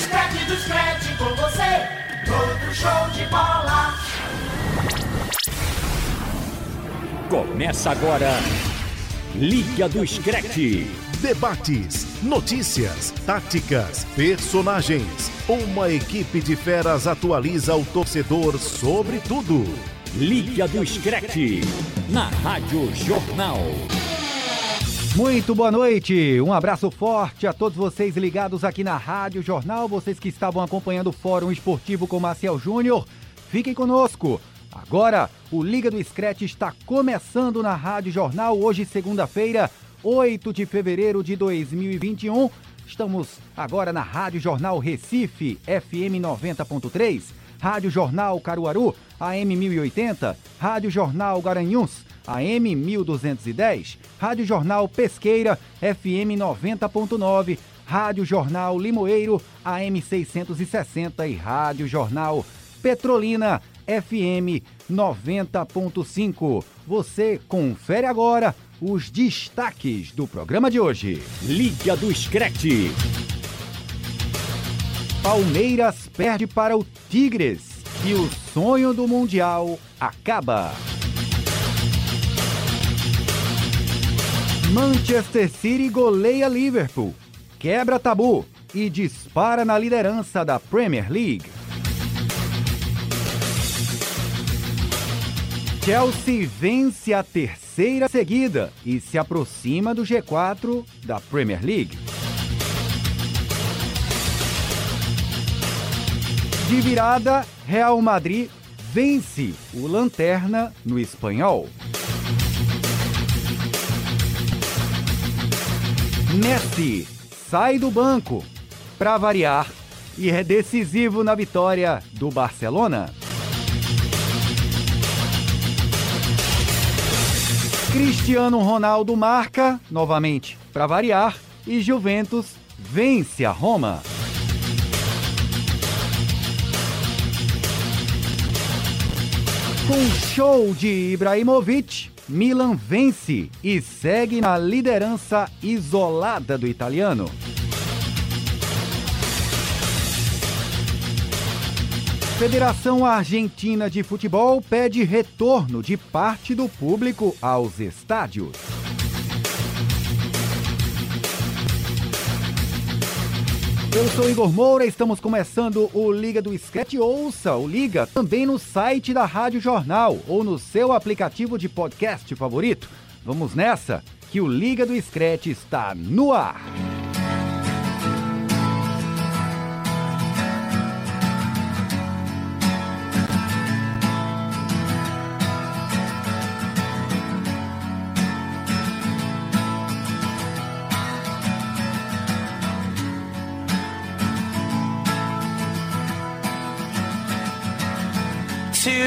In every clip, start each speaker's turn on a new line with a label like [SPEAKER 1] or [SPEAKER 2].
[SPEAKER 1] Scratch do Scratch com você, todo show de bola.
[SPEAKER 2] Começa agora. Liga do Screte.
[SPEAKER 3] Debates, notícias, táticas, personagens. Uma equipe de feras atualiza o torcedor sobre tudo.
[SPEAKER 2] Liga do Screte. Na Rádio Jornal.
[SPEAKER 4] Muito boa noite, um abraço forte a todos vocês ligados aqui na Rádio Jornal, vocês que estavam acompanhando o Fórum Esportivo com Marcel Júnior, fiquem conosco. Agora, o Liga do Scratch está começando na Rádio Jornal, hoje segunda-feira, 8 de fevereiro de 2021. Estamos agora na Rádio Jornal Recife, FM 90.3, Rádio Jornal Caruaru, AM 1080, Rádio Jornal Garanhuns, AM 1210, Rádio Jornal Pesqueira, FM 90.9, Rádio Jornal Limoeiro, AM 660 e Rádio Jornal Petrolina, FM 90.5. Você confere agora os destaques do programa de hoje.
[SPEAKER 2] Liga do Screte.
[SPEAKER 4] Palmeiras perde para o Tigres e o sonho do Mundial acaba. Manchester City goleia Liverpool, quebra tabu e dispara na liderança da Premier League. Chelsea vence a terceira seguida e se aproxima do G4 da Premier League. De virada, Real Madrid vence o Lanterna no espanhol. Messi sai do banco para variar e é decisivo na vitória do Barcelona. Cristiano Ronaldo marca, novamente, para variar, e Juventus vence a Roma. Com um show de Ibrahimovic, Milan vence e segue na liderança isolada do italiano. Federação Argentina de Futebol pede retorno de parte do público aos estádios. Eu sou Igor Moura, estamos começando o Liga do Sketch. Ouça o Liga também no site da Rádio Jornal ou no seu aplicativo de podcast favorito. Vamos nessa, que o Liga do Scratch está no ar.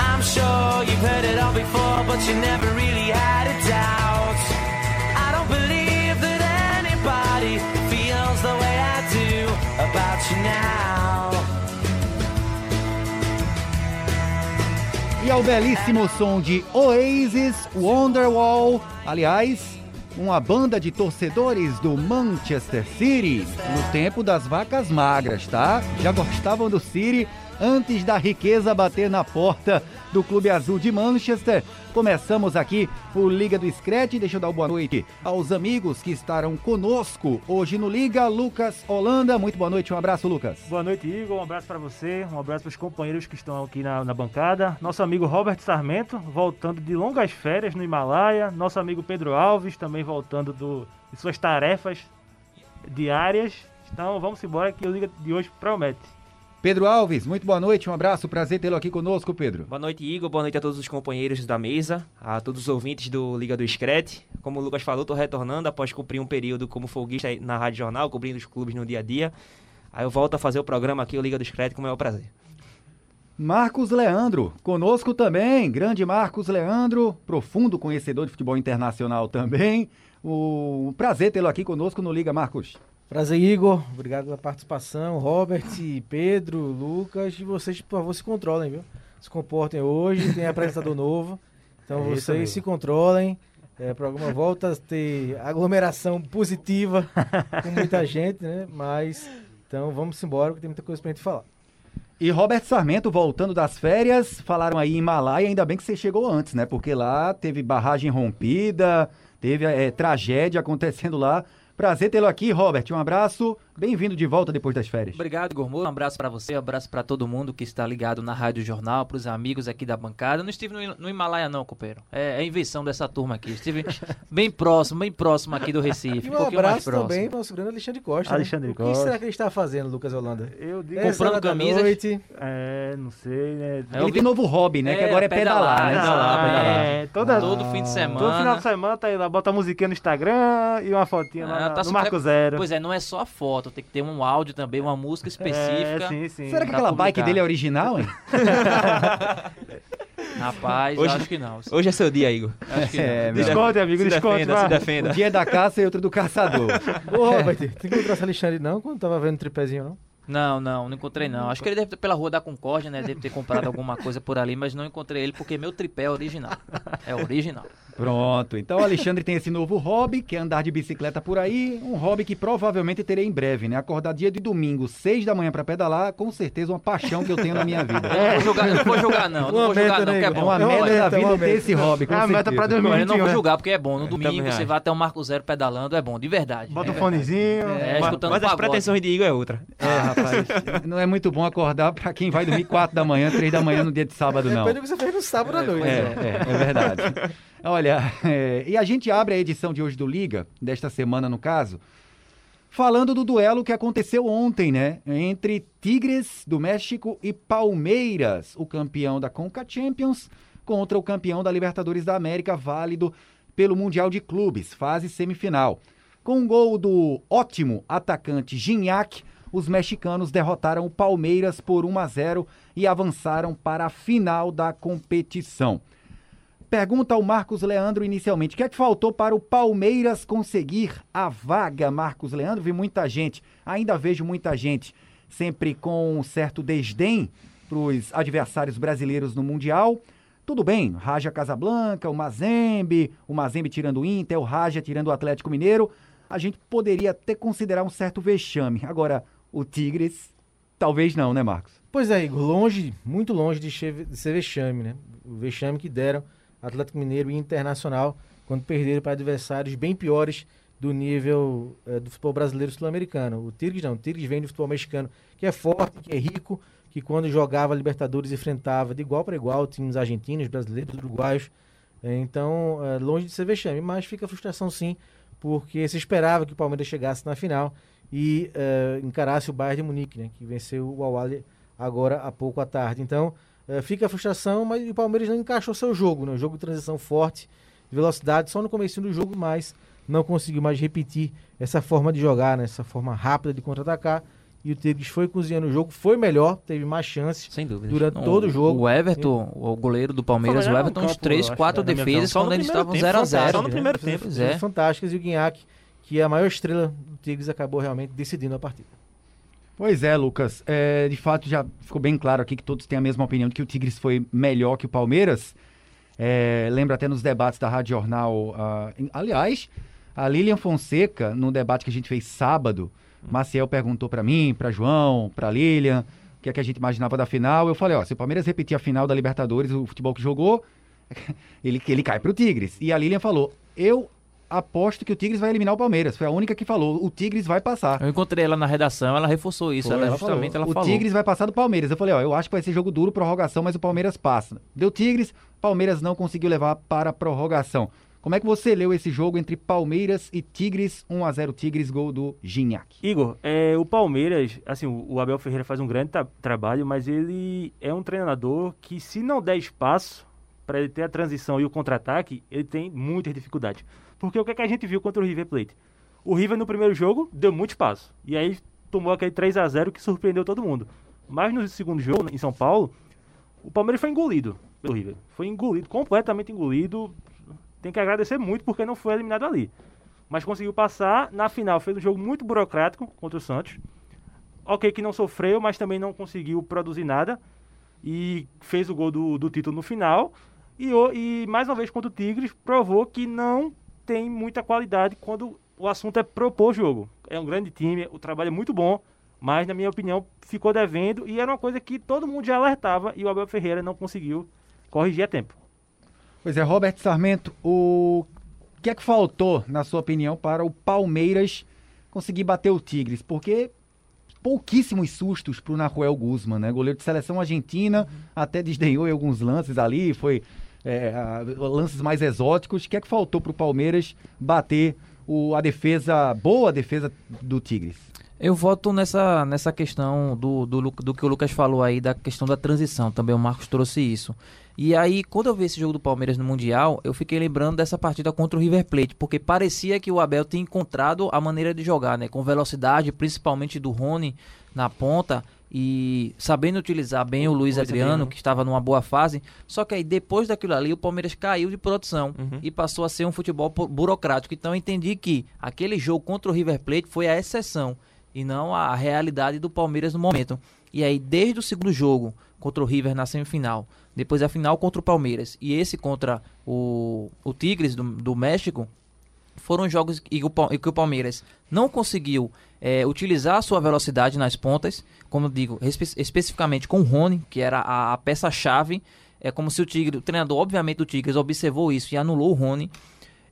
[SPEAKER 5] I'm sure you've heard it all before, but you never really had a doubt. I don't believe that anybody feels the way I do about you now.
[SPEAKER 4] E ao belíssimo som de Oasis Wonderwall, aliás, uma banda de torcedores do Manchester City no tempo das vacas magras, tá? Já gostavam do City antes da riqueza bater na porta do Clube Azul de Manchester. Começamos aqui o Liga do Scratch. Deixa eu dar uma boa noite aos amigos que estarão conosco hoje no Liga. Lucas Holanda, muito boa noite, um abraço, Lucas.
[SPEAKER 6] Boa noite, Igor. Um abraço para você, um abraço para os companheiros que estão aqui na, na bancada. Nosso amigo Robert Sarmento, voltando de longas férias no Himalaia. Nosso amigo Pedro Alves, também voltando do- de suas tarefas diárias. Então vamos embora que o Liga de hoje promete.
[SPEAKER 4] Pedro Alves, muito boa noite, um abraço, prazer tê-lo aqui conosco, Pedro.
[SPEAKER 7] Boa noite, Igor. Boa noite a todos os companheiros da mesa, a todos os ouvintes do Liga do Screte. Como o Lucas falou, tô retornando após cumprir um período como folguista aí na Rádio Jornal, cobrindo os clubes no dia a dia. Aí eu volto a fazer o programa aqui, o Liga do Screte, com o maior prazer.
[SPEAKER 4] Marcos Leandro, conosco também, grande Marcos Leandro, profundo conhecedor de futebol internacional também. O um prazer tê-lo aqui conosco no Liga Marcos.
[SPEAKER 8] Prazer, Igor. Obrigado pela participação. Robert, Pedro, Lucas. E vocês, por favor, se controlem, viu? Se comportem hoje. Tem apresentador novo. Então
[SPEAKER 6] É isso,
[SPEAKER 8] vocês
[SPEAKER 6] amigo.
[SPEAKER 8] se controlem. É, o programa volta a ter aglomeração positiva com muita gente, né? Mas, então vamos embora, porque tem muita coisa pra gente falar.
[SPEAKER 4] E Robert Sarmento voltando das férias, falaram aí em Himalaia, ainda bem que você chegou antes, né? Porque lá teve barragem rompida, teve eh, tragédia acontecendo lá. Prazer tê-lo aqui, Robert. Um abraço, bem-vindo de volta depois das férias.
[SPEAKER 9] Obrigado, Gormô. Um abraço pra você, um abraço pra todo mundo que está ligado na Rádio Jornal, pros amigos aqui da bancada. Não estive no, Him- no Himalaia, não, companheiro. É, é invenção dessa turma aqui. Estive bem próximo, bem próximo aqui do Recife.
[SPEAKER 8] E
[SPEAKER 9] Um
[SPEAKER 8] um
[SPEAKER 9] pouquinho mais
[SPEAKER 8] abraço
[SPEAKER 9] próximo.
[SPEAKER 8] também pro nosso grande Alexandre Costa. né?
[SPEAKER 6] Alexandre
[SPEAKER 8] o que
[SPEAKER 6] Costa.
[SPEAKER 8] será que ele está fazendo, Lucas Holanda?
[SPEAKER 6] Eu digo.
[SPEAKER 9] Comprando
[SPEAKER 8] Essa hora da
[SPEAKER 9] camisas?
[SPEAKER 8] Noite,
[SPEAKER 6] É, não sei, né?
[SPEAKER 9] É, eu
[SPEAKER 4] Ele
[SPEAKER 9] vi-
[SPEAKER 4] tem novo hobby, né? que agora é pedalar, né?
[SPEAKER 9] Pedalar, pedalar.
[SPEAKER 6] É, toda-
[SPEAKER 9] Todo fim de semana.
[SPEAKER 6] Todo final de semana tá aí lá, bota a musiquinha no Instagram e uma fotinha lá
[SPEAKER 9] Ah,
[SPEAKER 6] na-
[SPEAKER 9] tá
[SPEAKER 6] no
[SPEAKER 9] super-
[SPEAKER 6] Marco Zero.
[SPEAKER 9] Pois é, não é só a foto, tem que ter um áudio também, uma música específica.
[SPEAKER 6] É, sim, sim.
[SPEAKER 4] Será que
[SPEAKER 9] Pra
[SPEAKER 4] aquela bike
[SPEAKER 9] publicar.
[SPEAKER 4] dele é original, hein?
[SPEAKER 9] Rapaz, eu
[SPEAKER 7] Hoje-
[SPEAKER 9] acho que não.
[SPEAKER 7] Hoje é seu dia, Igor.
[SPEAKER 9] Acho que não.
[SPEAKER 4] É, meu.
[SPEAKER 6] Desconte, amigo,
[SPEAKER 7] se
[SPEAKER 6] desconte.
[SPEAKER 7] defenda, se
[SPEAKER 6] vai.
[SPEAKER 4] Um
[SPEAKER 9] Tá
[SPEAKER 7] defenda.
[SPEAKER 4] dia é da caça e outro do caçador.
[SPEAKER 8] Ô, Robert, tu encontrou esse Alexandre não quando tava vendo o tripézinho, não?
[SPEAKER 9] Não, não, não encontrei não. Acho que ele deve ter pela rua da Concórdia, né? Deve ter comprado alguma coisa por ali, mas não encontrei ele porque meu tripé é original. É original.
[SPEAKER 4] Pronto. Então o Alexandre tem esse novo hobby, que é andar de bicicleta por aí. Um hobby que provavelmente terei em breve, né? Acordar dia de domingo, seis da manhã pra pedalar, com certeza uma paixão que eu tenho na minha vida.
[SPEAKER 9] Não vou julgar, não vou julgar não, não
[SPEAKER 8] Uma
[SPEAKER 9] vou julgar
[SPEAKER 8] meta,
[SPEAKER 9] não,
[SPEAKER 8] né,
[SPEAKER 9] que é
[SPEAKER 4] É
[SPEAKER 8] Igor?
[SPEAKER 9] bom.
[SPEAKER 4] uma
[SPEAKER 8] É uma
[SPEAKER 4] merda da
[SPEAKER 8] meta, é
[SPEAKER 4] vida
[SPEAKER 8] uma
[SPEAKER 4] ter
[SPEAKER 8] meta.
[SPEAKER 4] esse hobby, com
[SPEAKER 6] É a meta
[SPEAKER 4] certeza.
[SPEAKER 6] pra
[SPEAKER 9] Não, eu não
[SPEAKER 6] 2021,
[SPEAKER 9] vou
[SPEAKER 6] né?
[SPEAKER 9] julgar porque é bom. No
[SPEAKER 7] também
[SPEAKER 9] domingo você
[SPEAKER 7] acho.
[SPEAKER 9] vai até o Marco Zero pedalando, é bom, de verdade.
[SPEAKER 6] Bota
[SPEAKER 9] É
[SPEAKER 6] um fonezinho.
[SPEAKER 9] É,
[SPEAKER 6] bota-
[SPEAKER 9] escutando
[SPEAKER 7] Mas as
[SPEAKER 9] pagode.
[SPEAKER 7] pretensões de Igor é outra.
[SPEAKER 4] É, rapaz. Não é muito bom acordar pra quem vai dormir quatro da manhã, três da manhã no dia de sábado, não.
[SPEAKER 8] Depende do que você fez no sábado à noite.
[SPEAKER 4] É, é, é verdade. Olha, é, e a gente abre a edição de hoje do Liga, desta semana no caso, falando do duelo que aconteceu ontem, né? Entre Tigres do México e Palmeiras, o campeão da Conca Champions contra o campeão da Libertadores da América, válido pelo Mundial de Clubes, fase semifinal. Com um gol do ótimo atacante Gignac, os mexicanos derrotaram o Palmeiras por 1 a 0 e avançaram para a final da competição. Pergunta ao Marcos Leandro inicialmente: o que é que faltou para o Palmeiras conseguir a vaga, Marcos Leandro? Vi muita gente, ainda vejo muita gente, sempre com um certo desdém para os adversários brasileiros no Mundial. Tudo bem, Raja Casablanca, o Mazembe, o Mazembe tirando o Inter, o Raja tirando o Atlético Mineiro. A gente poderia até considerar um certo vexame. Agora, o Tigres, talvez não, né, Marcos?
[SPEAKER 8] Pois é, Igor, longe, muito longe de, che- de ser vexame, né? O vexame que deram Atlético Mineiro e Internacional quando perderam para adversários bem piores do nível eh, do futebol brasileiro e sul-americano. O Tigres não, o Tigres vem do futebol mexicano, que é forte, que é rico, que quando jogava Libertadores enfrentava de igual para igual times argentinos, brasileiros, uruguaios. Eh, Então, eh, longe de ser vexame, mas fica a frustração sim, porque se esperava que o Palmeiras chegasse na final e eh, encarasse o Bayern de Munique, né, que venceu o Awali agora há pouco à tarde. Então, eh, fica a frustração, mas o Palmeiras não encaixou seu jogo, né? Um jogo de transição forte, de velocidade, só no começo do jogo, mas não conseguiu mais repetir essa forma de jogar, né? Essa forma rápida de contra-atacar. E o Tigres foi cozinhando o jogo, foi melhor, teve mais chances.
[SPEAKER 9] Sem dúvida.
[SPEAKER 8] Durante todo o jogo.
[SPEAKER 9] O Everton, o goleiro do Palmeiras, o
[SPEAKER 6] Palmeiras
[SPEAKER 9] Everton,
[SPEAKER 6] é um
[SPEAKER 9] uns
[SPEAKER 6] campo,
[SPEAKER 9] 3,
[SPEAKER 6] eu acho,
[SPEAKER 9] 4
[SPEAKER 6] né, na minha
[SPEAKER 9] defesas
[SPEAKER 7] visão. Só no
[SPEAKER 9] quando eles
[SPEAKER 7] primeiro
[SPEAKER 9] estavam
[SPEAKER 7] tempo,
[SPEAKER 9] 0 a 0
[SPEAKER 7] só no primeiro tempo.
[SPEAKER 9] Pois é.
[SPEAKER 8] Fantásticas. né? E o Guignac, que é a maior estrela do Tigres, acabou realmente decidindo a partida.
[SPEAKER 4] Pois é, Lucas. É, de fato, já ficou bem claro aqui que todos têm a mesma opinião de que o Tigres foi melhor que o Palmeiras. É, lembro até nos debates da Rádio Jornal. ah, em- aliás, a Lilian Fonseca, no debate que a gente fez sábado, Maciel perguntou pra mim, pra João, pra Lilian, o que é que a gente imaginava da final. Eu falei, ó, se o Palmeiras repetir a final da Libertadores, o futebol que jogou, ele, ele cai pro Tigres. E a Lilian falou, eu aposto que o Tigres vai eliminar o Palmeiras. Foi a única que falou, o Tigres vai passar.
[SPEAKER 9] Eu encontrei ela na redação, ela reforçou isso.
[SPEAKER 4] Foi,
[SPEAKER 9] ela,
[SPEAKER 4] ela
[SPEAKER 9] justamente
[SPEAKER 4] falou.
[SPEAKER 9] ela
[SPEAKER 4] o
[SPEAKER 9] falou.
[SPEAKER 4] Tigres vai passar do Palmeiras. Eu falei, ó, eu acho que vai ser jogo duro, prorrogação, mas o Palmeiras passa. Deu Tigres, Palmeiras não conseguiu levar para a prorrogação. Como é que você leu esse jogo entre Palmeiras e Tigres? 1 a 0 Tigres, gol do Gignac.
[SPEAKER 6] Igor, é, o Palmeiras, assim, o o Abel Ferreira faz um grande tra- trabalho, mas ele é um treinador que, se não der espaço para ele ter a transição e o contra-ataque, ele tem muitas dificuldades. Porque o que, é que a gente viu contra o River Plate? O River, no primeiro jogo, deu muito espaço. E aí tomou aquele 3 a 0 que surpreendeu todo mundo. Mas no segundo jogo, em São Paulo, O Palmeiras foi engolido pelo River. Foi engolido, completamente engolido. Tem que agradecer muito porque não foi eliminado ali. Mas conseguiu passar. Na final fez um jogo muito burocrático contra o Santos. Ok que não sofreu, mas também não conseguiu produzir nada. E fez o gol do, do título no final. E, o- e mais uma vez contra o Tigres, provou que não tem muita qualidade quando o assunto é propor jogo. É um grande time, o trabalho é muito bom, mas na minha opinião ficou devendo e era uma coisa que todo mundo já alertava e o Abel Ferreira não conseguiu corrigir a tempo.
[SPEAKER 4] Pois é, Robert Sarmento, o que é que faltou, na sua opinião, para o Palmeiras conseguir bater o Tigres? Porque pouquíssimos sustos para o Nahuel Guzman, né? Goleiro de seleção argentina, até desdenhou em alguns lances ali, foi é, a- lances mais exóticos. O que é que faltou para o Palmeiras bater o- a defesa, boa defesa do Tigres?
[SPEAKER 9] Eu voto nessa, nessa questão do, do, Lu- do que o Lucas falou aí, da questão da transição. Também o Marcos trouxe isso. E aí, quando eu vi esse jogo do Palmeiras no Mundial, eu fiquei lembrando dessa partida contra o River Plate, porque parecia que o Abel tinha encontrado a maneira de jogar, né? Com velocidade, principalmente do Rony na ponta, e sabendo utilizar bem o Luiz Adriano, que estava numa boa fase. Só que aí, depois daquilo ali, o Palmeiras caiu de produção e passou a ser um futebol bu- burocrático. Então, eu entendi que aquele jogo contra o River Plate foi a exceção e não a realidade do Palmeiras no momento. E aí, desde o segundo jogo contra o River na semifinal, depois a final contra o Palmeiras e esse contra o, o Tigres do, do México, foram jogos em que o Pal- em que o Palmeiras não conseguiu eh, utilizar a sua velocidade nas pontas, como eu digo, espe- especificamente com o Rony, que era a, a peça-chave. É como se o Tigre, o treinador, obviamente, do Tigres observou isso e anulou o Rony.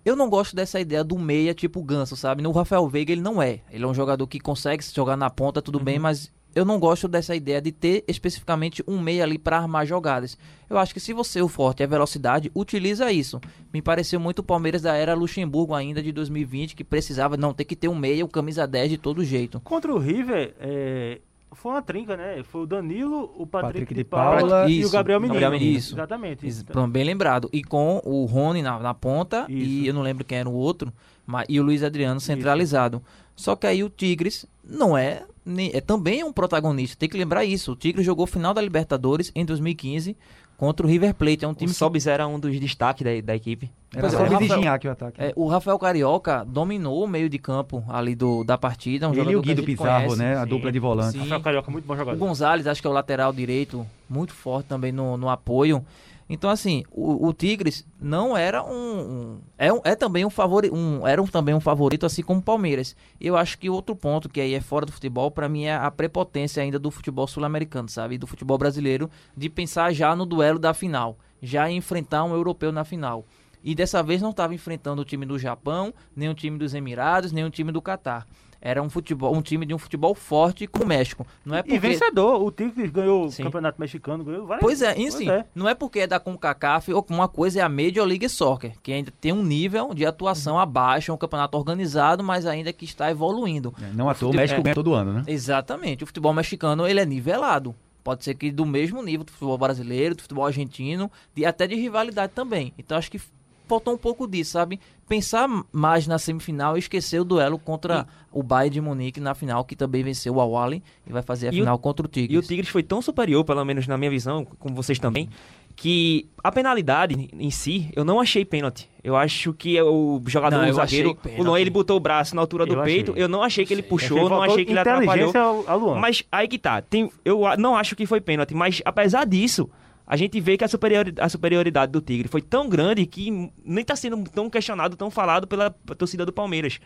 [SPEAKER 9] Eu não gosto dessa ideia do meia tipo ganso, sabe? No Rafael Veiga ele não é. Ele é um jogador que consegue se jogar na ponta, tudo bem, mas eu não gosto dessa ideia de ter especificamente um meia ali pra armar jogadas. Eu acho que se você o forte é velocidade, utiliza isso. Me pareceu muito o Palmeiras da era Luxemburgo ainda de 2020 que precisava não ter que ter um meia, o camisa 10 de todo jeito.
[SPEAKER 6] Contra o River, é, foi uma trinca, né? Foi o Danilo, o Patrick,
[SPEAKER 4] Patrick
[SPEAKER 6] de
[SPEAKER 4] de
[SPEAKER 6] Paula,
[SPEAKER 4] Paula
[SPEAKER 6] e o
[SPEAKER 9] Isso,
[SPEAKER 6] Gabriel Menino.
[SPEAKER 9] Gabriel Menino. Isso.
[SPEAKER 6] Exatamente. Então,
[SPEAKER 9] Ex- Bem lembrado. E com o Rony na, na ponta,
[SPEAKER 6] Isso.
[SPEAKER 9] e eu não lembro quem era o outro, mas, e o Luiz Adriano centralizado. Só que aí o Tigres não é, nem- é também um protagonista. Tem que lembrar isso. O Tigres jogou final da Libertadores em 2015 contra o River Plate. É um
[SPEAKER 7] O
[SPEAKER 9] time que
[SPEAKER 7] Sobis era um dos destaques da, da equipe.
[SPEAKER 4] Era
[SPEAKER 9] Pois é,
[SPEAKER 4] só
[SPEAKER 9] o Rafael-
[SPEAKER 4] vigiar aqui o ataque.
[SPEAKER 9] É, o Rafael Carioca dominou o meio de campo ali do, da partida. Um
[SPEAKER 4] Ele e
[SPEAKER 9] jogador
[SPEAKER 4] o Guido
[SPEAKER 9] que a gente
[SPEAKER 4] Pizarro,
[SPEAKER 9] conhece.
[SPEAKER 4] né? A dupla de volantes.
[SPEAKER 9] Sim.
[SPEAKER 6] Rafael Carioca, muito bom
[SPEAKER 9] O
[SPEAKER 6] jogador.
[SPEAKER 9] Gonzalez, acho que é o lateral direito, muito forte também no, no apoio. Então, assim, o, o Tigres não era um. um- é, um- é também um favorito. Um, era um- também um favorito, assim como o Palmeiras. Eu acho que outro ponto que aí é fora do futebol, pra mim, é a prepotência ainda do futebol sul-americano, sabe? E do futebol brasileiro, de pensar já no duelo da final. Já em enfrentar um europeu na final. E dessa vez não estava enfrentando o time do Japão, nem o time dos Emirados, nem o time do Catar. Era um futebol, um time de um futebol forte com o México. Não é porque...
[SPEAKER 6] E vencedor, o Tigres ganhou
[SPEAKER 9] Sim.
[SPEAKER 6] o Campeonato Mexicano, ganhou várias
[SPEAKER 9] Pois é, e assim,
[SPEAKER 6] Pois é.
[SPEAKER 9] não é porque é da CONCACAF ou que uma coisa é a Major League Soccer, que ainda tem um nível de
[SPEAKER 7] Uhum.
[SPEAKER 9] atuação abaixo, é um campeonato organizado, mas ainda que está evoluindo.
[SPEAKER 4] É, Não à toa, o México
[SPEAKER 9] É.
[SPEAKER 4] ganha todo ano, né?
[SPEAKER 9] Exatamente, o futebol mexicano ele é nivelado. Pode ser que do mesmo nível do futebol brasileiro, do futebol argentino e até de rivalidade também. Então acho que faltou um pouco disso, sabe? Pensar mais na semifinal e esquecer o duelo contra o Bayern de Munique na final, que também venceu o Awali e vai fazer a
[SPEAKER 7] E o-
[SPEAKER 9] final contra o Tigres.
[SPEAKER 7] E o Tigres foi tão superior, pelo menos na minha visão, como vocês também, que a penalidade em si, eu não achei pênalti. Eu acho que o jogador,
[SPEAKER 9] Não,
[SPEAKER 7] o
[SPEAKER 9] eu
[SPEAKER 7] zagueiro,
[SPEAKER 9] achei pênalti.
[SPEAKER 7] o Luan, ele botou o braço na altura do
[SPEAKER 6] Eu achei.
[SPEAKER 7] peito, eu não achei que ele puxou,
[SPEAKER 6] Ele
[SPEAKER 7] não
[SPEAKER 6] faltou
[SPEAKER 7] achei que ele atrapalhou.
[SPEAKER 6] inteligência ao- ao Luan.
[SPEAKER 7] Mas aí que tá, tem, eu a- não acho que foi pênalti, mas apesar disso, a gente vê que a superioridade, a superioridade do Tigre foi tão grande que nem tá sendo tão questionado, tão falado pela torcida do Palmeiras.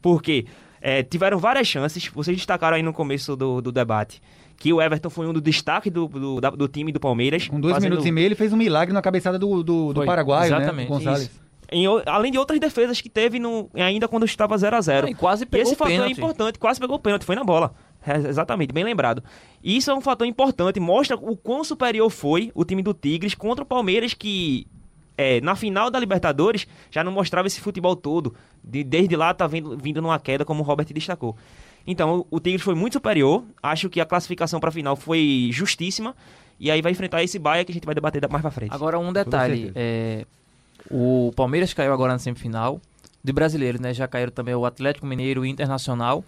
[SPEAKER 7] Porque é, tiveram várias chances, vocês destacaram aí no começo do, do debate, que o Everton foi um do destaque do, do, da- do time do Palmeiras.
[SPEAKER 4] Com dois
[SPEAKER 7] fazendo-
[SPEAKER 4] minutos e meio, ele fez um milagre na cabeçada do, do, do
[SPEAKER 9] Foi,
[SPEAKER 4] Paraguai,
[SPEAKER 9] exatamente,
[SPEAKER 4] né? do Gonzalez.
[SPEAKER 9] isso.
[SPEAKER 7] em o- além de outras defesas que teve no- ainda quando estava 0 a 0
[SPEAKER 9] Ah, e quase pegou
[SPEAKER 7] Esse
[SPEAKER 9] o
[SPEAKER 7] fator
[SPEAKER 9] pênalti.
[SPEAKER 7] é importante, quase pegou o pênalti, foi na bola. É, exatamente, bem lembrado. E Isso é um fator importante, mostra o quão superior foi o time do Tigres contra o Palmeiras, que é, na final da Libertadores já não mostrava esse futebol todo. De- desde lá tá vindo, vindo numa queda, como o Robert destacou. Então, o, o Tigres foi muito superior. Acho que a classificação para a final foi justíssima. E aí vai enfrentar esse Bahia que a gente vai debater da- mais pra frente.
[SPEAKER 9] Agora, um detalhe:
[SPEAKER 4] certeza.
[SPEAKER 9] é, o Palmeiras caiu agora na semifinal. De brasileiros, né? Já caíram também o Atlético Mineiro e o Internacional.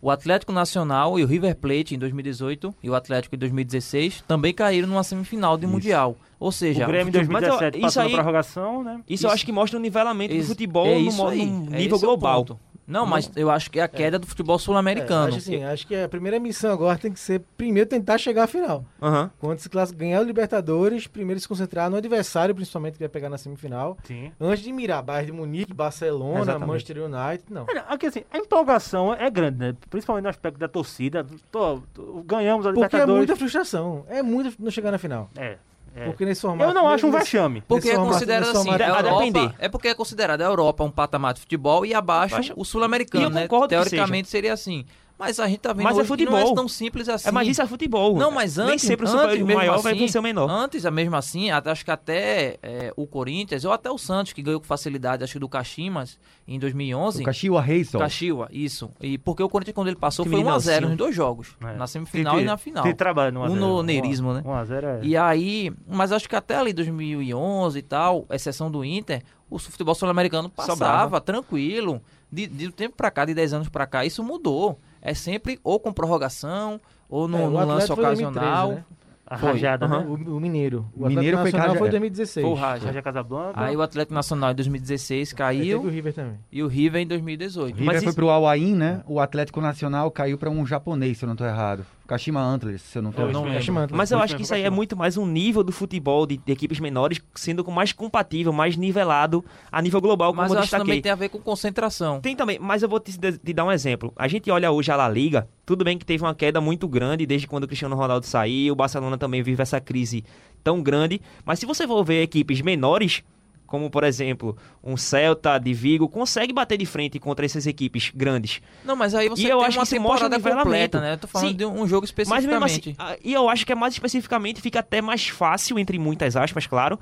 [SPEAKER 9] O Atlético Nacional e o River Plate em 2018 e o Atlético em 2016 também caíram numa semifinal de Mundial. Ou seja,
[SPEAKER 6] O Grêmio em
[SPEAKER 7] mas eu-
[SPEAKER 6] 2017
[SPEAKER 7] isso
[SPEAKER 6] passou na
[SPEAKER 7] aí-
[SPEAKER 6] prorrogação, né?
[SPEAKER 7] Isso, eu acho que mostra o nivelamento do
[SPEAKER 9] Esse-
[SPEAKER 7] futebol
[SPEAKER 9] é
[SPEAKER 7] no
[SPEAKER 9] isso
[SPEAKER 7] mo-
[SPEAKER 9] aí,
[SPEAKER 7] num
[SPEAKER 9] é
[SPEAKER 7] nível
[SPEAKER 9] esse o
[SPEAKER 7] global.
[SPEAKER 9] ponto. Não, mas eu acho que é a queda do futebol
[SPEAKER 8] É,
[SPEAKER 9] sul-americano.
[SPEAKER 8] acho, assim, acho que a primeira missão agora tem que ser primeiro tentar chegar à final.
[SPEAKER 7] Aham.
[SPEAKER 8] Quando se classe- ganhar o Libertadores, primeiro se concentrar no adversário, principalmente que vai pegar na semifinal.
[SPEAKER 6] Sim.
[SPEAKER 8] Antes de mirar Bayern de Munique, Barcelona,
[SPEAKER 7] Exatamente.
[SPEAKER 8] Manchester United, não.
[SPEAKER 6] Olha, Aqui, assim, a empolgação é grande, né? Principalmente no aspecto da torcida. Tô- tô- ganhamos a
[SPEAKER 8] Porque é
[SPEAKER 6] Libertadores.
[SPEAKER 8] muita frustração. É muito não chegar na final.
[SPEAKER 6] É, é.
[SPEAKER 8] Porque nesse formato.
[SPEAKER 6] Eu não acho um
[SPEAKER 8] nesse-
[SPEAKER 6] vexame.
[SPEAKER 9] Porque
[SPEAKER 8] Nesse
[SPEAKER 9] é
[SPEAKER 8] formato-
[SPEAKER 9] considerado
[SPEAKER 8] nesse
[SPEAKER 9] assim,
[SPEAKER 8] formato-
[SPEAKER 9] a
[SPEAKER 7] a
[SPEAKER 9] Europa-
[SPEAKER 7] depender.
[SPEAKER 9] é porque é considerada a Europa um patamar de futebol e abaixo
[SPEAKER 7] Acho-
[SPEAKER 9] o
[SPEAKER 7] E
[SPEAKER 9] sul-americano,
[SPEAKER 7] eu
[SPEAKER 9] né?
[SPEAKER 7] concordo que
[SPEAKER 9] Teoricamente seria assim. Mas a gente tá vendo
[SPEAKER 7] Mas é
[SPEAKER 9] hoje que não é
[SPEAKER 7] futebol.
[SPEAKER 9] tão simples assim.
[SPEAKER 7] É, mas isso é futebol.
[SPEAKER 9] Não, mas antes,
[SPEAKER 7] Nem sempre o
[SPEAKER 9] antes,
[SPEAKER 7] superior
[SPEAKER 9] mesmo
[SPEAKER 7] maior vai
[SPEAKER 9] assim,
[SPEAKER 7] vencer o menor.
[SPEAKER 9] Antes, mesmo assim, a- acho que até é, o Corinthians, ou até o Santos, que ganhou com facilidade, acho que do Caximas, em 2011.
[SPEAKER 4] O Caxiwa Reisson.
[SPEAKER 9] Caxiwa, isso. E porque o Corinthians, quando ele passou,
[SPEAKER 7] Que
[SPEAKER 9] foi
[SPEAKER 7] menino
[SPEAKER 9] 1x0
[SPEAKER 7] assim.
[SPEAKER 9] nos dois jogos.
[SPEAKER 6] É.
[SPEAKER 9] Na semifinal e na final.
[SPEAKER 6] Tem trabalho no
[SPEAKER 9] Um noneirismo, né?
[SPEAKER 6] 1x0 é.
[SPEAKER 9] E aí, mas acho que até ali 2011 e tal, exceção do Inter, o su- futebol sul-americano passava
[SPEAKER 7] Sobrava.
[SPEAKER 9] tranquilo. De, de um tempo pra cá, de 10 anos pra cá, isso mudou. É sempre ou com prorrogação, ou no,
[SPEAKER 8] É, o
[SPEAKER 9] no
[SPEAKER 8] Atlético
[SPEAKER 9] lance
[SPEAKER 8] foi 2013,
[SPEAKER 9] ocasional.
[SPEAKER 8] né?
[SPEAKER 6] A rajada, né?
[SPEAKER 8] O, o Mineiro. O
[SPEAKER 4] O Mineiro
[SPEAKER 8] Mineiro
[SPEAKER 4] foi
[SPEAKER 8] Nacional
[SPEAKER 4] cara-
[SPEAKER 8] foi
[SPEAKER 4] é.
[SPEAKER 8] em 2016.
[SPEAKER 9] Foi o Raja.
[SPEAKER 6] Raja Casablanca.
[SPEAKER 7] Então-
[SPEAKER 9] Aí o Atlético Nacional em 2016
[SPEAKER 8] Aí teve
[SPEAKER 7] É,
[SPEAKER 9] caiu
[SPEAKER 8] o River também.
[SPEAKER 9] e o River em 2018.
[SPEAKER 4] O River
[SPEAKER 9] Mas
[SPEAKER 4] foi
[SPEAKER 9] isso-
[SPEAKER 4] pro Alain, né? O Atlético Nacional caiu pra um japonês, se eu não tô errado. Kashima Antlers, se eu não tô
[SPEAKER 6] Eu não
[SPEAKER 4] errado.
[SPEAKER 6] lembro.
[SPEAKER 8] Kashima-
[SPEAKER 7] Mas eu
[SPEAKER 6] Muito
[SPEAKER 7] acho que
[SPEAKER 6] bem,
[SPEAKER 7] isso aí é
[SPEAKER 6] Fatima.
[SPEAKER 7] muito mais um nível do futebol de, de equipes menores sendo com mais compatível, mais nivelado a nível global, como
[SPEAKER 9] mas
[SPEAKER 7] eu
[SPEAKER 9] eu acho que
[SPEAKER 7] destaquei.
[SPEAKER 9] também tem a ver com concentração.
[SPEAKER 7] Tem também, mas eu vou te, te dar um exemplo. A gente olha hoje a La Liga, tudo bem que teve uma queda muito grande desde quando o Cristiano Ronaldo saiu, o Barcelona também vive essa crise tão grande, mas se você for ver equipes menores, como por exemplo, um Celta de Vigo, consegue bater de frente contra essas equipes grandes.
[SPEAKER 9] Não, mas aí você
[SPEAKER 7] E
[SPEAKER 9] tem
[SPEAKER 7] eu acho
[SPEAKER 9] uma
[SPEAKER 7] que isso mostra
[SPEAKER 9] temporada
[SPEAKER 7] nivelamento.
[SPEAKER 9] completa, né? Eu tô falando
[SPEAKER 7] Sim.
[SPEAKER 9] de um jogo
[SPEAKER 7] Mas
[SPEAKER 9] especificamente.
[SPEAKER 7] mesmo assim, ah, e eu acho que é mais especificamente fica até mais fácil, entre muitas aspas, claro,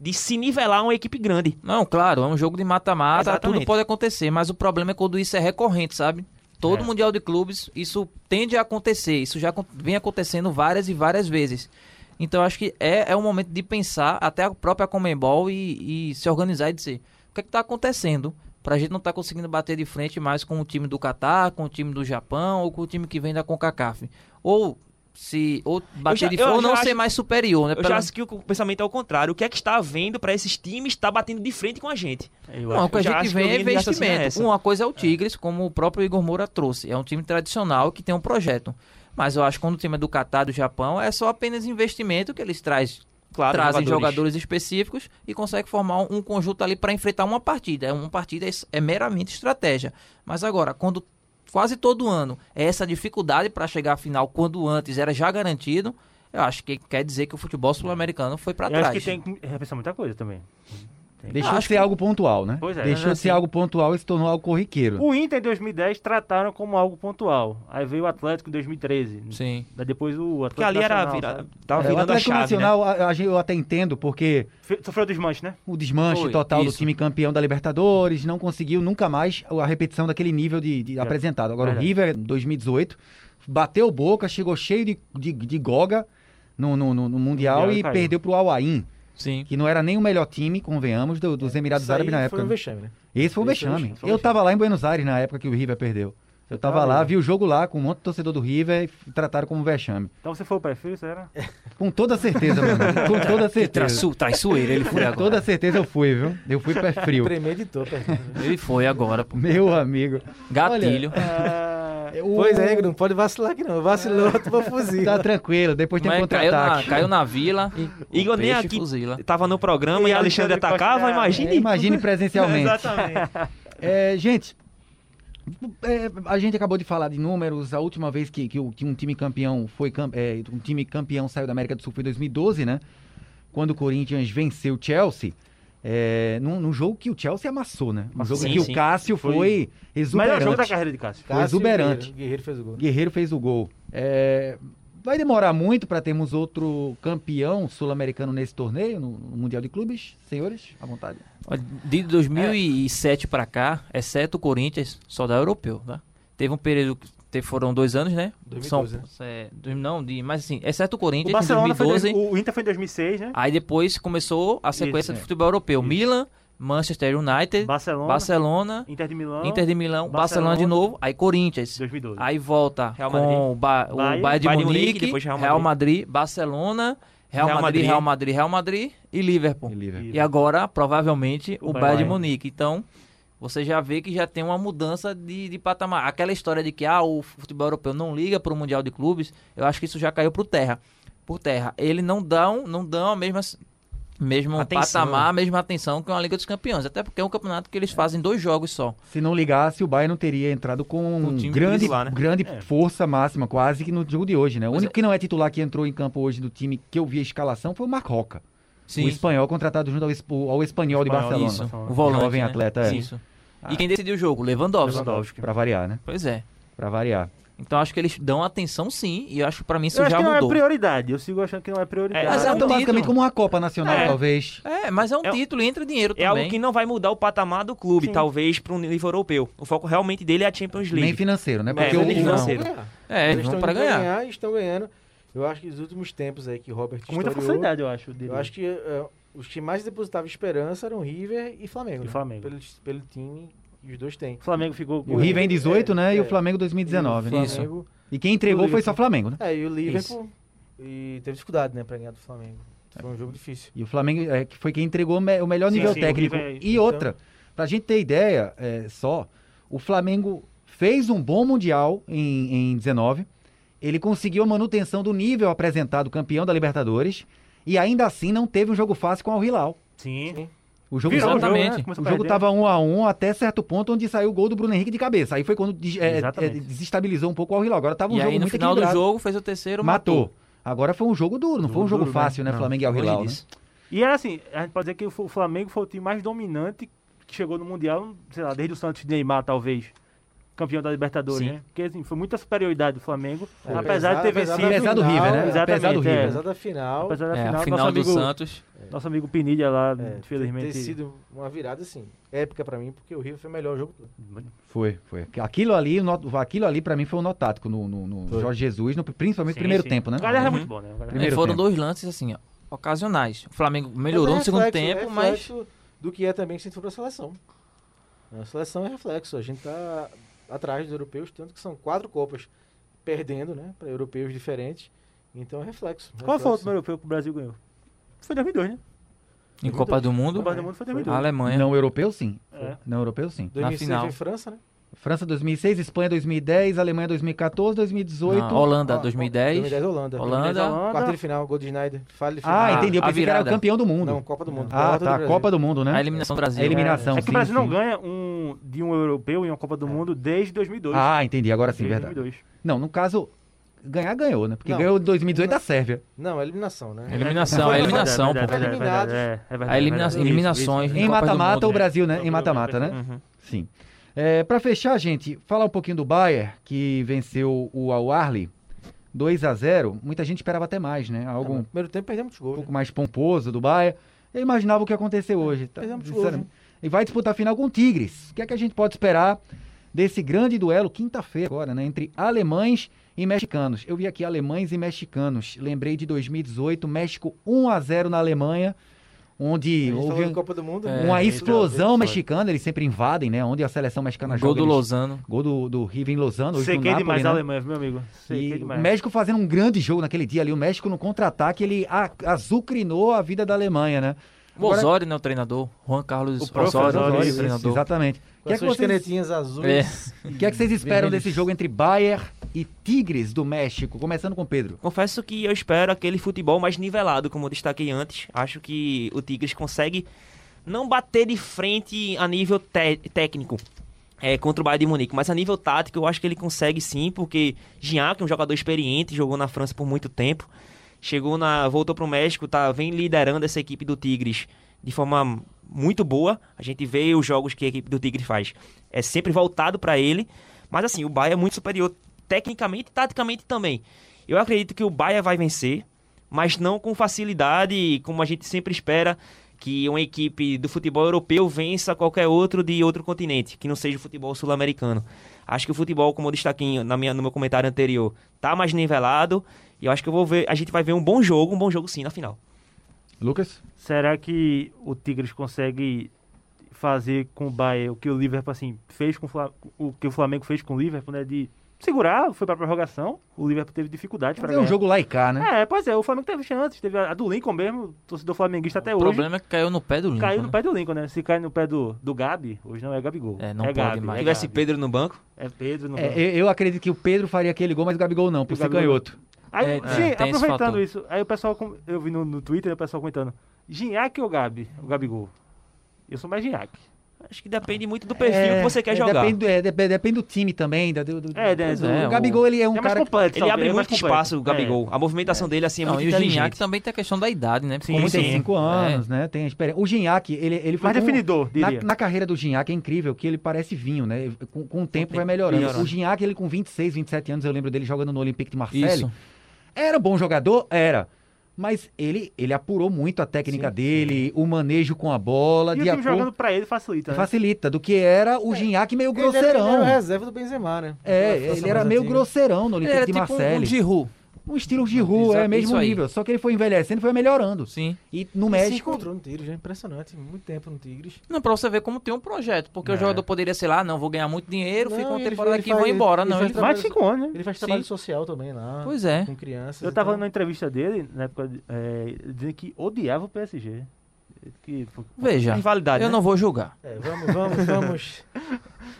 [SPEAKER 7] de se nivelar uma equipe grande.
[SPEAKER 9] Não, claro, é um jogo de mata-mata,
[SPEAKER 7] Exatamente.
[SPEAKER 9] tudo pode acontecer, mas o problema é quando isso é recorrente, sabe? Todo
[SPEAKER 6] É.
[SPEAKER 9] Mundial de Clubes, isso tende a acontecer, isso já acon- vem acontecendo várias e várias vezes. Então acho que é, é um momento de pensar até a própria Comembol e, e se organizar e dizer o que é que tá acontecendo pra gente não estar conseguindo bater de frente mais com o time do Catar, com o time do Japão ou com o time que vem da CONCACAF. Ou se ou bater
[SPEAKER 7] já-
[SPEAKER 9] de
[SPEAKER 7] eu
[SPEAKER 9] frente ou
[SPEAKER 7] já
[SPEAKER 9] não
[SPEAKER 7] acho-
[SPEAKER 9] ser mais superior, né?
[SPEAKER 7] Eu já
[SPEAKER 9] Pela-
[SPEAKER 7] acho que o pensamento é o contrário. O que é que está havendo para esses times estar batendo de frente com a gente?
[SPEAKER 6] Eu
[SPEAKER 9] Não, o que a
[SPEAKER 7] já
[SPEAKER 9] gente
[SPEAKER 7] acho que
[SPEAKER 9] vê
[SPEAKER 7] o
[SPEAKER 9] é
[SPEAKER 7] Guilherme já raciocina
[SPEAKER 9] investimento.
[SPEAKER 7] essa.
[SPEAKER 9] Uma coisa é o Tigres, como o próprio Igor Moura trouxe. É um time tradicional que tem um projeto. Mas eu acho que quando o time é do Catar, do Japão, é só apenas investimento que eles trazem.
[SPEAKER 7] Claro,
[SPEAKER 9] trazem
[SPEAKER 7] Ah, jogadores.
[SPEAKER 9] jogadores específicos e conseguem formar um conjunto ali para enfrentar uma partida. É uma partida es- é meramente estratégia. Mas agora, quando quase todo ano é essa dificuldade para chegar à final, quando antes era já garantido, eu acho que quer dizer que o futebol sul-americano foi para
[SPEAKER 6] Eu
[SPEAKER 9] trás.
[SPEAKER 6] acho que tem que repensar muita coisa também.
[SPEAKER 4] Deixou
[SPEAKER 9] Acho
[SPEAKER 4] de ser
[SPEAKER 9] que-
[SPEAKER 4] algo pontual, né?
[SPEAKER 6] Pois é,
[SPEAKER 4] Deixou
[SPEAKER 6] mas
[SPEAKER 4] de ser
[SPEAKER 6] assim-
[SPEAKER 4] algo pontual e se tornou algo corriqueiro.
[SPEAKER 6] O Inter em 2010 trataram como algo pontual. Aí veio o Atlético em 2013.
[SPEAKER 9] Sim.
[SPEAKER 6] Daí depois o Atlético
[SPEAKER 7] Porque ali era
[SPEAKER 6] Nacional,
[SPEAKER 7] vira,
[SPEAKER 6] sabe?
[SPEAKER 7] tava
[SPEAKER 4] É, o
[SPEAKER 7] virando a
[SPEAKER 4] Atlético
[SPEAKER 7] chave, né?
[SPEAKER 4] Nacional, a- a gente- eu até entendo, porque
[SPEAKER 6] Fe- Sofreu desmanche, né?
[SPEAKER 4] o desmanche
[SPEAKER 9] Foi,
[SPEAKER 4] total
[SPEAKER 9] isso.
[SPEAKER 4] do time campeão da Libertadores, não conseguiu nunca mais a repetição daquele nível de, de apresentado. Agora
[SPEAKER 6] Verdade.
[SPEAKER 4] o River, em 2018, bateu boca, chegou cheio de, de, de goga no, no, no- no Mundial
[SPEAKER 6] Mundial e
[SPEAKER 4] e
[SPEAKER 6] caiu.
[SPEAKER 4] perdeu pro Alain,
[SPEAKER 9] Sim.
[SPEAKER 4] que não era nem o melhor time, convenhamos, do- dos Emirados
[SPEAKER 8] Isso aí
[SPEAKER 4] Árabes na época.
[SPEAKER 8] Foi um
[SPEAKER 4] né?
[SPEAKER 8] vexame, né?
[SPEAKER 4] Esse foi o
[SPEAKER 6] Esse foi o
[SPEAKER 4] vexame.
[SPEAKER 6] vexame, foi o
[SPEAKER 4] Eu
[SPEAKER 6] vexame.
[SPEAKER 4] tava lá em Buenos Aires na época que o River perdeu. Eu tava
[SPEAKER 6] tava
[SPEAKER 4] lá,
[SPEAKER 6] aí.
[SPEAKER 4] vi o jogo lá com um monte de torcedor do River e trataram como um vexame.
[SPEAKER 6] Então você foi o perfil, será?
[SPEAKER 4] Com toda certeza, meu amigo. Com toda certeza.
[SPEAKER 9] Traiço, traiçoeiro, tá ele foi
[SPEAKER 4] Com
[SPEAKER 9] agora.
[SPEAKER 4] toda certeza eu fui, viu? Eu fui pé frio.
[SPEAKER 8] Premeditou, perdão.
[SPEAKER 9] Ele foi agora, pô.
[SPEAKER 4] Meu amigo.
[SPEAKER 9] Gatilho.
[SPEAKER 6] É,
[SPEAKER 4] O-
[SPEAKER 8] Pois é, não pode vacilar aqui não. Vacilou, tu vai fuzil.
[SPEAKER 4] Tá tranquilo, depois tem um
[SPEAKER 9] Mas caiu, na,
[SPEAKER 4] contra-ataque.
[SPEAKER 9] caiu na vila. E
[SPEAKER 7] Igor nem aqui
[SPEAKER 9] Fuzila.
[SPEAKER 7] tava no programa e,
[SPEAKER 6] E
[SPEAKER 7] Alexandre
[SPEAKER 6] Alexandre
[SPEAKER 7] atacava,
[SPEAKER 6] Costa-
[SPEAKER 7] imagine.
[SPEAKER 4] É, imagine presencialmente.
[SPEAKER 7] Exatamente.
[SPEAKER 4] É, gente, é, a gente acabou de falar de números. A última vez que, que, o- que um time campeão foi cam- é, um time campeão saiu da América do Sul foi em 2012, né? Quando o Corinthians venceu o Chelsea. É, num, num jogo que o Chelsea amassou, né? Um jogo
[SPEAKER 7] Sim,
[SPEAKER 4] que
[SPEAKER 7] sim.
[SPEAKER 4] o Cássio foi,
[SPEAKER 6] Foi melhor
[SPEAKER 4] exuberante.
[SPEAKER 6] jogo da carreira de Cássio.
[SPEAKER 4] Foi exuberante.
[SPEAKER 8] Guerreiro, Guerreiro fez o gol.
[SPEAKER 4] Guerreiro fez o gol. É, vai demorar muito para termos outro campeão sul-americano nesse torneio, no, no Mundial de Clubes, senhores? À vontade.
[SPEAKER 9] Ó, De 2007 pra cá, exceto o Corinthians, só da europeu, tá? Teve um período que te- foram dois anos, né?
[SPEAKER 8] 2012, né?
[SPEAKER 9] é, dois- não, de, mas assim, exceto o
[SPEAKER 6] O
[SPEAKER 9] Corinthians em
[SPEAKER 6] Barcelona foi. em
[SPEAKER 9] 2012.
[SPEAKER 6] dois- O Inter foi em 2006, né?
[SPEAKER 9] Aí depois começou a sequência
[SPEAKER 6] Isso,
[SPEAKER 9] do futebol europeu. Milan, Manchester United,
[SPEAKER 6] Barcelona.
[SPEAKER 9] Barcelona,
[SPEAKER 6] Inter de Milão.
[SPEAKER 9] Inter de Milão, Barcelona, de novo, aí Corinthians.
[SPEAKER 6] 2012.
[SPEAKER 9] Aí volta
[SPEAKER 7] Real Madrid.
[SPEAKER 9] com o, ba
[SPEAKER 6] Bayern,
[SPEAKER 9] o Bayern de
[SPEAKER 7] Bayern de
[SPEAKER 9] Munique,
[SPEAKER 7] Munique, depois Real
[SPEAKER 9] Real,
[SPEAKER 7] Madrid.
[SPEAKER 9] Madrid, Barcelona, Real,
[SPEAKER 7] Real
[SPEAKER 9] Madrid,
[SPEAKER 7] Madrid.
[SPEAKER 9] Real Madrid, Real Madrid e Liverpool.
[SPEAKER 4] E Liverpool.
[SPEAKER 9] E agora, provavelmente, o,
[SPEAKER 6] O
[SPEAKER 9] Bayern de
[SPEAKER 6] Bayern.
[SPEAKER 9] Munique. Então, você já vê que já tem uma mudança de, de patamar. Aquela história de que ah, o futebol europeu não liga para o Mundial de Clubes, eu acho que isso já caiu pro terra. Por terra. Ele não dão, não dão a mesma mesmo
[SPEAKER 7] Atenção.
[SPEAKER 9] patamar, a mesma atenção que uma Liga dos Campeões. Até porque é um campeonato que eles fazem dois jogos só.
[SPEAKER 4] Se não ligasse, o Bayern não teria entrado com
[SPEAKER 9] O time
[SPEAKER 4] grande,
[SPEAKER 7] titular, né?
[SPEAKER 4] grande
[SPEAKER 6] É.
[SPEAKER 4] força máxima, quase que no jogo de hoje, né? O
[SPEAKER 9] Pois
[SPEAKER 4] único
[SPEAKER 9] é.
[SPEAKER 4] que não é titular que entrou em campo hoje do time que eu vi a escalação foi o Marcoca. O espanhol contratado junto ao, espo- ao espanhol de
[SPEAKER 6] Espanhol,
[SPEAKER 4] Barcelona. Um
[SPEAKER 9] Isso,
[SPEAKER 6] Barcelona.
[SPEAKER 9] o volante.
[SPEAKER 4] Jovem
[SPEAKER 9] né?
[SPEAKER 4] atleta, é.
[SPEAKER 9] Isso. E quem decidiu o jogo? Lewandowski.
[SPEAKER 4] Pra variar, né?
[SPEAKER 9] Pois é.
[SPEAKER 4] Pra variar.
[SPEAKER 9] Então acho que eles dão atenção sim, e eu acho que pra mim isso
[SPEAKER 6] Eu acho
[SPEAKER 9] já
[SPEAKER 6] que não é
[SPEAKER 9] mudou.
[SPEAKER 6] prioridade. Eu sigo achando que não é prioridade.
[SPEAKER 7] É,
[SPEAKER 9] Mas
[SPEAKER 4] Mas é
[SPEAKER 9] um
[SPEAKER 4] tão basicamente
[SPEAKER 9] título.
[SPEAKER 4] como uma Copa Nacional,
[SPEAKER 7] É.
[SPEAKER 4] talvez.
[SPEAKER 9] É, mas é um
[SPEAKER 7] É-
[SPEAKER 9] título e entra dinheiro
[SPEAKER 7] É
[SPEAKER 9] também.
[SPEAKER 7] algo que não vai mudar o patamar do clube, talvez, para um nível europeu. O foco realmente dele é a Champions
[SPEAKER 4] Nem
[SPEAKER 7] League.
[SPEAKER 4] financeiro, né?
[SPEAKER 7] É,
[SPEAKER 4] Porque
[SPEAKER 7] mas
[SPEAKER 4] o-
[SPEAKER 7] nem
[SPEAKER 4] o-
[SPEAKER 7] financeiro.
[SPEAKER 9] É,
[SPEAKER 8] Eles
[SPEAKER 9] vão
[SPEAKER 8] estão
[SPEAKER 9] pra
[SPEAKER 8] para
[SPEAKER 9] ganhar.
[SPEAKER 8] ganhar. estão ganhando. Eu acho que nos últimos tempos aí que Robert
[SPEAKER 6] Com muita
[SPEAKER 8] historiou,
[SPEAKER 6] facilidade, né? eu acho.
[SPEAKER 8] Eu acho que eh, os que mais depositavam esperança eram River e Flamengo.
[SPEAKER 6] E
[SPEAKER 8] né?
[SPEAKER 6] Flamengo.
[SPEAKER 8] Pelo, pelo time que os dois têm.
[SPEAKER 6] O Flamengo ficou com
[SPEAKER 4] o River em
[SPEAKER 8] é,
[SPEAKER 4] 18, né? E o
[SPEAKER 8] é.
[SPEAKER 4] Flamengo 2019,
[SPEAKER 8] E o
[SPEAKER 4] né?
[SPEAKER 8] Flamengo,
[SPEAKER 4] E quem entregou
[SPEAKER 6] Tudo
[SPEAKER 4] foi
[SPEAKER 6] isso.
[SPEAKER 4] só Flamengo, né?
[SPEAKER 8] É, e o Liverpool e teve dificuldade, né, pra ganhar do Flamengo. Foi um jogo difícil.
[SPEAKER 4] E o Flamengo é, que foi quem entregou me- o melhor
[SPEAKER 6] Sim,
[SPEAKER 4] nível
[SPEAKER 6] sim, o
[SPEAKER 4] técnico.
[SPEAKER 6] River é isso,
[SPEAKER 4] e outra, pra gente ter ideia é, só, o Flamengo fez um bom Mundial em, em 19. Ele conseguiu a manutenção do nível apresentado, campeão da Libertadores. E ainda assim não teve um jogo fácil com o Al Hilal.
[SPEAKER 6] Sim.
[SPEAKER 4] O jogo
[SPEAKER 9] Virou
[SPEAKER 4] só-
[SPEAKER 9] o jogo,
[SPEAKER 6] né?
[SPEAKER 9] Exatamente.
[SPEAKER 6] Começou
[SPEAKER 4] O
[SPEAKER 6] a
[SPEAKER 4] jogo
[SPEAKER 6] perder.
[SPEAKER 4] tava 1 a 1 até certo ponto onde saiu o gol do Bruno Henrique de cabeça. Aí foi quando des- é, é,
[SPEAKER 6] Exatamente.
[SPEAKER 4] desestabilizou um pouco o Al-Hilal. Agora tava um
[SPEAKER 9] e
[SPEAKER 4] jogo
[SPEAKER 9] aí no
[SPEAKER 4] muito
[SPEAKER 9] final do
[SPEAKER 4] equilibrado.
[SPEAKER 9] jogo fez o terceiro,
[SPEAKER 4] matou.
[SPEAKER 9] matou.
[SPEAKER 4] Agora foi um jogo duro, não foi um jogo
[SPEAKER 6] Jogo duro,
[SPEAKER 4] fácil, né?
[SPEAKER 6] né?
[SPEAKER 4] Flamengo e
[SPEAKER 9] Longe
[SPEAKER 4] Al-Hilal, né?
[SPEAKER 9] disso.
[SPEAKER 6] E era assim, a gente pode dizer que o Fl- o Flamengo foi o time mais dominante que chegou no Mundial, sei lá, desde o Santos de Neymar, talvez. Campeão da Libertadores,
[SPEAKER 7] Sim.
[SPEAKER 6] né? Porque assim, foi muita superioridade do Flamengo,
[SPEAKER 8] Foi.
[SPEAKER 6] É. apesar de ter
[SPEAKER 8] Apesar-
[SPEAKER 6] vencido.
[SPEAKER 4] Apesar do River, né?
[SPEAKER 6] Exatamente,
[SPEAKER 4] Apesar do
[SPEAKER 6] é.
[SPEAKER 4] River.
[SPEAKER 8] Apesar da final,
[SPEAKER 6] Apesar da
[SPEAKER 9] É,
[SPEAKER 6] final,
[SPEAKER 9] a final
[SPEAKER 6] nosso
[SPEAKER 9] do
[SPEAKER 6] amigo,
[SPEAKER 9] Santos.
[SPEAKER 6] Nosso amigo Pinilha lá,
[SPEAKER 8] é,
[SPEAKER 6] infelizmente.
[SPEAKER 8] ter sido uma virada, assim, épica pra mim, porque o River foi o melhor jogo.
[SPEAKER 4] Foi, foi. Aquilo ali, o not- aquilo ali para mim foi um nó tático no, no- no
[SPEAKER 8] Foi.
[SPEAKER 4] Jorge Jesus, no, principalmente
[SPEAKER 6] Sim,
[SPEAKER 4] no primeiro
[SPEAKER 6] sim.
[SPEAKER 4] tempo, né?
[SPEAKER 6] O Galera é
[SPEAKER 9] Uhum.
[SPEAKER 6] muito bom, né? O Galera-
[SPEAKER 9] Aí
[SPEAKER 4] Primeiro
[SPEAKER 9] foram
[SPEAKER 4] tempo.
[SPEAKER 9] dois lances assim, ó, ocasionais. O Flamengo melhorou no
[SPEAKER 8] Mas é
[SPEAKER 9] segundo
[SPEAKER 8] reflexo-
[SPEAKER 9] tempo,
[SPEAKER 8] é
[SPEAKER 9] mas
[SPEAKER 8] reflexo do que é também se a gente for pra seleção. A seleção é reflexo. A gente tá atrás dos europeus, tanto que são quatro Copas perdendo, né? Pra europeus diferentes. Então é reflexo.
[SPEAKER 6] Qual foi o
[SPEAKER 8] reflexo.
[SPEAKER 6] último europeu que o Brasil ganhou? Foi 2002, né?
[SPEAKER 9] em Copa do
[SPEAKER 6] O
[SPEAKER 9] Mundo,
[SPEAKER 6] Copa do Mundo foi 2002.
[SPEAKER 9] a Alemanha.
[SPEAKER 4] Não europeu, sim.
[SPEAKER 6] É.
[SPEAKER 4] Não europeu, sim.
[SPEAKER 8] 2006
[SPEAKER 9] final.
[SPEAKER 8] foi França, né?
[SPEAKER 4] França 2006, Espanha 2010, Alemanha 2014, 2018.
[SPEAKER 9] Não, Holanda,
[SPEAKER 8] Ah,
[SPEAKER 9] 2010.
[SPEAKER 8] 2010 Holanda.
[SPEAKER 9] Holanda.
[SPEAKER 8] Quarta de final, gol de Schneider. Falha de final.
[SPEAKER 4] Ah,
[SPEAKER 6] é
[SPEAKER 9] Ah,
[SPEAKER 4] entendi. Eu
[SPEAKER 9] a
[SPEAKER 4] pensei que era
[SPEAKER 9] virada.
[SPEAKER 4] campeão do mundo.
[SPEAKER 8] Não, Copa do Mundo.
[SPEAKER 4] ah,
[SPEAKER 8] Derrota do
[SPEAKER 4] tá.
[SPEAKER 8] Brasil.
[SPEAKER 4] Copa do mundo, né?
[SPEAKER 9] A eliminação do Brasil.
[SPEAKER 4] A eliminação,
[SPEAKER 6] É que
[SPEAKER 4] sim,
[SPEAKER 6] o Brasil não
[SPEAKER 4] sim.
[SPEAKER 6] ganha um, de um europeu em uma Copa do Mundo desde 2002.
[SPEAKER 4] Ah, entendi. Agora sim,
[SPEAKER 6] desde
[SPEAKER 4] verdade.
[SPEAKER 6] 2002.
[SPEAKER 4] Não, no caso, ganhar ganhou, né? Porque
[SPEAKER 8] Não.
[SPEAKER 4] ganhou em 2018 da Sérvia.
[SPEAKER 8] Não, é eliminação, né?
[SPEAKER 4] Então,
[SPEAKER 9] Eliminação, é eliminação,
[SPEAKER 6] Verdade,
[SPEAKER 9] pô.
[SPEAKER 6] verdade, verdade,
[SPEAKER 8] Eliminados.
[SPEAKER 6] verdade, é, é verdade,
[SPEAKER 9] A elimina-
[SPEAKER 6] é verdade.
[SPEAKER 9] eliminações
[SPEAKER 6] Isso,
[SPEAKER 9] em
[SPEAKER 4] Em
[SPEAKER 9] Copa do
[SPEAKER 4] mata-mata,
[SPEAKER 9] Mundo,
[SPEAKER 4] o
[SPEAKER 9] né?
[SPEAKER 4] Brasil, né? Em mata-mata, né?
[SPEAKER 7] Uhum.
[SPEAKER 4] Sim. É, para fechar, gente, falar um pouquinho do Bayern, que venceu o Al Ahly 2 a 0 Muita gente esperava até mais, né? Algo
[SPEAKER 8] No
[SPEAKER 4] um
[SPEAKER 8] primeiro tempo perdemos muitos gols. né?
[SPEAKER 4] pouco mais pomposo do Bayern. Eu imaginava o que aconteceu hoje. Tá,
[SPEAKER 8] Perdemos
[SPEAKER 4] sinceramente.
[SPEAKER 8] hoje, né?
[SPEAKER 4] E vai disputar a final com o Tigres. O que é que a gente pode esperar desse grande duelo, quinta-feira agora, né? Entre alemães e mexicanos. Eu vi aqui alemães e mexicanos. Lembrei de 2018, México 1 a 0 na Alemanha,
[SPEAKER 8] A
[SPEAKER 4] onde
[SPEAKER 8] gente
[SPEAKER 4] houve um
[SPEAKER 8] falou de Copa do Mundo. né?
[SPEAKER 4] uma
[SPEAKER 8] É,
[SPEAKER 4] explosão
[SPEAKER 8] então,
[SPEAKER 4] mexicana. Eles sempre invadem, né? Onde a seleção mexicana
[SPEAKER 9] Gol
[SPEAKER 4] joga.
[SPEAKER 9] do
[SPEAKER 4] eles-
[SPEAKER 9] Lozano.
[SPEAKER 4] Gol do, do River em Lozano, hoje no
[SPEAKER 6] Sequei
[SPEAKER 4] Napoli,
[SPEAKER 6] demais
[SPEAKER 4] né?
[SPEAKER 6] a Alemanha, meu amigo. Sequei
[SPEAKER 4] E o
[SPEAKER 6] demais.
[SPEAKER 4] México fazendo um grande jogo naquele dia ali. O México no contra-ataque, ele a- azucrinou a vida da Alemanha, né?
[SPEAKER 9] O
[SPEAKER 4] Agora-
[SPEAKER 9] Osório, né, o treinador. Juan Carlos
[SPEAKER 6] O próprio
[SPEAKER 9] Osório,
[SPEAKER 6] Osório,
[SPEAKER 9] o
[SPEAKER 6] isso,
[SPEAKER 9] treinador.
[SPEAKER 4] Exatamente. O
[SPEAKER 8] Com
[SPEAKER 4] que, é
[SPEAKER 8] as
[SPEAKER 4] que
[SPEAKER 8] suas
[SPEAKER 4] vocês,
[SPEAKER 8] canetinhas azuis.
[SPEAKER 9] É.
[SPEAKER 4] o que é que vocês esperam
[SPEAKER 8] vermelhos.
[SPEAKER 4] desse jogo entre Bayern e Tigres do México? Começando com o Pedro.
[SPEAKER 7] Confesso que eu espero aquele futebol mais nivelado, como eu destaquei antes. Acho que o Tigres consegue não bater de frente a nível te- técnico é, contra o Bayern de Munique, mas a nível tático eu acho que ele consegue sim, porque Gignac é um jogador experiente, jogou na França por muito tempo, chegou na voltou para o México, tá vem liderando essa equipe do Tigres de forma muito boa. A gente vê os jogos que a equipe do Tigres faz, é sempre voltado para ele, mas assim o Bayern é muito superior tecnicamente e taticamente também. Eu acredito que o Bayern vai vencer, mas não com facilidade, como a gente sempre espera que uma equipe do futebol europeu vença qualquer outro de outro continente, que não seja o futebol sul-americano. Acho que o futebol, como eu destaquei na minha, no meu comentário anterior, tá mais nivelado e eu acho que eu vou ver, a gente vai ver um bom jogo, um bom jogo sim na final.
[SPEAKER 4] Lucas?
[SPEAKER 6] Será que o Tigres consegue fazer com o Bayern o que o Liverpool assim, fez com o, Fla- o que o Flamengo fez com o Liverpool, né? De segurar, foi pra prorrogação. O Liverpool teve dificuldade para
[SPEAKER 4] É um
[SPEAKER 6] ganhar.
[SPEAKER 4] jogo lá e cá, né?
[SPEAKER 6] É, pois é, o Flamengo teve chances, teve a a do Lincoln mesmo, torcedor flamenguista até
[SPEAKER 9] O
[SPEAKER 6] hoje.
[SPEAKER 9] problema é que caiu no pé do Lincoln.
[SPEAKER 6] Caiu no
[SPEAKER 9] né?
[SPEAKER 6] pé do Lincoln, né? Se cai no pé do, do Gabi, hoje não é Gabigol.
[SPEAKER 9] É, não pode
[SPEAKER 6] Gabi,
[SPEAKER 9] mais.
[SPEAKER 6] É
[SPEAKER 7] Tivesse
[SPEAKER 6] Gabi.
[SPEAKER 7] Pedro no banco.
[SPEAKER 6] É Pedro no
[SPEAKER 4] É,
[SPEAKER 6] banco.
[SPEAKER 4] eu, eu acredito que o Pedro faria aquele gol, mas o Gabigol não, por
[SPEAKER 6] O
[SPEAKER 4] ser
[SPEAKER 6] Gabigol-
[SPEAKER 4] canhoto.
[SPEAKER 6] Aí,
[SPEAKER 9] É,
[SPEAKER 6] Gin,
[SPEAKER 9] é, tem esse
[SPEAKER 6] aproveitando
[SPEAKER 9] fator.
[SPEAKER 6] isso, aí o pessoal, com- eu vi no, no Twitter, né, o pessoal comentando, Ginhaque ou Gabi? O Gabigol. Eu sou mais Ginhaque.
[SPEAKER 7] Acho que depende muito do perfil
[SPEAKER 4] É,
[SPEAKER 7] que você quer
[SPEAKER 4] é,
[SPEAKER 7] jogar.
[SPEAKER 4] Depende, é, dep- depende do time também. Da, do, do-
[SPEAKER 6] É, né,
[SPEAKER 4] pois
[SPEAKER 6] do-
[SPEAKER 4] o Gabigol ele é um
[SPEAKER 6] é mais
[SPEAKER 4] cara.
[SPEAKER 6] completo,
[SPEAKER 7] Ele
[SPEAKER 6] sabe?
[SPEAKER 7] abre
[SPEAKER 6] é mais
[SPEAKER 7] muito
[SPEAKER 6] completo.
[SPEAKER 7] espaço, o Gabigol. A movimentação dele, assim, é
[SPEAKER 9] Não,
[SPEAKER 7] muito
[SPEAKER 9] e o Gignac
[SPEAKER 7] inteligente.
[SPEAKER 9] também tem a questão da idade, né?
[SPEAKER 6] Sim,
[SPEAKER 9] Como
[SPEAKER 6] sim.
[SPEAKER 9] tem-
[SPEAKER 4] 35 anos, né? Tem a experiência. O Gignac, ele, ele foi.
[SPEAKER 6] Mais
[SPEAKER 4] um-
[SPEAKER 6] definidor,
[SPEAKER 4] na,
[SPEAKER 6] diria.
[SPEAKER 4] na carreira do Gignac é incrível que ele parece vinho, né? Com, com o tempo vai melhorando.
[SPEAKER 9] Melhora.
[SPEAKER 4] O Gignac, ele com 26, 27 anos, eu lembro dele jogando no Olympique de Marseille.
[SPEAKER 9] Isso.
[SPEAKER 4] Era bom jogador? Era. Mas ele, ele apurou muito a técnica dele, o manejo com a bola,
[SPEAKER 6] E o
[SPEAKER 4] de
[SPEAKER 6] time
[SPEAKER 4] acordo-
[SPEAKER 6] jogando pra ele facilita, né?
[SPEAKER 4] um. facilita, do que era o Gignac meio
[SPEAKER 8] Ele era- Ele era o
[SPEAKER 4] grosseirão.
[SPEAKER 8] reserva do Benzema, né?
[SPEAKER 4] É,
[SPEAKER 8] Aquela força
[SPEAKER 4] ele era
[SPEAKER 8] mais
[SPEAKER 4] meio
[SPEAKER 8] antiga.
[SPEAKER 4] grosseirão no
[SPEAKER 9] Ele
[SPEAKER 4] Olympique
[SPEAKER 9] era
[SPEAKER 4] de
[SPEAKER 9] tipo um
[SPEAKER 4] Marseille.
[SPEAKER 9] Giroud.
[SPEAKER 4] Um estilo Giroud, é
[SPEAKER 9] Exato,
[SPEAKER 4] mesmo
[SPEAKER 9] isso aí.
[SPEAKER 4] nível. Só que ele foi envelhecendo e foi melhorando.
[SPEAKER 9] Sim.
[SPEAKER 4] E no
[SPEAKER 8] Ele Se
[SPEAKER 4] México.
[SPEAKER 8] encontrou no Tigres, é impressionante. Muito tempo no Tigres.
[SPEAKER 9] Não, pra você ver como tem um projeto. Porque o jogador poderia, sei lá, não, vou ganhar muito dinheiro,
[SPEAKER 8] Não,
[SPEAKER 9] fico uma
[SPEAKER 8] ele-
[SPEAKER 9] temporada
[SPEAKER 8] ele
[SPEAKER 9] aqui e vou
[SPEAKER 8] faz-
[SPEAKER 9] embora.
[SPEAKER 8] ele
[SPEAKER 9] Não,
[SPEAKER 8] faz
[SPEAKER 9] ele-
[SPEAKER 8] trabalho-
[SPEAKER 6] Mais de cinco anos, né?
[SPEAKER 8] Ele faz
[SPEAKER 9] Sim.
[SPEAKER 8] trabalho social também lá.
[SPEAKER 9] Pois é.
[SPEAKER 8] Com crianças.
[SPEAKER 6] Eu tava
[SPEAKER 8] então-
[SPEAKER 6] numa entrevista dele, na época, é, dizendo que odiava o PSG. Que,
[SPEAKER 9] Veja,
[SPEAKER 7] Rivalidade,
[SPEAKER 9] eu
[SPEAKER 7] né?
[SPEAKER 9] não vou julgar.
[SPEAKER 8] É, vamos, vamos, vamos.
[SPEAKER 6] ele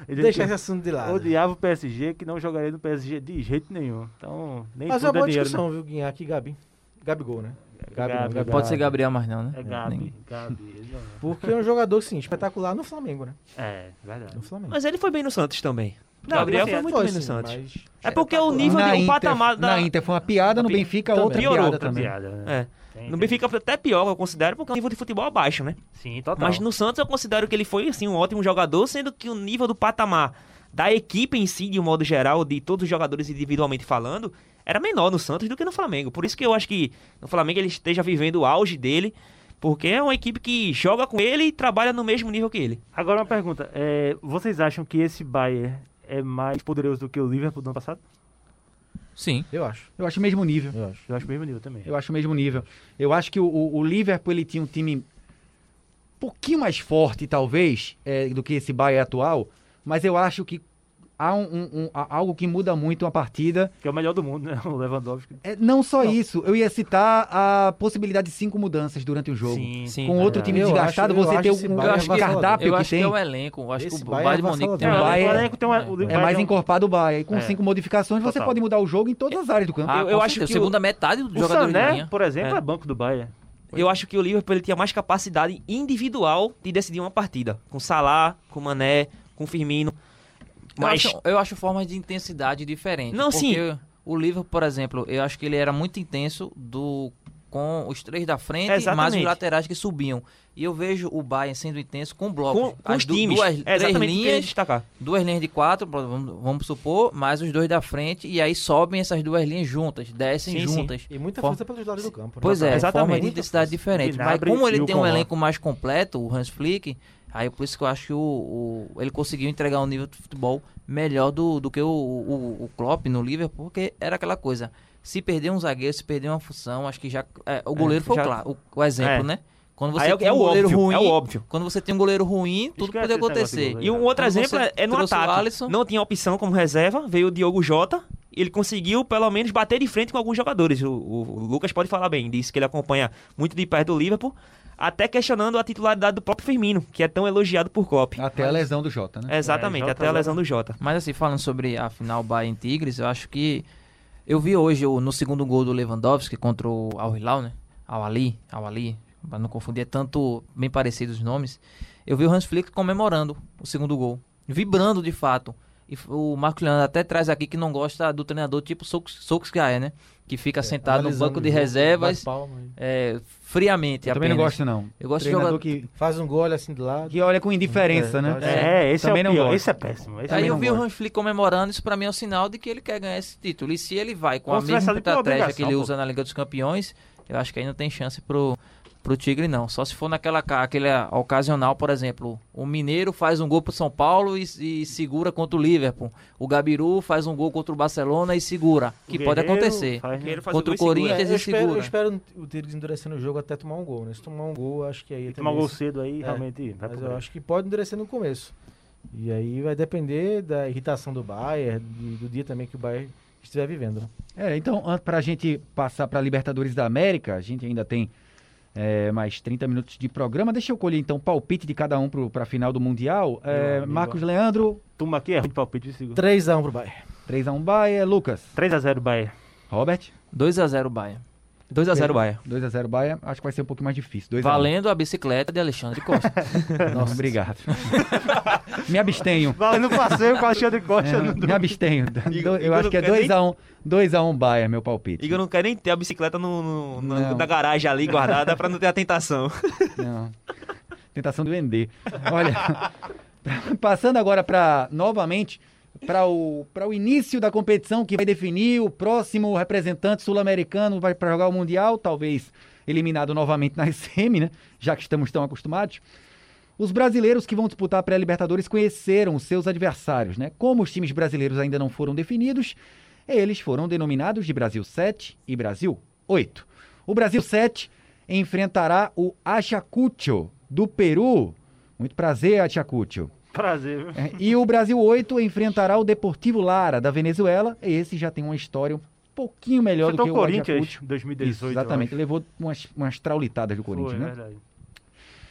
[SPEAKER 6] dizia
[SPEAKER 8] Deixa
[SPEAKER 6] que
[SPEAKER 8] esse assunto de lado.
[SPEAKER 6] odiava o PSG, que não jogaria no PSG de jeito nenhum. Então, nem
[SPEAKER 8] Mas é uma
[SPEAKER 6] tudo é
[SPEAKER 8] boa
[SPEAKER 6] dinheiro,
[SPEAKER 8] discussão, viu, Guinhaque e Gabi. Gabigol, né? Gabi, não,
[SPEAKER 6] Gabi,
[SPEAKER 8] Gabi.
[SPEAKER 9] Pode ser Gabriel, mas não, né?
[SPEAKER 6] né? É Gabi,
[SPEAKER 9] Nem-
[SPEAKER 6] Gabi. ele não-
[SPEAKER 8] Porque é um jogador, sim, espetacular no Flamengo, né?
[SPEAKER 6] É, verdade.
[SPEAKER 8] No Flamengo.
[SPEAKER 7] Mas ele foi bem no Santos também. Gabriel
[SPEAKER 6] assim,
[SPEAKER 7] foi muito bem no
[SPEAKER 8] sim,
[SPEAKER 7] Santos.
[SPEAKER 8] mas-
[SPEAKER 7] É porque o nível,
[SPEAKER 4] na
[SPEAKER 7] de, o
[SPEAKER 4] Inter,
[SPEAKER 7] patamar
[SPEAKER 4] na
[SPEAKER 7] da...
[SPEAKER 4] Inter foi uma piada, no
[SPEAKER 7] Pi-
[SPEAKER 4] Benfica
[SPEAKER 7] também.
[SPEAKER 4] outra
[SPEAKER 7] Piorou,
[SPEAKER 4] piada
[SPEAKER 7] outra
[SPEAKER 4] também.
[SPEAKER 6] Piada, né?
[SPEAKER 7] É.
[SPEAKER 6] Tem,
[SPEAKER 7] No
[SPEAKER 6] tem.
[SPEAKER 7] Benfica foi até pior, eu considero, porque é um nível de futebol abaixo, né?
[SPEAKER 6] Sim, total.
[SPEAKER 7] Mas no Santos eu considero que ele foi, assim, um ótimo jogador, sendo que o nível do patamar da equipe em si, de um modo geral, de todos os jogadores individualmente falando, era menor no Santos do que no Flamengo. Por isso que eu acho que no Flamengo ele esteja vivendo o auge dele, porque é uma equipe que joga com ele e trabalha no mesmo nível que ele.
[SPEAKER 6] Agora uma pergunta. é, vocês acham que esse Bayern é mais poderoso do que o Liverpool do ano passado?
[SPEAKER 9] Sim.
[SPEAKER 8] Eu acho,
[SPEAKER 4] Eu acho o mesmo nível.
[SPEAKER 8] eu acho.
[SPEAKER 6] Eu acho o mesmo nível também.
[SPEAKER 4] Eu acho o mesmo nível. Eu acho que o, o- o Liverpool ele tinha um time um pouquinho mais forte, talvez, é, do que esse Bayern atual, mas eu acho que há um- um- um- há algo que muda muito uma partida
[SPEAKER 6] Que é o melhor do mundo, né? O Lewandowski.
[SPEAKER 4] É, não só isso, eu ia citar a possibilidade de cinco mudanças durante o jogo.
[SPEAKER 9] Sim. É.
[SPEAKER 4] Com outro
[SPEAKER 8] verdade.
[SPEAKER 4] time
[SPEAKER 8] Eu
[SPEAKER 4] desgastado,
[SPEAKER 8] acho- eu
[SPEAKER 4] você
[SPEAKER 8] acho
[SPEAKER 4] ter
[SPEAKER 8] esse
[SPEAKER 4] um,
[SPEAKER 8] Bayern
[SPEAKER 4] um cardápio
[SPEAKER 9] Eu
[SPEAKER 4] que
[SPEAKER 9] acho que
[SPEAKER 4] tem.
[SPEAKER 9] é o elenco. Eu Acho que
[SPEAKER 8] Esse
[SPEAKER 9] o
[SPEAKER 8] Bayern
[SPEAKER 9] Bayern
[SPEAKER 8] é
[SPEAKER 9] de Munique tem
[SPEAKER 6] É,
[SPEAKER 9] um
[SPEAKER 4] O
[SPEAKER 6] o
[SPEAKER 4] Bayern-
[SPEAKER 6] elenco tem uma- o
[SPEAKER 4] É
[SPEAKER 6] Liverpool
[SPEAKER 4] mais
[SPEAKER 6] é um-
[SPEAKER 4] encorpado o Bayern. E com
[SPEAKER 6] É.
[SPEAKER 4] cinco modificações, você
[SPEAKER 6] Total.
[SPEAKER 4] pode mudar o jogo em todas as áreas do campo.
[SPEAKER 9] Ah,
[SPEAKER 7] Eu-
[SPEAKER 9] eu,
[SPEAKER 7] eu acho
[SPEAKER 9] acho que
[SPEAKER 7] que o-
[SPEAKER 9] segunda metade do
[SPEAKER 6] O
[SPEAKER 9] jogador
[SPEAKER 6] Sané, por exemplo, é. banco do Bayern.
[SPEAKER 7] Eu acho que o Liverpool ele tinha mais capacidade individual de decidir uma partida. Com Salah, com Mané, com Firmino. Mas
[SPEAKER 9] Eu acho, é um eu acho formas de intensidade diferentes.
[SPEAKER 7] Não,
[SPEAKER 9] porque
[SPEAKER 7] sim.
[SPEAKER 9] O Liverpool, por exemplo, eu acho que ele era muito intenso do com os três da frente, mais os
[SPEAKER 7] Exatamente.
[SPEAKER 9] laterais que subiam. E eu vejo o Bayern sendo intenso com blocos.
[SPEAKER 7] com, com
[SPEAKER 9] As
[SPEAKER 7] os
[SPEAKER 9] du-
[SPEAKER 7] times.
[SPEAKER 9] Duas,
[SPEAKER 7] é
[SPEAKER 9] três
[SPEAKER 7] exatamente o que eu ia
[SPEAKER 9] linhas,
[SPEAKER 7] destacar.
[SPEAKER 9] duas linhas de quatro, pro- vamos, vamos supor, mais os dois da frente, e aí sobem essas duas linhas juntas, descem
[SPEAKER 7] Sim, sim.
[SPEAKER 9] juntas.
[SPEAKER 8] E muita
[SPEAKER 9] For-
[SPEAKER 8] força pelos lados do campo. né?
[SPEAKER 9] Pois é,
[SPEAKER 7] Exatamente.
[SPEAKER 9] forma de
[SPEAKER 7] Muita
[SPEAKER 9] intensidade diferente. Mas
[SPEAKER 6] Gnabry
[SPEAKER 9] como
[SPEAKER 6] e
[SPEAKER 9] ele
[SPEAKER 6] o
[SPEAKER 9] tem um
[SPEAKER 6] Coman.
[SPEAKER 9] elenco mais completo, o Hans Flick, aí por isso que eu acho que o, o- ele conseguiu entregar um nível de futebol melhor do, do que o, o, o Klopp no Liverpool, porque era aquela coisa, se perder um zagueiro, se perder uma função, acho que já... é, o goleiro foi o
[SPEAKER 7] já-
[SPEAKER 9] cla- o, o exemplo,
[SPEAKER 7] É.
[SPEAKER 9] né? Quando você
[SPEAKER 7] Aí é o-
[SPEAKER 9] tem
[SPEAKER 7] é
[SPEAKER 9] um
[SPEAKER 7] o
[SPEAKER 9] goleiro
[SPEAKER 7] óbvio,
[SPEAKER 9] ruim,
[SPEAKER 7] é o óbvio.
[SPEAKER 9] quando você tem um goleiro ruim, tudo
[SPEAKER 6] Esquece
[SPEAKER 9] pode
[SPEAKER 6] esse negócio de
[SPEAKER 9] acontecer.
[SPEAKER 6] goleiro.
[SPEAKER 7] E um outro
[SPEAKER 9] Quando você
[SPEAKER 7] exemplo é, é no
[SPEAKER 9] trouxe o
[SPEAKER 7] ataque.
[SPEAKER 9] Alisson-
[SPEAKER 7] Não tinha opção como reserva, veio o Diogo Jota. Ele conseguiu, pelo menos, bater de frente com alguns jogadores. O, o- o Lucas pode falar bem, disse que ele acompanha muito de perto o Liverpool, até questionando a titularidade do próprio Firmino, que é tão elogiado por Klopp.
[SPEAKER 4] Até a lesão do Jota, né?
[SPEAKER 7] Exatamente,
[SPEAKER 6] É, Jota
[SPEAKER 7] até a lesão do Jota.
[SPEAKER 9] Mas assim, falando sobre a final Bayern e Tigres, eu acho que eu vi hoje o- no segundo gol do Lewandowski contra o Al Hilal, né? Al Ali, Al Ali, pra não confundir, é tanto bem parecidos os nomes. Eu vi o Hans Flick comemorando o segundo gol, vibrando de fato. E f- o Marco Leandro até traz aqui que não gosta do treinador tipo Sox- Solskjaer, né? Que fica
[SPEAKER 4] É,
[SPEAKER 9] sentado no
[SPEAKER 8] Analisando
[SPEAKER 9] banco de
[SPEAKER 8] o jogo, bate
[SPEAKER 9] reservas
[SPEAKER 8] palma,
[SPEAKER 9] é, friamente.
[SPEAKER 4] Eu também não
[SPEAKER 9] apenas.
[SPEAKER 4] gosto, não.
[SPEAKER 9] Eu gosto de
[SPEAKER 4] Treinador
[SPEAKER 9] jogador-
[SPEAKER 4] que,
[SPEAKER 8] Faz um gol, olha assim do lado.
[SPEAKER 4] que olha com indiferença, né?
[SPEAKER 6] É, esse
[SPEAKER 4] também
[SPEAKER 6] é
[SPEAKER 4] não
[SPEAKER 6] o pior.
[SPEAKER 4] gosto.
[SPEAKER 6] Esse é péssimo. Esse
[SPEAKER 9] Aí
[SPEAKER 6] também
[SPEAKER 9] eu
[SPEAKER 6] não
[SPEAKER 9] vi o
[SPEAKER 6] gosto.
[SPEAKER 9] Hans Flick comemorando, isso pra mim é um sinal de que ele quer ganhar esse título. E se ele vai com
[SPEAKER 6] Como
[SPEAKER 9] a
[SPEAKER 6] se
[SPEAKER 9] mesma
[SPEAKER 6] tivesse ali por
[SPEAKER 9] estratégia que
[SPEAKER 6] obrigação,
[SPEAKER 9] ele
[SPEAKER 6] pô.
[SPEAKER 9] usa na Liga dos Campeões, eu acho que aí não tem chance pro, Pro Tigre não, só se for naquela ca- aquela ocasional, por exemplo, o Mineiro faz um gol pro São Paulo e, e segura contra o Liverpool. O Gabiru faz um gol contra o Barcelona e segura, que pode
[SPEAKER 6] Guerreiro
[SPEAKER 9] acontecer.
[SPEAKER 6] faz-
[SPEAKER 7] Guerreiro faz
[SPEAKER 9] Contra
[SPEAKER 7] o
[SPEAKER 9] o
[SPEAKER 7] gol e segura.
[SPEAKER 9] Corinthians
[SPEAKER 8] É, eu,
[SPEAKER 9] e
[SPEAKER 8] espero, eu
[SPEAKER 9] segura.
[SPEAKER 8] espero o Tigres endurecendo o jogo até tomar um gol, né? Se tomar um gol, acho que aí. a
[SPEAKER 6] Tomar um gol
[SPEAKER 8] tendência-
[SPEAKER 6] cedo aí,
[SPEAKER 8] É,
[SPEAKER 6] realmente. Vai
[SPEAKER 8] Mas
[SPEAKER 6] pro
[SPEAKER 8] eu
[SPEAKER 6] Grêmio.
[SPEAKER 8] acho que pode endurecer no começo. E aí vai depender da irritação do Bayern, de- do dia também que o Bayern estiver vivendo. né?
[SPEAKER 4] É, então, para a gente passar para Libertadores da América, a gente ainda tem é, mais 30 minutos de programa. Deixa eu colher, então, o palpite de cada um para a final do Mundial. É,
[SPEAKER 6] amigo.
[SPEAKER 4] Marcos Leandro,
[SPEAKER 6] Turma aqui é ruim de palpite, viu, Sigo?
[SPEAKER 8] 3x1 pro Bayern.
[SPEAKER 4] 3x1 Bahia. Lucas,
[SPEAKER 6] 3x0 Bahia.
[SPEAKER 4] Robert,
[SPEAKER 9] 2 a 0 Bahia.
[SPEAKER 7] 2x0 Bahia.
[SPEAKER 4] 2x0 Bahia. Acho que vai ser um pouco mais difícil. 2
[SPEAKER 9] Valendo a bicicleta de Alexandre Costa.
[SPEAKER 4] Nossa, obrigado. Me abstenho.
[SPEAKER 6] Valendo passeio com o Alexandre Costa.
[SPEAKER 4] É,
[SPEAKER 6] no-
[SPEAKER 4] me abstenho.
[SPEAKER 7] Igor-
[SPEAKER 4] eu
[SPEAKER 7] Igor
[SPEAKER 4] acho que é
[SPEAKER 7] não quer nem-
[SPEAKER 4] 2x1 2x1 Bahia, um meu palpite.
[SPEAKER 7] Igor não quer nem ter a bicicleta no, no- na-
[SPEAKER 4] Não.
[SPEAKER 7] na garagem ali guardada pra não ter a tentação.
[SPEAKER 4] Não. Tentação do Endê. Olha, passando agora para novamente para o, pra o início da competição que vai definir o próximo representante sul-americano vai para jogar o Mundial, talvez eliminado novamente na semi, né? Já que estamos tão acostumados. Os brasileiros que vão disputar a pré-Libertadores conheceram os seus adversários, né? Como os times brasileiros ainda não foram definidos, eles foram denominados de Brasil 7 e Brasil 8. O Brasil 7 enfrentará o Achacucho do Peru. Muito prazer, Achacucho.
[SPEAKER 6] Prazer, viu? tá
[SPEAKER 4] É, E o Brasil 8 enfrentará o Deportivo Lara da Venezuela. Esse já tem uma história um pouquinho melhor do
[SPEAKER 6] Enfrentou
[SPEAKER 4] que
[SPEAKER 6] o
[SPEAKER 4] o
[SPEAKER 6] Corinthians
[SPEAKER 4] Ayacucho.
[SPEAKER 6] em
[SPEAKER 4] Isso,
[SPEAKER 6] 2018.
[SPEAKER 4] exatamente.
[SPEAKER 6] eu
[SPEAKER 4] Levou umas, umas traulitadas do
[SPEAKER 6] acho.
[SPEAKER 4] Corinthians,
[SPEAKER 6] Foi, é
[SPEAKER 4] né?
[SPEAKER 6] verdade.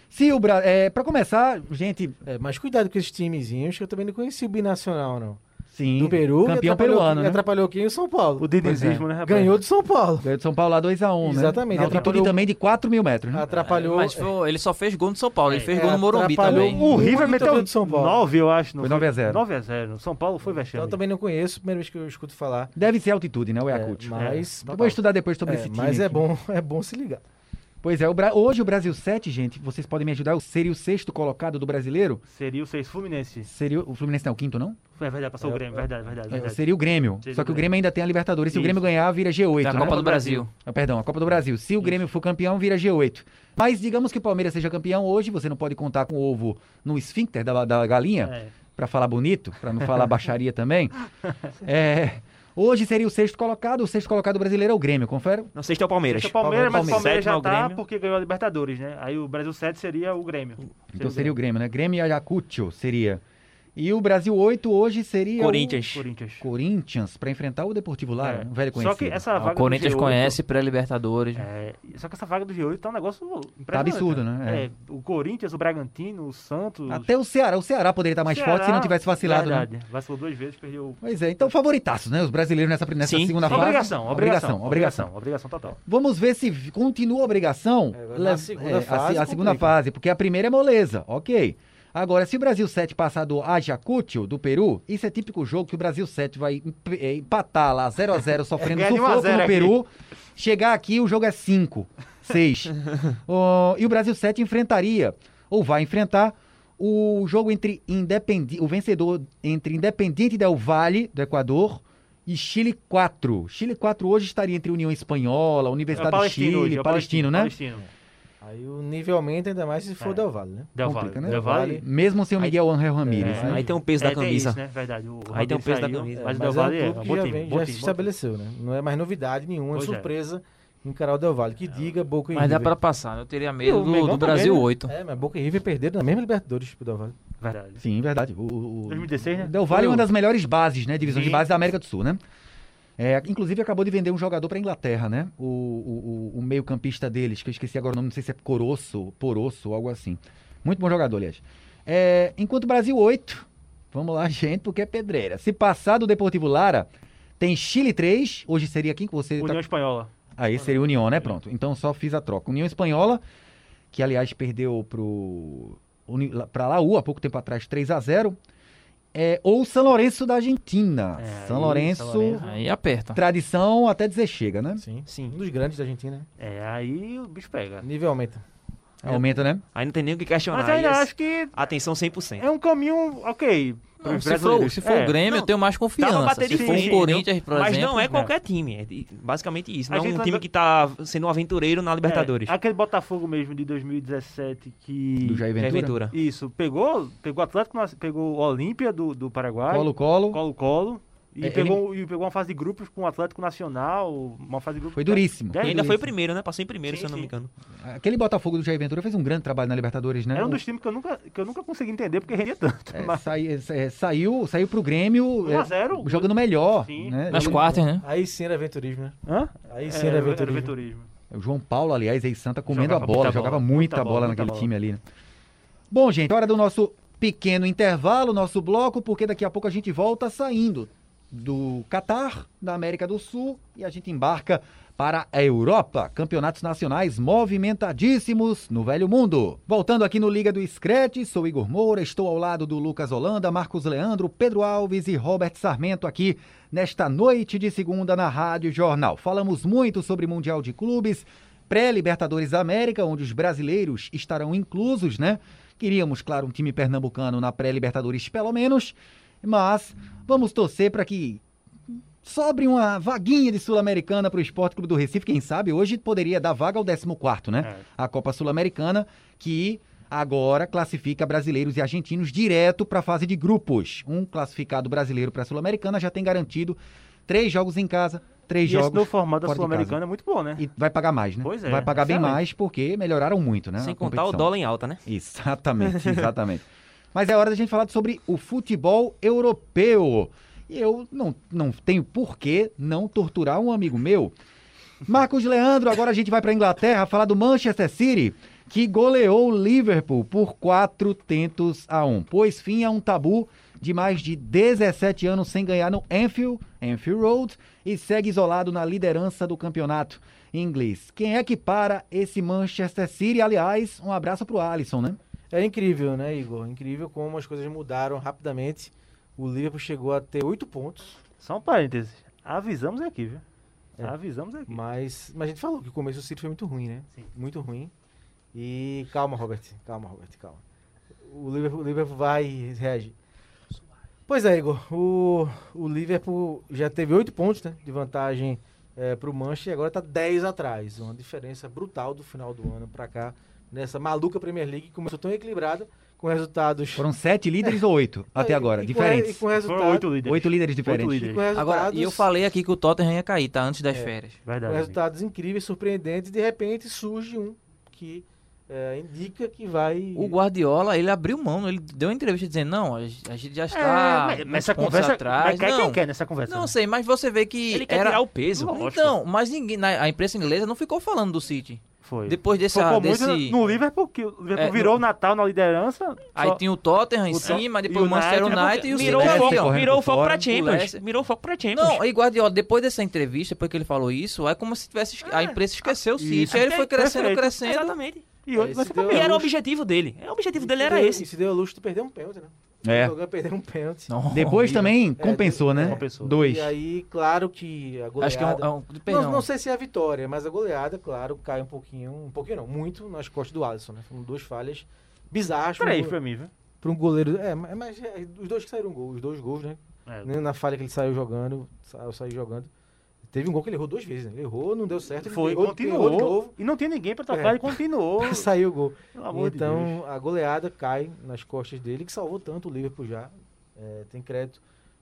[SPEAKER 4] Se o Bra... é, para começar, gente,
[SPEAKER 8] É, mas cuidado com esses timezinhos, que eu também não conheci o Binacional, não.
[SPEAKER 4] sim,
[SPEAKER 8] Do Peru, e
[SPEAKER 4] campeão
[SPEAKER 8] atrapalhou
[SPEAKER 4] peruano,
[SPEAKER 8] quem-
[SPEAKER 4] né?
[SPEAKER 8] Atrapalhou quem? O São Paulo.
[SPEAKER 6] O dinizismo, né, rapaz?
[SPEAKER 8] Ganhou do São Paulo.
[SPEAKER 4] Ganhou de São Paulo lá 2x1, né?
[SPEAKER 8] Exatamente,
[SPEAKER 4] Na altitude
[SPEAKER 8] atrapalhou-
[SPEAKER 4] também de 4 mil metros, né?
[SPEAKER 8] Atrapalhou.
[SPEAKER 9] Mas foi- ele só fez gol no São Paulo, ele fez
[SPEAKER 8] É,
[SPEAKER 9] gol no Morumbi
[SPEAKER 8] atrapalhou
[SPEAKER 9] também.
[SPEAKER 6] O
[SPEAKER 8] Muito
[SPEAKER 6] River meteu
[SPEAKER 8] do São Paulo.
[SPEAKER 6] 9, eu acho. não
[SPEAKER 4] Foi 9 a 0.
[SPEAKER 6] 9 a 0. São Paulo foi
[SPEAKER 8] Então,
[SPEAKER 6] vexame.
[SPEAKER 8] eu também não conheço, primeira vez que eu escuto falar. É,
[SPEAKER 4] Deve ser altitude, né, o Iacucho?
[SPEAKER 8] mas-
[SPEAKER 4] Eu vou estudar depois sobre
[SPEAKER 8] É,
[SPEAKER 4] esse time.
[SPEAKER 8] mas é
[SPEAKER 4] aqui.
[SPEAKER 8] bom, é bom se ligar.
[SPEAKER 4] Pois é, o Bra- hoje o Brasil 7, gente, vocês podem me ajudar, seria o sexto colocado do brasileiro?
[SPEAKER 6] Seria o 6 Fluminense.
[SPEAKER 4] Seria o o Fluminense não, é o quinto, não?
[SPEAKER 6] É verdade, passou o Grêmio. Verdade, verdade,
[SPEAKER 4] É,
[SPEAKER 6] verdade.
[SPEAKER 4] seria o Grêmio.
[SPEAKER 6] Seria
[SPEAKER 4] Só
[SPEAKER 6] o
[SPEAKER 4] que o
[SPEAKER 6] Grêmio.
[SPEAKER 4] Grêmio ainda tem a Libertadores. Se o
[SPEAKER 6] Isso.
[SPEAKER 4] Grêmio ganhar, vira G8.
[SPEAKER 9] Da
[SPEAKER 4] né?
[SPEAKER 9] Copa é do Brasil.
[SPEAKER 4] Ah, Perdão, a Copa do Brasil. Se o Grêmio for campeão, vira G8. Mas digamos que o Palmeiras seja campeão hoje, você não pode contar com o ovo no esfíncter da, da galinha,
[SPEAKER 6] É.
[SPEAKER 4] pra falar bonito, pra não falar baixaria também. É, hoje seria o sexto colocado. O sexto colocado brasileiro é o Grêmio, confere?
[SPEAKER 7] Não sei se é o Palmeiras.
[SPEAKER 6] Esse é o Palmeiras, mas o Palmeiras já
[SPEAKER 7] Sétimo é o
[SPEAKER 6] tá
[SPEAKER 7] Grêmio.
[SPEAKER 6] porque ganhou a Libertadores, né? Aí o Brasil 7 seria o Grêmio.
[SPEAKER 4] Então seria o Grêmio, né? Grêmio e Ayacucho seria. E o Brasil 8 hoje seria
[SPEAKER 7] Corinthians.
[SPEAKER 6] Corinthians.
[SPEAKER 4] o Corinthians pra enfrentar o Deportivo Lara,
[SPEAKER 6] É.
[SPEAKER 4] um velho
[SPEAKER 6] Só
[SPEAKER 4] conhecido.
[SPEAKER 6] que essa
[SPEAKER 9] Ah,
[SPEAKER 6] vaga
[SPEAKER 9] O Corinthians
[SPEAKER 6] do G8,
[SPEAKER 9] conhece pré-Libertadores.
[SPEAKER 6] é, só que essa vaga do G8 tá um negócio impressionante.
[SPEAKER 4] absurdo, né? É.
[SPEAKER 6] É. o Corinthians, o Bragantino, o Santos.
[SPEAKER 4] Até o Ceará. O Ceará poderia estar mais
[SPEAKER 6] Ceará,
[SPEAKER 4] forte se não tivesse vacilado, né?
[SPEAKER 6] verdade. Vacilou duas vezes, perdeu.
[SPEAKER 4] Pois é, então favoritaços, né? Os brasileiros nessa, nessa
[SPEAKER 7] Sim.
[SPEAKER 4] segunda fase.
[SPEAKER 6] Obrigação, obrigação,
[SPEAKER 4] obrigação, obrigação.
[SPEAKER 6] obrigação, obrigação total.
[SPEAKER 4] Vamos ver se v- continua a obrigação.
[SPEAKER 8] É, vai
[SPEAKER 4] Le-
[SPEAKER 8] na segunda
[SPEAKER 4] a se-
[SPEAKER 8] fase,
[SPEAKER 4] a, segunda
[SPEAKER 8] complica.
[SPEAKER 4] fase, porque a primeira é moleza, ok. Agora, se o Brasil 7 passar do Ajacucho, do Peru, isso é típico jogo que o Brasil 7 vai emp- é, empatar lá 0x0, sofrendo
[SPEAKER 6] É, ganha de um a
[SPEAKER 4] sufoco
[SPEAKER 6] zero
[SPEAKER 4] no
[SPEAKER 6] aqui.
[SPEAKER 4] Peru. Chegar aqui, o jogo é 5, 6. e o Brasil 7 enfrentaria, ou vai enfrentar, o jogo entre Independi o vencedor entre Independiente del Valle, do Equador, e Chile 4. Chile 4 hoje estaria entre União Espanhola, Universidade do Chile,
[SPEAKER 6] hoje, é o
[SPEAKER 4] Palestino, né?
[SPEAKER 6] Palestino.
[SPEAKER 8] Aí o nível aumenta ainda mais se for
[SPEAKER 6] É.
[SPEAKER 8] Del Valle, né?
[SPEAKER 6] Del Valle.
[SPEAKER 4] Complica, né?
[SPEAKER 6] Del Valle.
[SPEAKER 4] Mesmo sem o Miguel Angel Ramírez,
[SPEAKER 6] É,
[SPEAKER 4] né?
[SPEAKER 7] Aí tem o peso da
[SPEAKER 6] É, tem
[SPEAKER 7] camisa.
[SPEAKER 6] isso, né? Verdade. O
[SPEAKER 7] Aí tem o
[SPEAKER 6] Ramiro
[SPEAKER 7] peso da
[SPEAKER 6] saiu,
[SPEAKER 7] camisa.
[SPEAKER 6] Mas
[SPEAKER 8] É,
[SPEAKER 6] o Del Valle
[SPEAKER 8] é
[SPEAKER 6] é, bom
[SPEAKER 8] um clube que já,
[SPEAKER 6] time,
[SPEAKER 8] vem-
[SPEAKER 6] bom time,
[SPEAKER 8] já se
[SPEAKER 6] bom time.
[SPEAKER 8] estabeleceu, né? Não é mais novidade nenhuma,
[SPEAKER 6] Pois é.
[SPEAKER 8] surpresa encarar o Del Valle. Que diga Boca e
[SPEAKER 9] Mas dá
[SPEAKER 8] River.
[SPEAKER 9] pra passar, né? eu teria medo
[SPEAKER 6] o
[SPEAKER 9] do,
[SPEAKER 6] Mengão
[SPEAKER 9] do
[SPEAKER 6] também,
[SPEAKER 9] Brasil
[SPEAKER 6] né?
[SPEAKER 9] 8.
[SPEAKER 8] É, mas Boca e River perderam na mesma Libertadores pro Del Valle.
[SPEAKER 6] Verdade.
[SPEAKER 4] Sim, verdade. O, o, o
[SPEAKER 6] 2016, né?
[SPEAKER 4] Del Valle é uma das melhores bases, né? Divisões de
[SPEAKER 6] Sim.
[SPEAKER 4] base da América do Sul, né? É, inclusive acabou de vender um jogador pra Inglaterra, né? O, o, o- o meio-campista deles, que eu esqueci agora o nome, não sei se é Coroço, Poroço ou algo assim. Muito bom jogador, aliás. É, enquanto o Brasil 8, vamos lá, gente, porque é pedreira. Se passar do Deportivo Lara, tem Chile 3, hoje seria quem que você tá
[SPEAKER 6] União Espanhola.
[SPEAKER 4] Aí
[SPEAKER 6] Uhum.
[SPEAKER 4] seria União, né? Pronto. Então só fiz a troca. União Espanhola, que aliás perdeu pro Uni- lá- pra Laú há pouco tempo atrás, 3 a 0 é, ou São Lourenço da Argentina.
[SPEAKER 6] É,
[SPEAKER 4] São
[SPEAKER 6] aí,
[SPEAKER 4] Lourenço,
[SPEAKER 6] São Lourenço.
[SPEAKER 9] Aí aperta.
[SPEAKER 4] tradição até dizer chega, né?
[SPEAKER 8] Sim.
[SPEAKER 7] Sim.
[SPEAKER 8] Um dos grandes da Argentina.
[SPEAKER 6] É, aí o bicho pega.
[SPEAKER 8] Nível aumenta.
[SPEAKER 4] Aumenta, né?
[SPEAKER 7] Aí não tem nem o que questionar.
[SPEAKER 6] Mas
[SPEAKER 7] aí
[SPEAKER 6] ainda
[SPEAKER 7] é-
[SPEAKER 6] acho que
[SPEAKER 7] Atenção 100%.
[SPEAKER 6] é um caminho ok.
[SPEAKER 9] Não,
[SPEAKER 6] pros
[SPEAKER 9] se for,
[SPEAKER 6] brasileiros.
[SPEAKER 9] se for
[SPEAKER 6] É.
[SPEAKER 9] Então, o Grêmio, eu tenho mais
[SPEAKER 7] Dá pra
[SPEAKER 9] confiança.
[SPEAKER 7] bater de
[SPEAKER 9] Se for
[SPEAKER 7] frente,
[SPEAKER 9] o Corinthians, por
[SPEAKER 7] Mas
[SPEAKER 9] exemplo.
[SPEAKER 7] não é qualquer time. É de- basicamente isso.
[SPEAKER 6] A
[SPEAKER 7] Não é
[SPEAKER 6] gente
[SPEAKER 7] um
[SPEAKER 6] tá
[SPEAKER 7] time
[SPEAKER 6] do-
[SPEAKER 7] que tá sendo um aventureiro na Libertadores.
[SPEAKER 6] É, aquele Botafogo mesmo de 2017 que.
[SPEAKER 4] Do Jair
[SPEAKER 7] É
[SPEAKER 4] Ventura.
[SPEAKER 7] aventura.
[SPEAKER 6] Isso, pegou, pegou o Atlético, Nac- pegou o Olímpia do, do Paraguai,
[SPEAKER 4] Colo-colo.
[SPEAKER 6] Colo-Colo, e,
[SPEAKER 4] É,
[SPEAKER 6] pegou, um, e pegou uma fase de grupos com o Atlético Nacional, uma fase de grupos...
[SPEAKER 4] Foi duríssimo.
[SPEAKER 6] É,
[SPEAKER 7] E ainda
[SPEAKER 6] duríssimo.
[SPEAKER 7] foi primeiro, né? Passou em primeiro,
[SPEAKER 6] Sim,
[SPEAKER 7] se eu não
[SPEAKER 6] sim.
[SPEAKER 7] me engano.
[SPEAKER 4] Aquele Botafogo do Jair Ventura fez um grande trabalho na Libertadores, né?
[SPEAKER 6] Era é. um
[SPEAKER 4] O-
[SPEAKER 6] dos times que eu nunca, que eu nunca consegui entender porque rendia tanto.
[SPEAKER 4] é,
[SPEAKER 6] mas-
[SPEAKER 4] sai- é, saiu, saiu pro Grêmio
[SPEAKER 6] Um a zero.
[SPEAKER 4] é, jogando melhor.
[SPEAKER 6] Sim.
[SPEAKER 4] Né?
[SPEAKER 9] Nas
[SPEAKER 4] Ele-
[SPEAKER 9] quartas, né?
[SPEAKER 8] Aí sim era aventurismo, né?
[SPEAKER 6] Hã?
[SPEAKER 8] Aí
[SPEAKER 6] É,
[SPEAKER 8] sim
[SPEAKER 6] Era,
[SPEAKER 8] era
[SPEAKER 6] era
[SPEAKER 8] aventurismo.
[SPEAKER 6] aventurismo.
[SPEAKER 4] O João Paulo, aliás, aí Santa comendo
[SPEAKER 6] Jogava
[SPEAKER 4] a bola,
[SPEAKER 6] muita
[SPEAKER 4] jogava
[SPEAKER 6] bola,
[SPEAKER 4] muita,
[SPEAKER 6] muita
[SPEAKER 4] bola,
[SPEAKER 6] bola,
[SPEAKER 4] naquele
[SPEAKER 6] muita
[SPEAKER 4] time ali. né? Bom, gente, hora do nosso pequeno intervalo, nosso bloco, porque daqui a pouco a gente volta saindo do Catar, da América do Sul, e a gente embarca para a Europa. Campeonatos nacionais movimentadíssimos no Velho Mundo. Voltando aqui no Liga do Screte, sou Igor Moura, estou ao lado do Lucas Holanda, Marcos Leandro, Pedro Alves e Robert Sarmento aqui nesta noite de segunda na Rádio Jornal. Falamos muito sobre Mundial de Clubes, pré-Libertadores da América, onde os brasileiros estarão inclusos, né? Queríamos, claro, um time pernambucano na pré-Libertadores, pelo menos, mas vamos torcer para que sobre uma vaguinha de Sul-Americana para o Esporte Clube do Recife. Quem sabe hoje poderia dar vaga ao 14, né?
[SPEAKER 6] É.
[SPEAKER 4] A Copa Sul-Americana, que agora classifica brasileiros e argentinos direto para a fase de grupos. Um classificado brasileiro para a Sul-Americana já tem garantido três jogos em casa,
[SPEAKER 6] E
[SPEAKER 4] três
[SPEAKER 6] esse
[SPEAKER 4] jogos
[SPEAKER 6] no formato da
[SPEAKER 4] fora de casa.
[SPEAKER 6] Sul-Americana é muito bom, né?
[SPEAKER 4] E vai pagar mais, né?
[SPEAKER 6] Pois é,
[SPEAKER 4] Vai pagar bem
[SPEAKER 6] excelente.
[SPEAKER 4] mais porque melhoraram muito, né?
[SPEAKER 7] Sem
[SPEAKER 4] a
[SPEAKER 7] contar o
[SPEAKER 4] competição.
[SPEAKER 7] dólar em alta, né?
[SPEAKER 4] Exatamente, exatamente. Mas é hora da gente falar sobre o futebol europeu. E eu não, não tenho por que não torturar um amigo meu. Marcos Leandro, agora a gente vai para Inglaterra falar do Manchester City, que goleou o Liverpool por 4 tentos a 1. Pois fim a um tabu de mais de 17 anos sem ganhar no Anfield, Anfield Road, e segue isolado na liderança do campeonato inglês. Quem é que para esse Manchester City? Aliás, um abraço pro Alisson, né?
[SPEAKER 8] É incrível, né, Igor? Incrível como as coisas mudaram rapidamente. O Liverpool chegou a ter oito pontos,
[SPEAKER 6] Só um parênteses. Avisamos aqui, viu?
[SPEAKER 8] É.
[SPEAKER 6] Avisamos aqui.
[SPEAKER 8] mas, mas a gente falou que o começo do City foi muito ruim, né? Muito ruim. E calma, Robert. Calma, Robert, calma. O Liverpool, o Liverpool vai reagir. Pois é, Igor. O, o Liverpool já teve oito pontos né, de vantagem para o Manchester e agora está 10 atrás. Uma diferença brutal do final do ano para cá, nessa maluca Premier League que começou tão equilibrada, com resultados É,
[SPEAKER 4] Foram sete líderes ou oito até agora,
[SPEAKER 8] e com re-
[SPEAKER 4] diferentes.
[SPEAKER 8] E com
[SPEAKER 6] Foram
[SPEAKER 8] resultado,
[SPEAKER 6] oito líderes.
[SPEAKER 4] Oito líderes diferentes.
[SPEAKER 6] Oito
[SPEAKER 8] e com
[SPEAKER 6] líderes.
[SPEAKER 8] resultados,
[SPEAKER 9] Agora, e eu falei aqui que o Tottenham ia cair, tá? Antes das férias.
[SPEAKER 8] com
[SPEAKER 6] Verdade.
[SPEAKER 8] resultados incríveis, surpreendentes, de repente surge um que eh, indica que vai.
[SPEAKER 9] O Guardiola, ele abriu mão, ele deu uma entrevista dizendo, não, a gente a gente já
[SPEAKER 6] É,
[SPEAKER 9] está
[SPEAKER 6] mas- mas
[SPEAKER 9] muitos
[SPEAKER 6] essa
[SPEAKER 9] pontos
[SPEAKER 6] conversa...
[SPEAKER 9] atrás.
[SPEAKER 6] Mas quer
[SPEAKER 9] não,
[SPEAKER 6] quem quer nessa conversa?
[SPEAKER 9] não
[SPEAKER 6] né?
[SPEAKER 9] sei, mas você vê que
[SPEAKER 7] Ele quer
[SPEAKER 9] era...
[SPEAKER 7] tirar o peso.
[SPEAKER 9] Então, mas ninguém, na- a imprensa inglesa não ficou falando do City.
[SPEAKER 6] Foi.
[SPEAKER 9] Depois desse...
[SPEAKER 6] Focou
[SPEAKER 9] desse...
[SPEAKER 6] muito no Liverpool, que o Liverpool
[SPEAKER 9] É,
[SPEAKER 6] virou o Natal na liderança.
[SPEAKER 9] Aí
[SPEAKER 6] só-
[SPEAKER 9] tinha o Tottenham em
[SPEAKER 6] o Tot-
[SPEAKER 9] cima, depois o
[SPEAKER 6] United,
[SPEAKER 9] Manchester
[SPEAKER 6] é porque
[SPEAKER 9] United e o City
[SPEAKER 7] Mirou o
[SPEAKER 4] Leicester
[SPEAKER 9] ali,
[SPEAKER 7] foco,
[SPEAKER 9] ó.
[SPEAKER 4] correndo
[SPEAKER 7] mirou o
[SPEAKER 4] por
[SPEAKER 7] foco
[SPEAKER 4] fora.
[SPEAKER 7] pra
[SPEAKER 9] O
[SPEAKER 7] Champions.
[SPEAKER 9] Leicester.
[SPEAKER 7] Mirou o foco pra Champions.
[SPEAKER 9] Não, e Guardiola, depois dessa entrevista, depois que ele falou isso, é como se tivesse... A imprensa esqueceu o City.
[SPEAKER 6] Isso.
[SPEAKER 9] Aí ele foi crescendo,
[SPEAKER 6] Perfeito.
[SPEAKER 9] crescendo.
[SPEAKER 7] Exatamente.
[SPEAKER 6] E hoje
[SPEAKER 8] Esse
[SPEAKER 6] vai ficar
[SPEAKER 8] deu-
[SPEAKER 7] E
[SPEAKER 6] bem.
[SPEAKER 7] era o objetivo dele. É, O objetivo dele era
[SPEAKER 8] E-
[SPEAKER 7] esse.
[SPEAKER 8] E se deu a luxo de perder um pênalti, né?
[SPEAKER 4] É.
[SPEAKER 8] Jogando perder um pênalti.
[SPEAKER 9] Não.
[SPEAKER 4] Depois também
[SPEAKER 8] É,
[SPEAKER 4] compensou, né?
[SPEAKER 6] compensou.
[SPEAKER 4] Dois.
[SPEAKER 8] E aí, claro que a goleada.
[SPEAKER 9] Acho que é um... é um-
[SPEAKER 8] Não,
[SPEAKER 9] Perdão.
[SPEAKER 8] não sei se é a vitória, mas a goleada, claro, cai um pouquinho, um pouquinho não, muito nas costas do Alisson, né? Foram duas falhas bizarras pra
[SPEAKER 6] Peraí
[SPEAKER 8] um,
[SPEAKER 6] pra mim, viu?
[SPEAKER 8] pra um goleiro. É, mas, mas é, os dois que saíram gol, os dois gols, né?
[SPEAKER 6] É.
[SPEAKER 8] Nem Na falha que ele saiu jogando, sa- eu saí jogando. Teve um gol que ele errou duas vezes, né? Ele errou, não deu certo, ele
[SPEAKER 6] Foi,
[SPEAKER 8] errou,
[SPEAKER 6] continuou.
[SPEAKER 8] errou de novo,
[SPEAKER 6] E não tinha ninguém pra
[SPEAKER 8] É.
[SPEAKER 6] tocar, ele continuou.
[SPEAKER 8] saiu o gol.
[SPEAKER 6] Pelo amor de Deus.
[SPEAKER 8] então a goleada cai nas costas dele, que salvou tanto o Liverpool já. É, tem crédito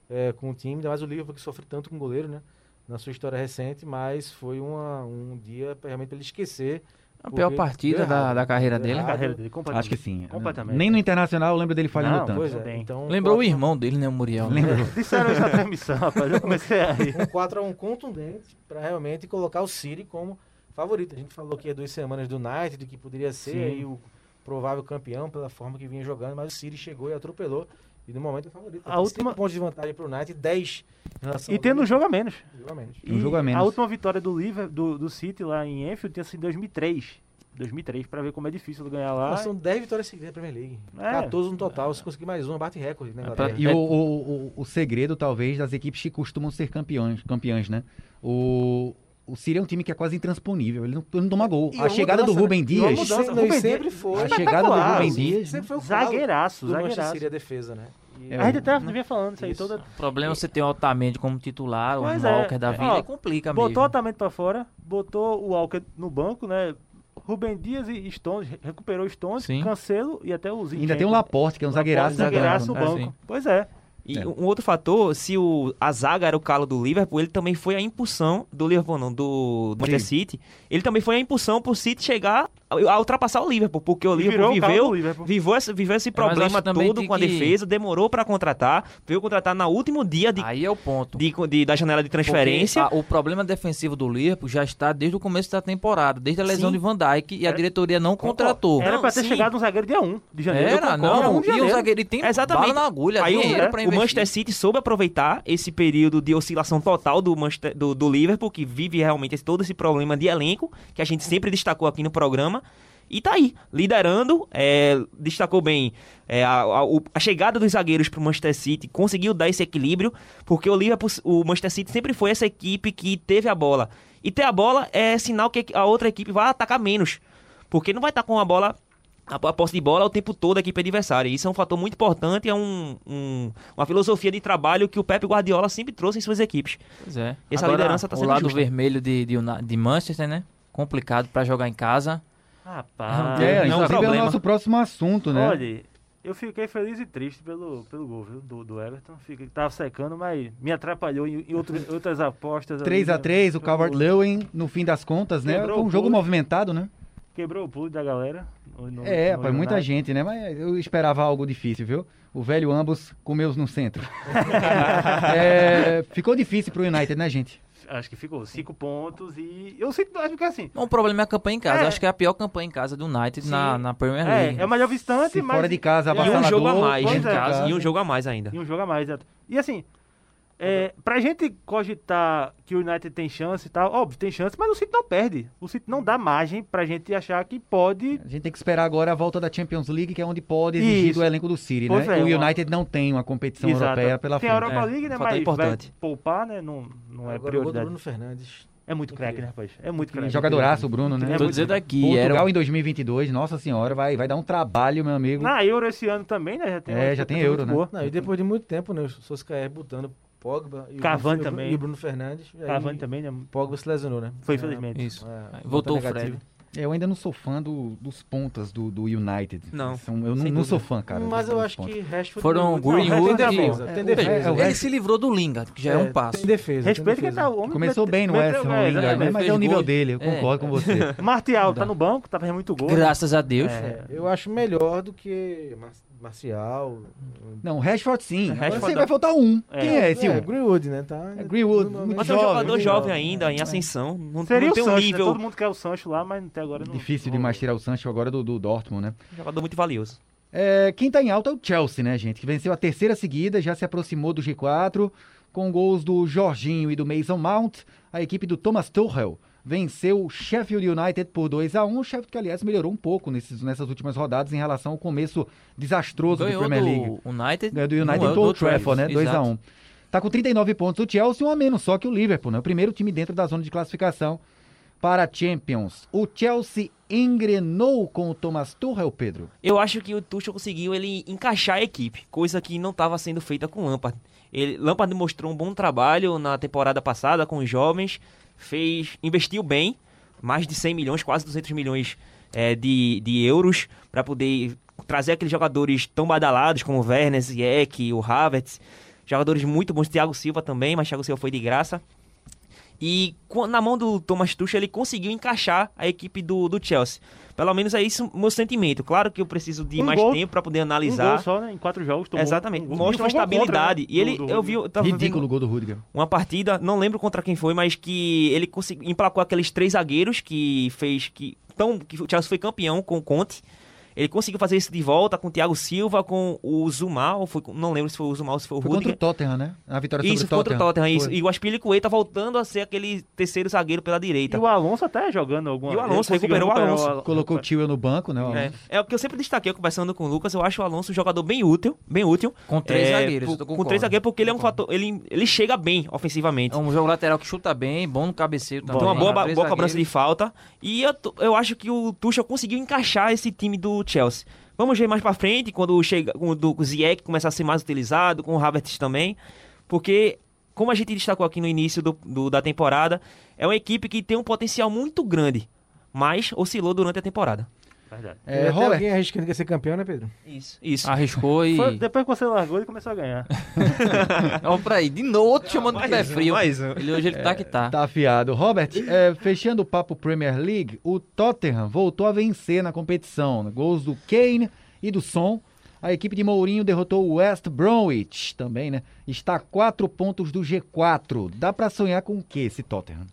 [SPEAKER 8] é, com o time, ainda mais o Liverpool que sofre tanto com o goleiro, né? Na sua história recente, mas foi uma- um dia pra- realmente pra ele esquecer.
[SPEAKER 9] A pior
[SPEAKER 8] porque
[SPEAKER 9] partida
[SPEAKER 8] deu
[SPEAKER 9] da,
[SPEAKER 8] errado.
[SPEAKER 9] da carreira
[SPEAKER 8] Deu
[SPEAKER 9] dele.
[SPEAKER 8] errado.
[SPEAKER 6] A carreira dele, é completamente.
[SPEAKER 4] Acho que sim.
[SPEAKER 6] Completamente.
[SPEAKER 4] Nem no Internacional eu lembro dele falhando
[SPEAKER 6] Não,
[SPEAKER 4] tanto.
[SPEAKER 8] Pois é,
[SPEAKER 6] Também.
[SPEAKER 8] então.
[SPEAKER 9] Tá, Lembrou o
[SPEAKER 8] quatro-
[SPEAKER 9] irmão dele, né, o Muriel? né?
[SPEAKER 6] Disseram isso na transmissão, rapaz. Eu comecei a rir.
[SPEAKER 8] um 4x1 contundente para realmente colocar o City como favorito. A gente falou que é duas semanas do United, que poderia ser
[SPEAKER 6] Sim.
[SPEAKER 8] aí o provável campeão pela forma que vinha jogando, mas o City chegou e atropelou. E no momento é favorito.
[SPEAKER 6] A última-
[SPEAKER 8] pontos de vantagem para o United, 10 em relação
[SPEAKER 6] E
[SPEAKER 8] ao
[SPEAKER 6] tendo um
[SPEAKER 8] Liverpool,
[SPEAKER 6] jogo a menos.
[SPEAKER 8] jogo a menos.
[SPEAKER 4] Um jogo a menos.
[SPEAKER 6] A última vitória do Liverpool, do, do City lá em Enfield tinha sido em 2003. 2003, pra ver como é difícil ganhar lá.
[SPEAKER 8] Mas são 10 vitórias seguidas na Premier League.
[SPEAKER 6] É.
[SPEAKER 8] 14 no total. Se conseguir mais uma, bate recorde. Né,
[SPEAKER 9] pra-
[SPEAKER 8] galera?
[SPEAKER 4] E o, o, o, o segredo, talvez, das equipes que costumam ser campeões, campeãs, né? O, o Ciro é um time que é quase intransponível. Ele não, ele não toma gol.
[SPEAKER 10] E
[SPEAKER 4] a
[SPEAKER 10] uma
[SPEAKER 4] chegada
[SPEAKER 10] mudança,
[SPEAKER 4] do Rubem
[SPEAKER 10] né?
[SPEAKER 8] E uma
[SPEAKER 4] Dias.
[SPEAKER 8] é mudança,
[SPEAKER 10] Não,
[SPEAKER 8] Rubem
[SPEAKER 10] e
[SPEAKER 8] Dias-
[SPEAKER 10] sempre foi.
[SPEAKER 4] A chegada do
[SPEAKER 6] Espetacular.
[SPEAKER 4] Rubem Dias. né?
[SPEAKER 10] Sempre foi o calo
[SPEAKER 6] Zagueiraço,
[SPEAKER 10] do Manchester
[SPEAKER 6] zagueiraço.
[SPEAKER 10] City, a defesa, né? E
[SPEAKER 6] A gente até vinha falando isso aí toda.
[SPEAKER 9] O problema é você ter o Otamendi como titular, o
[SPEAKER 6] Pois é.
[SPEAKER 9] Walker da vida,
[SPEAKER 6] Ó,
[SPEAKER 9] aí complica
[SPEAKER 6] Botou o
[SPEAKER 9] mesmo.
[SPEAKER 6] Otamendi pra fora, botou o Walker no banco, né? Rubem Dias e Stones, recuperou Stones,
[SPEAKER 9] Sim.
[SPEAKER 6] Cancelo e até o Zinchenko.
[SPEAKER 4] Ainda tem o Laporte, que é um zagueiraço. da
[SPEAKER 6] Zagueiraço no
[SPEAKER 4] Gávea, né?
[SPEAKER 9] banco, né?
[SPEAKER 6] banco. Pois é.
[SPEAKER 7] E
[SPEAKER 4] É.
[SPEAKER 7] um outro fator, se o, a zaga era o calo do Liverpool, ele também foi a impulsão do Liverpool, não, do, do Manchester City. Ele também foi a impulsão pro City chegar a, a ultrapassar o Liverpool, porque o Liverpool
[SPEAKER 6] virou o calo
[SPEAKER 7] viveu,
[SPEAKER 6] do Liverpool.
[SPEAKER 7] viveu esse, viveu esse
[SPEAKER 9] É, mas eu acho
[SPEAKER 7] problema
[SPEAKER 9] também
[SPEAKER 7] todo
[SPEAKER 9] que-
[SPEAKER 7] com a
[SPEAKER 9] que-
[SPEAKER 7] defesa, demorou pra contratar, veio contratar no último dia de,
[SPEAKER 9] Aí é o ponto.
[SPEAKER 7] de- de- da janela de
[SPEAKER 9] Porque
[SPEAKER 7] transferência.
[SPEAKER 9] a- o problema defensivo do Liverpool já está desde o começo da temporada, desde a lesão
[SPEAKER 7] Sim.
[SPEAKER 9] de Van Dijk e a diretoria não contratou.
[SPEAKER 6] Era
[SPEAKER 9] Não,
[SPEAKER 6] pra ter
[SPEAKER 9] sim.
[SPEAKER 6] chegado um zagueiro dia 1 de janeiro.
[SPEAKER 9] Era, não. é E o
[SPEAKER 6] zagueiro.
[SPEAKER 9] zagueiro ele tem
[SPEAKER 7] Exatamente.
[SPEAKER 9] bala na agulha,
[SPEAKER 7] Aí o,
[SPEAKER 9] dinheiro pra
[SPEAKER 7] o
[SPEAKER 9] investir.
[SPEAKER 7] Manchester City soube aproveitar esse período de oscilação total do, Manchester- do, do Liverpool, que vive realmente esse- todo esse problema de elenco, que a gente sempre destacou aqui no programa. E tá aí, liderando, é, destacou bem é, a, a- o- a chegada dos zagueiros pro Manchester City, conseguiu dar esse equilíbrio, porque o Liverpool, o Manchester City sempre foi essa equipe que teve a bola. E ter a bola é sinal que a outra equipe vai atacar menos, porque não vai estar com a bola a a posse de bola o tempo todo a equipe adversária. Isso é um fator muito importante, é um, um- uma filosofia de trabalho que o Pepe Guardiola sempre trouxe em suas equipes.
[SPEAKER 9] Pois é.
[SPEAKER 7] Essa
[SPEAKER 9] Agora,
[SPEAKER 7] liderança tá
[SPEAKER 9] o
[SPEAKER 7] sendo
[SPEAKER 9] lado
[SPEAKER 7] justa.
[SPEAKER 9] vermelho de, de, Una- de Manchester, né? Complicado pra jogar em casa.
[SPEAKER 6] Rapaz.
[SPEAKER 4] É,
[SPEAKER 7] Não é um
[SPEAKER 4] inclusive é o
[SPEAKER 7] problema.
[SPEAKER 4] nosso próximo assunto, né?
[SPEAKER 6] Olha, eu fiquei feliz e triste pelo, pelo gol viu, do, do Everton. Fiquei, tava secando, mas me atrapalhou em, em outro- em outras apostas. ali,
[SPEAKER 4] 3 a
[SPEAKER 6] né?
[SPEAKER 4] 3 o
[SPEAKER 6] Quebrou-
[SPEAKER 4] Calvert Lewin, no fim das contas, né?
[SPEAKER 6] Quebrou
[SPEAKER 4] Foi um
[SPEAKER 6] o
[SPEAKER 4] jogo
[SPEAKER 6] pulo.
[SPEAKER 4] movimentado, né?
[SPEAKER 6] Quebrou o pulo da galera. no- no-
[SPEAKER 4] É,
[SPEAKER 6] no
[SPEAKER 4] foi muita
[SPEAKER 6] United.
[SPEAKER 4] gente, né? Mas eu esperava algo difícil, viu? O velho ambos comeu no centro. É, ficou difícil pro United, né, gente?
[SPEAKER 6] Acho que ficou cinco pontos e. Eu sinto, acho que é assim.
[SPEAKER 9] Não, o problema é a campanha em casa.
[SPEAKER 6] É.
[SPEAKER 9] Acho que é a pior campanha em casa do United na, na Premier
[SPEAKER 6] É,
[SPEAKER 9] League.
[SPEAKER 6] é o melhor visitante,
[SPEAKER 4] Se
[SPEAKER 6] mas.
[SPEAKER 4] fora de casa,
[SPEAKER 7] E um
[SPEAKER 4] avassalador.
[SPEAKER 7] jogo a mais,
[SPEAKER 6] Pois
[SPEAKER 7] em
[SPEAKER 6] é.
[SPEAKER 7] casa, e um jogo a mais ainda.
[SPEAKER 6] E um jogo a mais, exato. E assim, é, pra gente cogitar que o United tem chance e tal, óbvio, tem chance, mas o City não perde. O City não dá margem pra gente achar que pode.
[SPEAKER 4] A gente tem que esperar agora a volta da Champions League, que é onde pode exigir
[SPEAKER 6] Isso.
[SPEAKER 4] do elenco do City,
[SPEAKER 6] Pois
[SPEAKER 4] né?
[SPEAKER 6] é,
[SPEAKER 4] o
[SPEAKER 6] uma-
[SPEAKER 4] United não tem uma competição europeia pela
[SPEAKER 6] tem
[SPEAKER 4] frente.
[SPEAKER 6] a Europa League, né?
[SPEAKER 7] fator
[SPEAKER 6] Mas
[SPEAKER 7] importante.
[SPEAKER 6] vai poupar, né? Não, não é
[SPEAKER 8] Agora, o gol do
[SPEAKER 6] prioridade.
[SPEAKER 8] Bruno Fernandes.
[SPEAKER 6] É muito craque, né, rapaz? É muito
[SPEAKER 4] É,
[SPEAKER 6] craque.
[SPEAKER 4] Jogadoraço, o Bruno, né?
[SPEAKER 6] É
[SPEAKER 9] Tô
[SPEAKER 6] muito
[SPEAKER 9] dizendo
[SPEAKER 6] difícil.
[SPEAKER 9] aqui,
[SPEAKER 4] Portugal
[SPEAKER 9] era, um
[SPEAKER 4] em 2022, nossa senhora, vai, vai dar um trabalho, meu amigo.
[SPEAKER 6] Na Euro esse ano também, né? Já tem,
[SPEAKER 4] É,
[SPEAKER 6] uma
[SPEAKER 4] já tem Euro,
[SPEAKER 6] disputa muito
[SPEAKER 4] né?
[SPEAKER 6] boa.
[SPEAKER 8] Não, e depois de muito tempo, né? O Soscaer botando Pogba e o
[SPEAKER 6] Cavani
[SPEAKER 8] Bruno- e o-
[SPEAKER 6] também.
[SPEAKER 8] E o Bruno Fernandes. e aí
[SPEAKER 6] Cavani também, né?
[SPEAKER 8] Pogba se lesionou, né?
[SPEAKER 6] Foi, infelizmente.
[SPEAKER 9] Isso.
[SPEAKER 8] Ah,
[SPEAKER 9] Aí voltou o
[SPEAKER 8] nota
[SPEAKER 9] Fred.
[SPEAKER 8] negativa.
[SPEAKER 4] Eu ainda não sou fã do- dos pontas do, do United.
[SPEAKER 7] Não,
[SPEAKER 4] São- eu não,
[SPEAKER 7] sem
[SPEAKER 4] não
[SPEAKER 7] dúvida.
[SPEAKER 4] sou fã, cara.
[SPEAKER 8] Mas
[SPEAKER 4] dos-
[SPEAKER 8] eu
[SPEAKER 4] dos
[SPEAKER 8] acho
[SPEAKER 4] pontas.
[SPEAKER 8] que Rashford...
[SPEAKER 9] Foram
[SPEAKER 8] Não, Rashford
[SPEAKER 9] Greenwood
[SPEAKER 8] tem
[SPEAKER 9] e-
[SPEAKER 8] defesa, Tem
[SPEAKER 4] É,
[SPEAKER 8] defesa.
[SPEAKER 4] o
[SPEAKER 9] Ele
[SPEAKER 4] Rashford-
[SPEAKER 9] se livrou do Lingard, que já é, um passo.
[SPEAKER 8] Tem defesa. tem
[SPEAKER 6] Respeito que
[SPEAKER 8] defesa.
[SPEAKER 6] tá o homem.
[SPEAKER 4] Começou
[SPEAKER 6] meteu-
[SPEAKER 4] bem no
[SPEAKER 6] meteu-
[SPEAKER 4] West Ham,
[SPEAKER 6] é,
[SPEAKER 4] Lingard,
[SPEAKER 6] exatamente.
[SPEAKER 4] né? mas é o
[SPEAKER 9] Fez
[SPEAKER 4] nível
[SPEAKER 9] gol.
[SPEAKER 4] dele, eu
[SPEAKER 9] É.
[SPEAKER 4] concordo com você.
[SPEAKER 6] Martial tá no banco, tá fazendo muito gol. né?
[SPEAKER 9] Graças a Deus.
[SPEAKER 8] É, eu acho melhor do que Mar- Marcial.
[SPEAKER 4] Não, Rashford sim. Agora
[SPEAKER 7] Rashford
[SPEAKER 4] você
[SPEAKER 7] não.
[SPEAKER 4] vai faltar um.
[SPEAKER 6] É.
[SPEAKER 4] Quem é esse
[SPEAKER 8] é,
[SPEAKER 4] um?
[SPEAKER 8] Greenwood, né? Tá,
[SPEAKER 4] É Greenwood,
[SPEAKER 8] no
[SPEAKER 4] muito
[SPEAKER 7] Mas
[SPEAKER 8] momento-
[SPEAKER 7] é um
[SPEAKER 4] Jovem,
[SPEAKER 7] jogador
[SPEAKER 4] né?
[SPEAKER 7] jovem ainda, em ascensão. Não,
[SPEAKER 6] Seria
[SPEAKER 7] não
[SPEAKER 6] o
[SPEAKER 7] tem um
[SPEAKER 6] Sancho, né?
[SPEAKER 7] nível.
[SPEAKER 6] Todo mundo quer o Sancho lá, mas até agora não.
[SPEAKER 4] Difícil de
[SPEAKER 6] não-
[SPEAKER 4] mais tirar o Sancho agora do, do Dortmund, né?
[SPEAKER 7] Um jogador muito valioso.
[SPEAKER 4] É, quem tá em alta é o Chelsea, né, gente? Que venceu a terceira seguida, já se aproximou do G4, com gols do Jorginho e do Mason Mount. A equipe do Thomas Tuchel venceu o Sheffield United por 2 a 1 O Sheffield, que, aliás, melhorou um pouco nesses, nessas últimas rodadas em relação ao começo desastroso
[SPEAKER 9] Ganhou
[SPEAKER 4] do Premier League.
[SPEAKER 9] do United.
[SPEAKER 4] Ganhou do
[SPEAKER 9] não,
[SPEAKER 4] United
[SPEAKER 9] é
[SPEAKER 4] do Old
[SPEAKER 9] Trafford,
[SPEAKER 4] Trafford, né?
[SPEAKER 9] exato.
[SPEAKER 4] 2x1. Tá com 39 pontos o Chelsea, um a menos só que o Liverpool, né? O primeiro time dentro da zona de classificação para a Champions. O Chelsea engrenou com o Thomas Tuchel, Pedro.
[SPEAKER 7] Eu acho que o Tuchel conseguiu ele encaixar a equipe, coisa que não estava sendo feita com o Lampard. Ele, Lampard mostrou um bom trabalho na temporada passada com os jovens, fez, investiu bem, mais de 100 milhões, quase 200 milhões eh, de, de euros para poder trazer aqueles jogadores tão badalados como o Werner, Ziyech, o Havertz, jogadores muito bons, Thiago Silva também, mas Thiago Silva foi de graça. E co- na mão do Thomas Tuchel ele conseguiu encaixar a equipe do, do Chelsea. Pelo menos é isso o meu sentimento. Claro que eu preciso de
[SPEAKER 6] Um
[SPEAKER 7] mais
[SPEAKER 6] gol-
[SPEAKER 7] tempo para poder
[SPEAKER 6] Um
[SPEAKER 7] analisar.
[SPEAKER 6] gol só, né? Em quatro jogos. tomou
[SPEAKER 7] Exatamente.
[SPEAKER 6] um gol.
[SPEAKER 7] Mostra uma
[SPEAKER 6] E foi um gol contra,
[SPEAKER 7] estabilidade.
[SPEAKER 6] né?
[SPEAKER 7] e ele,
[SPEAKER 6] Do- do-
[SPEAKER 7] eu vi, eu tava
[SPEAKER 4] Ridículo
[SPEAKER 7] vendo
[SPEAKER 4] o gol do Rudiger.
[SPEAKER 7] uma partida, não lembro contra quem foi, mas que ele consegui- emplacou aqueles três zagueiros que fez que tão que o Chelsea foi campeão com o Conte. Ele conseguiu fazer isso de volta com o Thiago Silva, com o Zumal, foi, com- não lembro se foi o Zumal ou se foi o
[SPEAKER 4] Foi contra
[SPEAKER 7] Rudiger.
[SPEAKER 4] o Tottenham, né? Na vitória
[SPEAKER 7] Isso,
[SPEAKER 4] sobre o
[SPEAKER 7] contra o
[SPEAKER 4] Tottenham.
[SPEAKER 7] Tottenham, isso.
[SPEAKER 4] Foi.
[SPEAKER 7] E o Aspilicueta voltando a ser aquele terceiro zagueiro pela direita.
[SPEAKER 6] E o Alonso até jogando alguma
[SPEAKER 7] E o
[SPEAKER 6] ele
[SPEAKER 7] Alonso,
[SPEAKER 6] conseguiu
[SPEAKER 7] recuperou o
[SPEAKER 6] recuperar
[SPEAKER 7] Alonso.
[SPEAKER 4] Colocou o Tio no banco, né? o
[SPEAKER 7] É,
[SPEAKER 4] Alonso?
[SPEAKER 7] é o que eu sempre destaquei conversando com o Lucas, eu acho o Alonso um jogador bem útil, bem útil.
[SPEAKER 9] Com três
[SPEAKER 7] É,
[SPEAKER 9] zagueiros,
[SPEAKER 7] por-
[SPEAKER 9] eu
[SPEAKER 7] com
[SPEAKER 9] concordo.
[SPEAKER 7] três zagueiros porque ele é um fator, ele, ele chega bem ofensivamente.
[SPEAKER 9] É um jogo lateral que chuta bem, tá bom no cabeceio também.
[SPEAKER 7] Tem uma boa, ba-
[SPEAKER 9] Três
[SPEAKER 7] boa cobrança de
[SPEAKER 9] zagueiros.
[SPEAKER 7] falta. E eu, tô- eu acho que o Tuchel conseguiu encaixar esse time do Chelsea. Vamos ver mais pra frente, quando chega quando o Ziyech começar a ser mais utilizado, com o Havertz também. Porque, como a gente destacou aqui no início do- do- da temporada, é uma equipe que tem um potencial muito grande, mas oscilou durante a temporada.
[SPEAKER 6] Verdade.
[SPEAKER 8] É, até
[SPEAKER 4] Robert.
[SPEAKER 8] alguém arriscando que ia ser campeão, né, Pedro?
[SPEAKER 7] Isso. Isso.
[SPEAKER 9] Arriscou e.
[SPEAKER 6] Foi depois que você largou, ele começou a ganhar.
[SPEAKER 9] Olha pra aí, de novo, outro chamando de pé frio.
[SPEAKER 7] mais um.
[SPEAKER 9] Ele hoje ele tá que tá.
[SPEAKER 4] Tá afiado. Robert, é, fechando o papo Premier League, o Tottenham voltou a vencer na competição. Gols do Kane e do Son. A equipe de Mourinho derrotou o West Bromwich também, né? Está a quatro pontos do G4. Dá pra sonhar com o que esse Tottenham?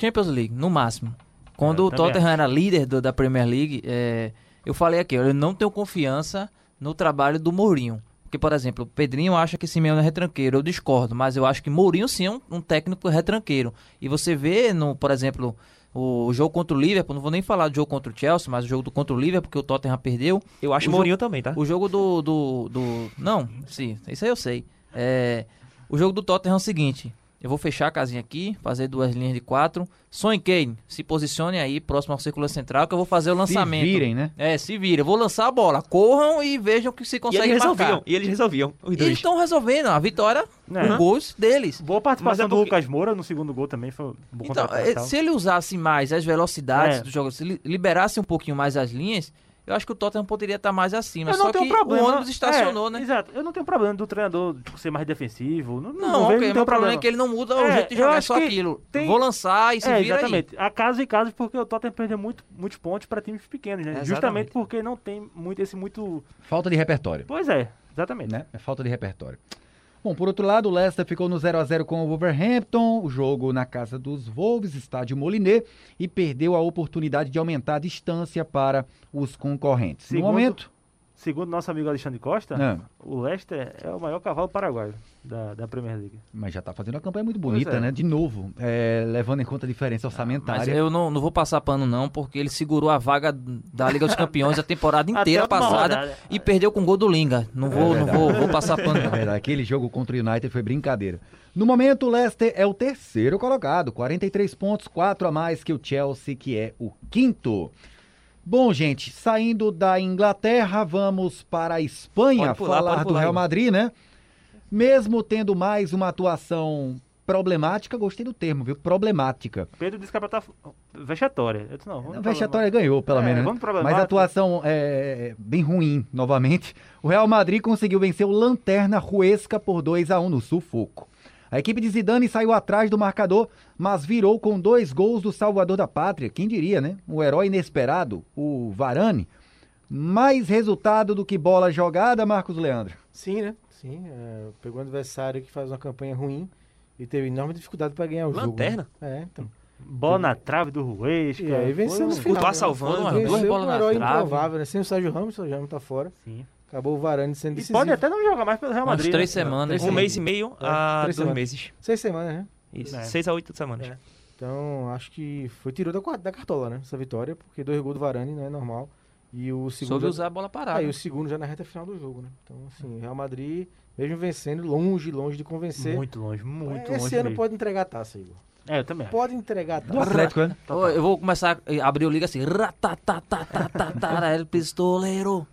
[SPEAKER 9] Champions League, no máximo. Quando
[SPEAKER 6] Eu
[SPEAKER 9] o
[SPEAKER 6] também
[SPEAKER 9] Tottenham era líder do- da Premier League, é, eu falei aqui, eu não tenho confiança no trabalho do Mourinho. Porque, por exemplo, o Pedrinho acha que Simeone é retranqueiro, eu discordo, mas eu acho que Mourinho sim é um, um técnico retranqueiro. E você vê, no, por exemplo, o, o jogo contra o Liverpool, não vou nem falar do jogo contra o Chelsea, mas o jogo do contra o Liverpool, porque o Tottenham perdeu,
[SPEAKER 7] Eu acho
[SPEAKER 9] Ah, O
[SPEAKER 7] o
[SPEAKER 9] jo-
[SPEAKER 7] Mourinho também, tá?
[SPEAKER 9] o jogo do. do, do- não, sim, isso aí eu sei. É, o jogo do Tottenham é o seguinte: eu vou fechar a casinha aqui, fazer duas linhas de quatro. Son e Kane, se posicione aí próximo ao círculo central que eu vou fazer o lançamento.
[SPEAKER 4] Se virem, né?
[SPEAKER 9] É, se virem. Eu vou lançar a bola. Corram e vejam que se
[SPEAKER 7] E
[SPEAKER 9] consegue
[SPEAKER 7] eles resolviam,
[SPEAKER 9] marcar. Então,
[SPEAKER 7] e eles resolviam, os
[SPEAKER 9] E eles
[SPEAKER 7] dois.
[SPEAKER 9] estão resolvendo. A vitória,
[SPEAKER 6] É.
[SPEAKER 9] com gols deles.
[SPEAKER 6] Boa participação
[SPEAKER 7] Uhum. Mas é
[SPEAKER 6] do
[SPEAKER 7] porque- é,
[SPEAKER 6] Lucas Moura no segundo gol também foi um bom
[SPEAKER 9] Então,
[SPEAKER 6] contra-ataque e
[SPEAKER 9] eh,
[SPEAKER 6] tal.
[SPEAKER 9] se ele usasse mais as velocidades
[SPEAKER 6] É.
[SPEAKER 9] do jogo, se li- liberasse um pouquinho mais as linhas, eu acho que o Tottenham poderia estar mais acima.
[SPEAKER 6] Eu não
[SPEAKER 9] Só
[SPEAKER 6] tenho
[SPEAKER 9] que
[SPEAKER 6] problema.
[SPEAKER 9] o ônibus estacionou,
[SPEAKER 6] É,
[SPEAKER 9] né?
[SPEAKER 6] Exato. Eu não tenho problema do treinador ser mais defensivo. Não, não, vejo,
[SPEAKER 9] Não,
[SPEAKER 6] não
[SPEAKER 9] ok, mas
[SPEAKER 6] tenho
[SPEAKER 9] o problema é que ele não muda o
[SPEAKER 6] É,
[SPEAKER 9] jeito de
[SPEAKER 6] eu
[SPEAKER 9] jogar, é
[SPEAKER 6] acho
[SPEAKER 9] só
[SPEAKER 6] que
[SPEAKER 9] aquilo.
[SPEAKER 6] tem-
[SPEAKER 9] Vou lançar e se
[SPEAKER 6] é,
[SPEAKER 9] vira
[SPEAKER 6] exatamente. A casos e casos, porque o Tottenham perdeu muito, muitos pontos para times pequenos, né?
[SPEAKER 9] Exatamente.
[SPEAKER 6] Justamente porque não tem muito esse muito.
[SPEAKER 4] Falta de repertório.
[SPEAKER 6] Pois é, exatamente.
[SPEAKER 4] né? É falta de repertório. Bom, por outro lado, o Leicester ficou no 0 a 0 com o Wolverhampton, o jogo na casa dos Wolves, estádio Moliné, e perdeu a oportunidade de aumentar a distância para os concorrentes.
[SPEAKER 6] Segundo-
[SPEAKER 4] No momento, Ah,
[SPEAKER 6] Segundo nosso amigo Alexandre Costa,
[SPEAKER 8] É.
[SPEAKER 4] Não.
[SPEAKER 6] o Leicester é o maior cavalo paraguaio da, da Premier League.
[SPEAKER 4] mas já está fazendo uma campanha muito bonita,
[SPEAKER 6] Pois é. Ah,
[SPEAKER 4] né? De novo, é, levando em conta a diferença
[SPEAKER 9] aí. Mas
[SPEAKER 4] orçamentária.
[SPEAKER 9] eu não, não vou passar pano, não, porque ele segurou a vaga da Liga dos Campeões a temporada inteira
[SPEAKER 6] Até uma
[SPEAKER 9] passada
[SPEAKER 6] rodada.
[SPEAKER 9] e perdeu com o gol do Linga. Não vou, não
[SPEAKER 4] verdade.
[SPEAKER 9] vou, vou passar pano,
[SPEAKER 4] Na
[SPEAKER 9] não.
[SPEAKER 4] verdade, aquele jogo contra o United foi brincadeira. No momento, o Leicester é o terceiro colocado, 43 pontos, 4 a mais que o Chelsea, que é o quinto. Bom, gente, saindo da Inglaterra, vamos para a Espanha
[SPEAKER 7] Pode pular,
[SPEAKER 4] falar
[SPEAKER 7] pode
[SPEAKER 4] do
[SPEAKER 7] pular,
[SPEAKER 4] Real
[SPEAKER 7] Igor.
[SPEAKER 4] Madrid, né? Mesmo tendo mais uma atuação problemática, gostei do termo, viu? Problemática.
[SPEAKER 6] Pedro disse que era pra estar vexatória. Eu disse, não, vamos
[SPEAKER 4] A vexatória ganhou, pelo
[SPEAKER 6] É,
[SPEAKER 4] menos.
[SPEAKER 6] vamos
[SPEAKER 4] Né?
[SPEAKER 6] problemática.
[SPEAKER 4] Mas a atuação é bem ruim, novamente. O Real Madrid conseguiu vencer o Lanterna Ruesca por 2 a 1 no sufoco. A equipe de Zidane saiu atrás do marcador, mas virou com dois gols do Salvador da Pátria. Quem diria, né? O herói inesperado, o Varane. Mais resultado do que bola jogada, Marcos Leandro.
[SPEAKER 8] Sim, né? Sim. é, pegou um adversário que faz uma campanha ruim e teve enorme dificuldade pra ganhar o
[SPEAKER 7] Lanterna?
[SPEAKER 8] jogo. Lanterna? É, então.
[SPEAKER 6] Bola na trave do Ruesca.
[SPEAKER 8] É, E aí venceu no
[SPEAKER 6] Foi um-
[SPEAKER 8] final. né?
[SPEAKER 7] Courtois salvando,
[SPEAKER 9] Foram
[SPEAKER 7] duas
[SPEAKER 8] Venceu com
[SPEAKER 9] bolas
[SPEAKER 8] um
[SPEAKER 9] na
[SPEAKER 8] herói
[SPEAKER 9] trave.
[SPEAKER 8] improvável, né? Sem o Sérgio Ramos, o Sérgio Ramos tá fora.
[SPEAKER 6] Sim.
[SPEAKER 8] Acabou o Varane
[SPEAKER 6] E
[SPEAKER 8] sendo decisivo.
[SPEAKER 6] pode até não jogar mais pelo Real
[SPEAKER 9] Umas
[SPEAKER 6] Madrid.
[SPEAKER 9] três
[SPEAKER 6] né?
[SPEAKER 9] semanas.
[SPEAKER 7] Um
[SPEAKER 9] né?
[SPEAKER 7] mês e meio a dois
[SPEAKER 8] três semanas.
[SPEAKER 7] meses.
[SPEAKER 8] Seis semanas, né?
[SPEAKER 7] Isso,
[SPEAKER 6] É.
[SPEAKER 7] seis a oito semanas.
[SPEAKER 6] É.
[SPEAKER 8] Então, acho que foi tirou da, qua- da cartola, né? Essa vitória, porque dois gols do Varane não é normal. E o segundo. tá
[SPEAKER 9] Soube usar a bola parada.
[SPEAKER 8] Aí o segundo já na reta final do jogo, né? Então, assim, Real Madrid, mesmo vencendo, longe, longe de convencer.
[SPEAKER 6] Muito longe, muito
[SPEAKER 8] Esse
[SPEAKER 6] longe.
[SPEAKER 8] ano
[SPEAKER 6] mesmo.
[SPEAKER 8] pode entregar a taça, Igor.
[SPEAKER 6] É, eu também. acho.
[SPEAKER 8] Pode entregar a taça.
[SPEAKER 4] Atlético, né?
[SPEAKER 9] Ô, Eu vou começar a abrir o liga assim. Ratatatatatara, el pistoleiro.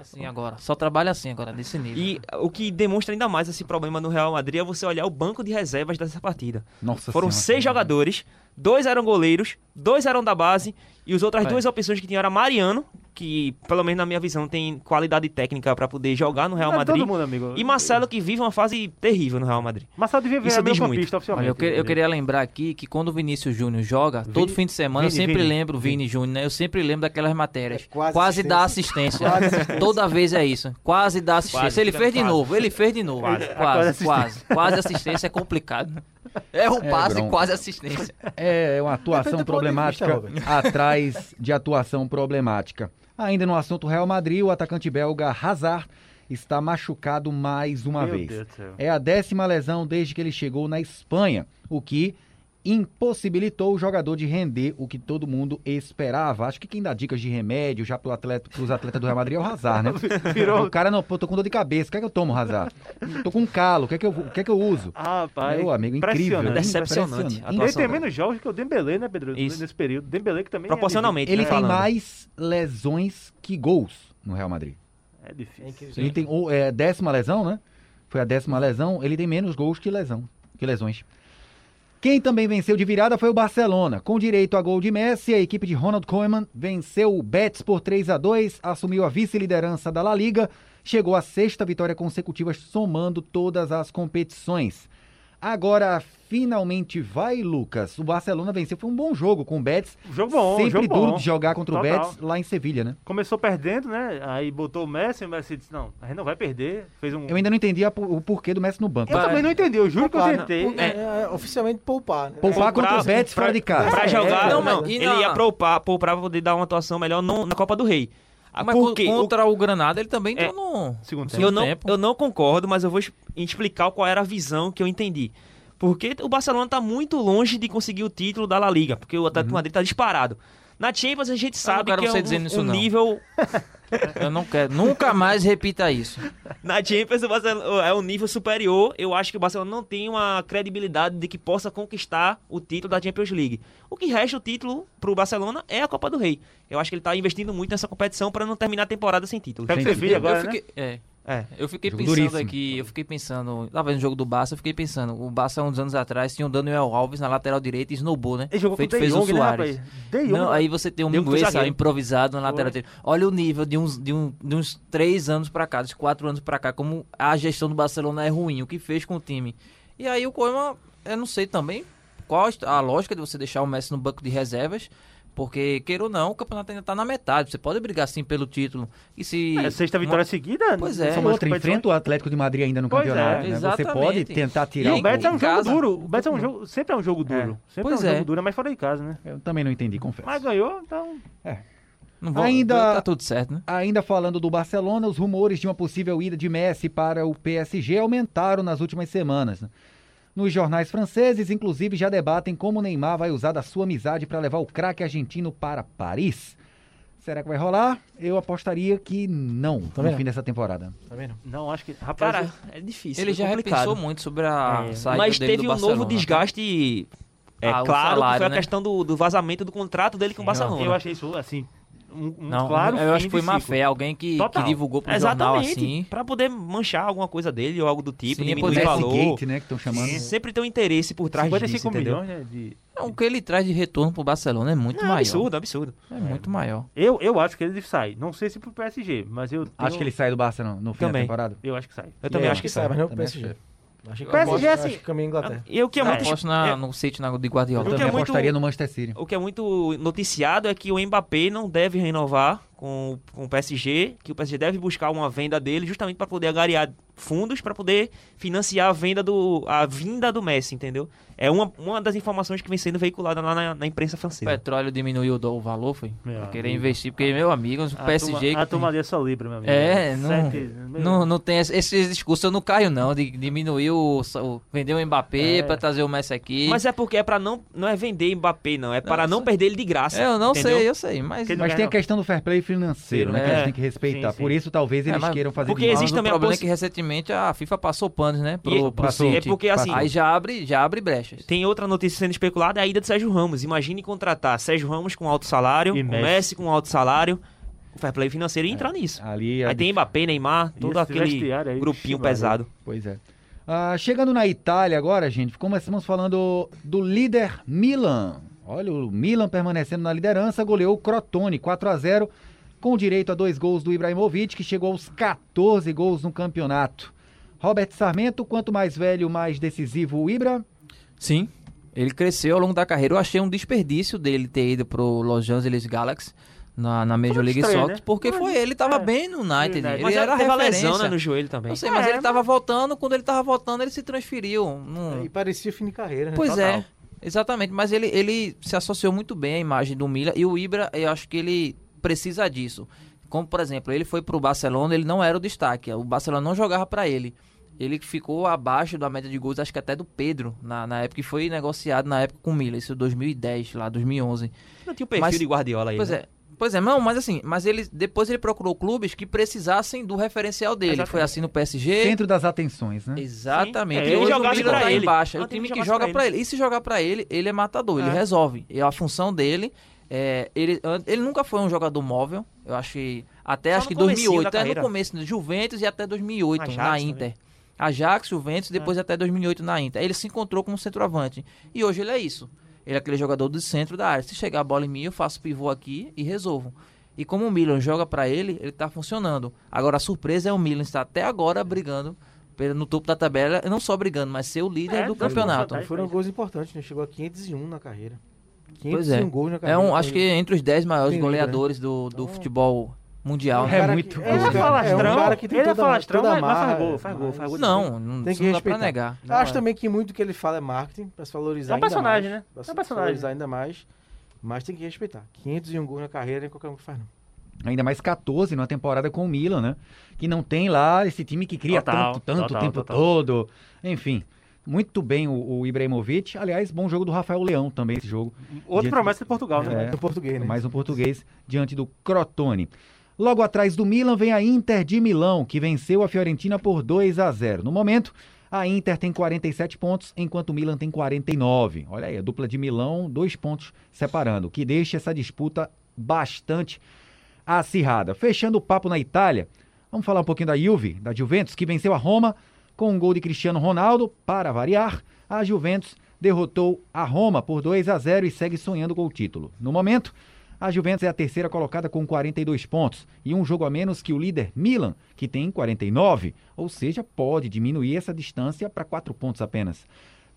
[SPEAKER 9] Assim agora. Só trabalha assim agora, nesse nível.
[SPEAKER 7] E o que demonstra ainda mais esse problema no Real Madrid é você olhar o banco de reservas dessa partida.
[SPEAKER 4] Nossa
[SPEAKER 7] Foram
[SPEAKER 4] Senhora.
[SPEAKER 7] seis jogadores, dois eram goleiros, dois eram da base, e as outras
[SPEAKER 9] É.
[SPEAKER 7] duas opções que tinham era Mariano, que, pelo menos na minha visão, tem qualidade técnica pra poder jogar no Real
[SPEAKER 6] Não é
[SPEAKER 7] Madrid.
[SPEAKER 6] Todo mundo, amigo.
[SPEAKER 7] E Marcelo, que vive uma fase terrível no Real Madrid.
[SPEAKER 6] Marcelo devia
[SPEAKER 7] Isso
[SPEAKER 6] virar
[SPEAKER 7] diz
[SPEAKER 6] meio
[SPEAKER 7] muito.
[SPEAKER 6] campista, oficialmente.
[SPEAKER 9] Olha, eu, que- eu queria lembrar aqui que quando o Vinícius Júnior joga, todo fim de semana
[SPEAKER 6] Vini,
[SPEAKER 9] eu sempre
[SPEAKER 6] Vini.
[SPEAKER 9] lembro, Vini Júnior, né? Eu sempre lembro daquelas matérias.
[SPEAKER 8] É
[SPEAKER 9] quase
[SPEAKER 8] quase
[SPEAKER 9] dá assistência.
[SPEAKER 8] Quase assistência.
[SPEAKER 9] Toda vez é isso. Quase dá assistência.
[SPEAKER 7] Quase,
[SPEAKER 9] ele
[SPEAKER 7] fica
[SPEAKER 9] fez de
[SPEAKER 7] quase.
[SPEAKER 9] novo, ele fez de novo. Quase,
[SPEAKER 6] quase
[SPEAKER 9] quase. Quase, assistência é complicado. né?
[SPEAKER 10] É um
[SPEAKER 4] É,
[SPEAKER 10] passe e
[SPEAKER 4] bronca.
[SPEAKER 10] quase assistência.
[SPEAKER 4] É uma
[SPEAKER 8] Depende
[SPEAKER 4] atuação
[SPEAKER 8] do ponto de vista,
[SPEAKER 4] problemática atrás de atuação problemática. Ainda no assunto Real Madrid, o atacante belga Hazard está machucado mais uma
[SPEAKER 6] Meu
[SPEAKER 4] vez.
[SPEAKER 6] Deus do céu.
[SPEAKER 4] É a décima lesão desde que ele chegou na Espanha, o que impossibilitou o jogador de render o que todo mundo esperava. Acho que quem dá dicas de remédio já para os atletas do Real Madrid é o Hazard, né?
[SPEAKER 6] Virou-
[SPEAKER 4] O cara, não, pô, tô com dor de cabeça, o que é que eu tomo, Hazard? Tô com um calo, o que é que eu, o que é que eu uso?
[SPEAKER 6] Ah, rapaz.
[SPEAKER 4] Meu amigo, incrível.
[SPEAKER 6] impressionante.
[SPEAKER 7] Decepcionante.
[SPEAKER 4] Impressionante.
[SPEAKER 6] Ele
[SPEAKER 7] Atuação
[SPEAKER 6] tem menos jogos que o Dembélé, né, Pedro?
[SPEAKER 7] Isso.
[SPEAKER 6] Nesse período. Dembélé que também... é
[SPEAKER 7] Proporcionalmente,
[SPEAKER 4] Ele
[SPEAKER 7] né,
[SPEAKER 4] tem
[SPEAKER 7] falando.
[SPEAKER 4] mais lesões que gols no Real Madrid.
[SPEAKER 6] difícil. É difícil.
[SPEAKER 4] Ele tem ou, é, décima lesão, né? Foi a décima lesão. Ele tem menos gols que lesão, que lesões. Quem também venceu de virada foi o Barcelona. Com direito a gol de Messi, a equipe de Ronald Koeman venceu o Betis por 3 a 2, assumiu a vice-liderança da La Liga, chegou à sexta vitória consecutiva somando todas as competições. Agora finalmente vai, Lucas. O Barcelona venceu, foi um bom jogo com o Betis.
[SPEAKER 6] Jogo bom,
[SPEAKER 4] Sempre
[SPEAKER 6] jogo
[SPEAKER 4] duro
[SPEAKER 6] bom.
[SPEAKER 4] de jogar contra
[SPEAKER 6] Total.
[SPEAKER 4] o Betis lá em Sevilha, né?
[SPEAKER 6] Começou perdendo, né? Aí botou o Messi, o Messi disse, não, a gente não vai perder. Fez um...
[SPEAKER 4] Eu ainda não entendi a por- o porquê do Messi no banco.
[SPEAKER 6] Eu também não entendi, eu juro que eu
[SPEAKER 8] Poupar, né?
[SPEAKER 6] tentei.
[SPEAKER 8] É, é, oficialmente poupar, né?
[SPEAKER 4] Poupar ah, contra o
[SPEAKER 7] Pra-
[SPEAKER 4] Betis fora de casa.
[SPEAKER 7] Pra
[SPEAKER 6] É,
[SPEAKER 7] jogar,
[SPEAKER 6] é,
[SPEAKER 7] não,
[SPEAKER 9] mas-
[SPEAKER 7] não,
[SPEAKER 9] e
[SPEAKER 7] ele
[SPEAKER 9] na-
[SPEAKER 7] ia poupar, poupar pra poder dar uma atuação melhor no- na Copa do Rei. Ah,
[SPEAKER 9] Mas
[SPEAKER 7] por quê? O-
[SPEAKER 9] contra o Granada ele também
[SPEAKER 7] É.
[SPEAKER 9] entrou no
[SPEAKER 6] Segundo
[SPEAKER 9] no
[SPEAKER 6] tempo.
[SPEAKER 7] eu, não,
[SPEAKER 9] tempo.
[SPEAKER 7] eu não concordo, mas eu vou es- explicar qual era a visão que eu entendi. Porque o Barcelona tá muito longe de conseguir o título da La Liga, porque o Atlético Madrid tá disparado. Na Champions a gente sabe
[SPEAKER 9] quero
[SPEAKER 7] que é
[SPEAKER 9] você
[SPEAKER 7] um,
[SPEAKER 9] dizendo isso,
[SPEAKER 7] um
[SPEAKER 9] não.
[SPEAKER 7] nível
[SPEAKER 9] Eu não quero. Nunca mais repita isso.
[SPEAKER 7] Na Champions, o Barcelona é um nível superior. Eu acho que o Barcelona não tem uma credibilidade de que possa conquistar o título da Champions League. O que resta o título pro Barcelona é a Copa do Rei. Eu acho que ele tá investindo muito nessa competição para não terminar a temporada sem título.
[SPEAKER 6] Pega o
[SPEAKER 4] Gente,
[SPEAKER 6] Sevilha agora,
[SPEAKER 9] eu
[SPEAKER 6] né?
[SPEAKER 9] fiquei, é,
[SPEAKER 7] É.
[SPEAKER 9] eu fiquei
[SPEAKER 4] Jogo
[SPEAKER 9] pensando
[SPEAKER 4] duríssimo.
[SPEAKER 9] aqui, eu fiquei pensando, lá vendo o jogo do Barça, eu fiquei pensando, o Barça uns anos atrás tinha o Daniel Alves na lateral direita e snowball, né?
[SPEAKER 6] Ele jogou
[SPEAKER 9] Feito
[SPEAKER 6] com o De
[SPEAKER 9] fez o
[SPEAKER 6] Jong, né,
[SPEAKER 9] Suárez.
[SPEAKER 6] rapaz? De Jong. né?
[SPEAKER 9] Não, aí você tem um
[SPEAKER 7] Deu com o
[SPEAKER 9] Minguesa
[SPEAKER 7] zagueiro.
[SPEAKER 9] improvisado na lateral direita. Olha o nível de uns, de, um, de uns três anos pra cá, dos quatro anos pra cá, como a gestão do Barcelona é ruim, o que fez com o time. E aí o Koeman, eu não sei também qual a est- a lógica de você deixar o Messi no banco de reservas, porque, queira ou não, o campeonato ainda tá na metade. Você pode brigar sim pelo título. E se.
[SPEAKER 6] É, sexta
[SPEAKER 9] uma-
[SPEAKER 6] vitória seguida.
[SPEAKER 9] Pois
[SPEAKER 6] não
[SPEAKER 9] é.
[SPEAKER 6] são
[SPEAKER 4] São
[SPEAKER 6] mais
[SPEAKER 4] outra,
[SPEAKER 6] competições.
[SPEAKER 4] enfrenta o Atlético de Madrid ainda no
[SPEAKER 6] Pois
[SPEAKER 4] campeonato,
[SPEAKER 6] é,
[SPEAKER 4] né? Você
[SPEAKER 9] exatamente.
[SPEAKER 4] pode tentar tirar
[SPEAKER 9] E
[SPEAKER 6] E
[SPEAKER 4] o...
[SPEAKER 6] o Betis é um
[SPEAKER 9] em
[SPEAKER 6] jogo
[SPEAKER 9] casa.
[SPEAKER 6] duro. O Betis é um jogo, sempre é um jogo duro. Sempre
[SPEAKER 9] Pois
[SPEAKER 6] é um
[SPEAKER 9] é.
[SPEAKER 6] jogo duro, mas fora de casa, né?
[SPEAKER 4] Eu também não entendi,
[SPEAKER 7] é.
[SPEAKER 4] confesso.
[SPEAKER 6] Mas ganhou, então.
[SPEAKER 9] Não vou,
[SPEAKER 4] Ainda-
[SPEAKER 9] Tá tudo certo, né?
[SPEAKER 4] Ainda falando do Barcelona, os rumores de uma possível ida de Messi para o PSG aumentaram nas últimas semanas. né? Nos jornais franceses, inclusive, já debatem como Neymar vai usar da sua amizade para levar o craque argentino para Paris. Será que vai rolar? Eu apostaria que não,
[SPEAKER 8] Também
[SPEAKER 4] no fim
[SPEAKER 8] não.
[SPEAKER 4] dessa temporada.
[SPEAKER 8] Tá vendo?
[SPEAKER 6] Não, acho que. Rapaz,
[SPEAKER 7] Cara, é difícil.
[SPEAKER 9] Ele já repensou muito sobre a
[SPEAKER 6] É.
[SPEAKER 9] saída
[SPEAKER 7] Mas
[SPEAKER 9] dele
[SPEAKER 7] teve um
[SPEAKER 9] do Barcelona.
[SPEAKER 7] novo desgaste. É
[SPEAKER 9] Ah,
[SPEAKER 7] claro
[SPEAKER 9] o
[SPEAKER 7] que
[SPEAKER 9] salário,
[SPEAKER 7] foi a
[SPEAKER 9] né?
[SPEAKER 7] questão do, do vazamento do contrato dele com o Barcelona.
[SPEAKER 6] eu achei isso, assim, um, um
[SPEAKER 9] Não,
[SPEAKER 6] claro.
[SPEAKER 9] eu acho
[SPEAKER 6] fim
[SPEAKER 9] que foi
[SPEAKER 6] de
[SPEAKER 9] má
[SPEAKER 6] ciclo.
[SPEAKER 9] fé. Alguém que, que
[SPEAKER 6] Total.
[SPEAKER 9] divulgou pro jornal
[SPEAKER 7] Exatamente.
[SPEAKER 9] assim.
[SPEAKER 7] Pra poder manchar alguma coisa dele ou algo do tipo,
[SPEAKER 9] Sim,
[SPEAKER 7] diminuir
[SPEAKER 9] pois
[SPEAKER 7] o
[SPEAKER 9] é.
[SPEAKER 7] valor.
[SPEAKER 4] Gate, né, que estão chamando.
[SPEAKER 7] Sempre tem um interesse por trás disso,
[SPEAKER 6] 55
[SPEAKER 7] entendeu?
[SPEAKER 6] milhões, né? De...
[SPEAKER 9] Não, o que ele traz de retorno pro Barcelona é muito
[SPEAKER 7] Não,
[SPEAKER 9] maior.
[SPEAKER 7] absurdo, absurdo.
[SPEAKER 9] É muito maior.
[SPEAKER 6] Eu, eu acho que ele sai. Não sei se pro PSG, mas eu. tenho-
[SPEAKER 4] Acho que ele sai do Barça no, no fim
[SPEAKER 7] Também.
[SPEAKER 4] da temporada.
[SPEAKER 6] Eu acho que sai.
[SPEAKER 7] Eu também
[SPEAKER 8] É,
[SPEAKER 7] acho que
[SPEAKER 8] sai,
[SPEAKER 7] sabe.
[SPEAKER 8] mas não o
[SPEAKER 4] Também
[SPEAKER 8] PSG.
[SPEAKER 4] acho
[SPEAKER 8] Acho que
[SPEAKER 6] O PSG,
[SPEAKER 8] acho
[SPEAKER 6] assim,
[SPEAKER 8] que caminho Inglaterra.
[SPEAKER 7] E o que é
[SPEAKER 9] Eu
[SPEAKER 7] muito.
[SPEAKER 9] aposto
[SPEAKER 7] é,
[SPEAKER 9] na, no City na, de Guardiola.
[SPEAKER 7] Eu
[SPEAKER 4] Eu
[SPEAKER 7] que é
[SPEAKER 4] também
[SPEAKER 7] muito-
[SPEAKER 4] apostaria no Manchester City.
[SPEAKER 7] O que é muito noticiado é que o Mbappé não deve renovar com, o- com o PSG, que o PSG deve buscar uma venda dele justamente para poder agariar fundos para poder financiar a venda do a vinda do Messi, entendeu? É uma, uma das informações que vem sendo veiculada lá na, na imprensa
[SPEAKER 9] O
[SPEAKER 7] francesa.
[SPEAKER 9] petróleo diminuiu o do- o valor, foi?
[SPEAKER 6] Meu
[SPEAKER 9] Pra querer
[SPEAKER 6] amigo.
[SPEAKER 9] investir, porque, meu amigo, o
[SPEAKER 6] A
[SPEAKER 9] PSG...
[SPEAKER 6] turma-
[SPEAKER 9] que
[SPEAKER 6] A
[SPEAKER 9] tem-
[SPEAKER 6] turma ali é só Libra, meu amigo.
[SPEAKER 9] É,
[SPEAKER 6] Sete-
[SPEAKER 9] não, não, não tem esse, esse discurso, eu não caio não, de diminuir o... o vender o Mbappé
[SPEAKER 6] É.
[SPEAKER 9] pra trazer o Messi aqui.
[SPEAKER 7] Mas é porque é para não não é vender Mbappé não, é para não,
[SPEAKER 9] sei.
[SPEAKER 7] perder ele de graça.
[SPEAKER 9] É, eu não
[SPEAKER 7] é assim, entendeu?
[SPEAKER 9] sei, eu sei, mas...
[SPEAKER 6] Porque ele não
[SPEAKER 4] Mas tem a
[SPEAKER 6] não.
[SPEAKER 4] questão do fair play financeiro, né? Que
[SPEAKER 9] É.
[SPEAKER 4] a gente tem que respeitar.
[SPEAKER 6] Sim, sim.
[SPEAKER 4] Por isso, talvez,
[SPEAKER 9] É,
[SPEAKER 4] eles
[SPEAKER 9] mas-
[SPEAKER 4] queiram fazer
[SPEAKER 7] porque
[SPEAKER 4] de novo.
[SPEAKER 9] Mas
[SPEAKER 7] existe
[SPEAKER 9] o
[SPEAKER 7] também a
[SPEAKER 9] problema é
[SPEAKER 7] possi-
[SPEAKER 9] que recentemente a FIFA passou panos, né, pro,
[SPEAKER 7] E-
[SPEAKER 9] pro
[SPEAKER 4] passou.
[SPEAKER 9] City.
[SPEAKER 7] É porque assim,
[SPEAKER 4] Passou.
[SPEAKER 9] Aí já abre, já abre brechas.
[SPEAKER 7] Tem outra notícia sendo especulada, é a ida de Sérgio Ramos. Imagine contratar Sérgio Ramos com alto salário,
[SPEAKER 6] E
[SPEAKER 7] o
[SPEAKER 6] Messi. É.
[SPEAKER 7] Messi com alto salário, o fair play financeiro e entrar nisso.
[SPEAKER 4] Ali,
[SPEAKER 7] Aí
[SPEAKER 4] ali-
[SPEAKER 7] tem Mbappé, Neymar, todo
[SPEAKER 6] esse
[SPEAKER 7] aquele
[SPEAKER 6] vestiário aí,
[SPEAKER 7] grupinho
[SPEAKER 6] Maria.
[SPEAKER 7] pesado.
[SPEAKER 4] Pois é. Ah, chegando na Itália agora, gente, começamos falando do líder Milan. Olha, o Milan permanecendo na liderança, goleou o Crotone 4 a 0 com direito a dois gols do Ibrahimovic, que chegou aos 14 gols no campeonato. Robert Sarmento, quanto mais velho, mais decisivo o Ibra.
[SPEAKER 9] Sim. Ele cresceu ao longo da carreira. Eu achei um desperdício dele ter ido pro Los Angeles Galaxy. na, na Major
[SPEAKER 6] Foi
[SPEAKER 9] League
[SPEAKER 6] estranho,
[SPEAKER 9] Soccer,
[SPEAKER 6] né?
[SPEAKER 9] porque
[SPEAKER 6] Mas-
[SPEAKER 9] foi ele, tava
[SPEAKER 6] é.
[SPEAKER 9] bem no United.
[SPEAKER 6] United.
[SPEAKER 9] Ele
[SPEAKER 7] Mas
[SPEAKER 9] era
[SPEAKER 7] teve a
[SPEAKER 9] referência.
[SPEAKER 7] lesão né, no joelho também.
[SPEAKER 9] Eu sei, mas
[SPEAKER 6] É,
[SPEAKER 9] ele tava voltando, quando ele tava voltando, ele se transferiu. Num...
[SPEAKER 6] Hum.
[SPEAKER 8] E parecia fim de carreira, né?
[SPEAKER 9] Pois é,
[SPEAKER 8] Total.
[SPEAKER 9] exatamente. Mas ele, ele se associou muito bem à imagem do Mila e o Ibra, eu acho que ele precisa disso. Como, por exemplo, ele foi pro Barcelona, ele não era o destaque. O Barcelona não jogava pra ele. Ele ficou abaixo da média de gols, acho que até do Pedro, na, na época que foi negociado na época com o Mila, isso em 2010, lá 2011.
[SPEAKER 7] Não tinha o perfil
[SPEAKER 9] Mas-
[SPEAKER 7] de Guardiola aí.
[SPEAKER 9] Pois
[SPEAKER 7] né?
[SPEAKER 9] é. Pois é, não, mas assim, mas ele depois ele procurou clubes que precisassem do referencial dele. Foi assim no PSG.
[SPEAKER 4] Centro das atenções, né?
[SPEAKER 9] Exatamente.
[SPEAKER 7] Sim. É,
[SPEAKER 9] E
[SPEAKER 7] ele
[SPEAKER 9] hoje o
[SPEAKER 7] jogasse
[SPEAKER 9] Mila
[SPEAKER 7] pra
[SPEAKER 9] tá em
[SPEAKER 7] ele.
[SPEAKER 9] baixa. É
[SPEAKER 7] Não,
[SPEAKER 9] o
[SPEAKER 7] tem
[SPEAKER 9] time
[SPEAKER 7] que
[SPEAKER 9] que
[SPEAKER 7] jogar
[SPEAKER 9] joga
[SPEAKER 7] pra
[SPEAKER 9] pra ele. E se jogar pra ele, ele é matador, ele resolve. E a função dele é, ele, an- ele nunca foi um jogador móvel. Eu acho que até
[SPEAKER 7] Só
[SPEAKER 9] acho
[SPEAKER 7] no
[SPEAKER 9] que
[SPEAKER 7] comecinho
[SPEAKER 9] 2008,
[SPEAKER 7] da
[SPEAKER 9] até no
[SPEAKER 7] carreira.
[SPEAKER 9] começo no Juventus e até 2008
[SPEAKER 7] Ajax
[SPEAKER 9] na
[SPEAKER 7] também. É.
[SPEAKER 9] Inter. Ajax, Juventus, depois até 2008 na Inter. Ele se encontrou como centroavante. E hoje ele é isso. Ele é aquele jogador do centro da área. Se chegar a bola em mim, eu faço pivô aqui e resolvo. E como o Milan joga pra ele, ele tá funcionando. Agora a surpresa é o Milan estar até agora brigando pelo- no topo da tabela, não só brigando, mas ser o líder
[SPEAKER 6] É,
[SPEAKER 9] do
[SPEAKER 6] tá
[SPEAKER 9] campeonato.
[SPEAKER 6] bom,
[SPEAKER 8] Foram gols importantes, né? Chegou a 501 na carreira. 501
[SPEAKER 9] Pois é.
[SPEAKER 8] gols na
[SPEAKER 9] É
[SPEAKER 8] carreira.
[SPEAKER 9] um, acho que entre os 10 maiores
[SPEAKER 8] Tem liga,
[SPEAKER 9] goleadores do, do futebol mundial.
[SPEAKER 4] É
[SPEAKER 8] cara
[SPEAKER 4] muito
[SPEAKER 8] que-
[SPEAKER 4] gol.
[SPEAKER 8] um
[SPEAKER 6] Ele é
[SPEAKER 8] cara-
[SPEAKER 6] falastrão,
[SPEAKER 8] um cara que tem
[SPEAKER 6] ele é
[SPEAKER 8] toda-
[SPEAKER 6] falastrão,
[SPEAKER 8] toda
[SPEAKER 6] mas- mas
[SPEAKER 8] marra,
[SPEAKER 6] faz gol, faz gol, faz gol.
[SPEAKER 9] Não, não,
[SPEAKER 8] Tem que
[SPEAKER 9] não dá pra
[SPEAKER 8] respeitar.
[SPEAKER 9] negar.
[SPEAKER 8] Eu acho também que muito do que ele fala é marketing, pra se
[SPEAKER 6] É um
[SPEAKER 8] valorizar ainda
[SPEAKER 6] personagem,
[SPEAKER 8] mais,
[SPEAKER 6] né?
[SPEAKER 8] Pra
[SPEAKER 6] É um
[SPEAKER 8] se
[SPEAKER 6] personagem.
[SPEAKER 8] valorizar ainda mais. Mas tem que respeitar. 501 gols na carreira, nem qualquer um que faz, não.
[SPEAKER 4] Ainda mais 14 numa temporada com o Milan, né? Que não tem lá esse time que cria
[SPEAKER 6] Total,
[SPEAKER 4] tanto, tanto
[SPEAKER 6] total,
[SPEAKER 4] tempo
[SPEAKER 6] total.
[SPEAKER 4] todo. Enfim, muito bem o, o Ibrahimovic. Aliás, bom jogo do Rafael Leão também esse jogo.
[SPEAKER 6] Outro
[SPEAKER 4] Diante-
[SPEAKER 6] promessa de Portugal, né?
[SPEAKER 4] É.
[SPEAKER 8] No português, né?
[SPEAKER 4] Mais um português diante do Crotone. Logo atrás do Milan vem a Inter de Milão, que venceu a Fiorentina por 2 a 0. No momento, a Inter tem 47 pontos, enquanto o Milan tem 49. Olha aí, a dupla de Milão, dois pontos separando, o que deixa essa disputa bastante acirrada. Fechando o papo na Itália, vamos falar um pouquinho da Juve, da Juventus, que venceu a Roma com um gol de Cristiano Ronaldo. Para variar, a Juventus derrotou a Roma por 2 a 0 e segue sonhando com o título. No momento, a Juventus é a terceira colocada com 42 pontos e um jogo a menos que o líder Milan, que tem 49, ou seja, pode diminuir essa distância para 4 pontos apenas.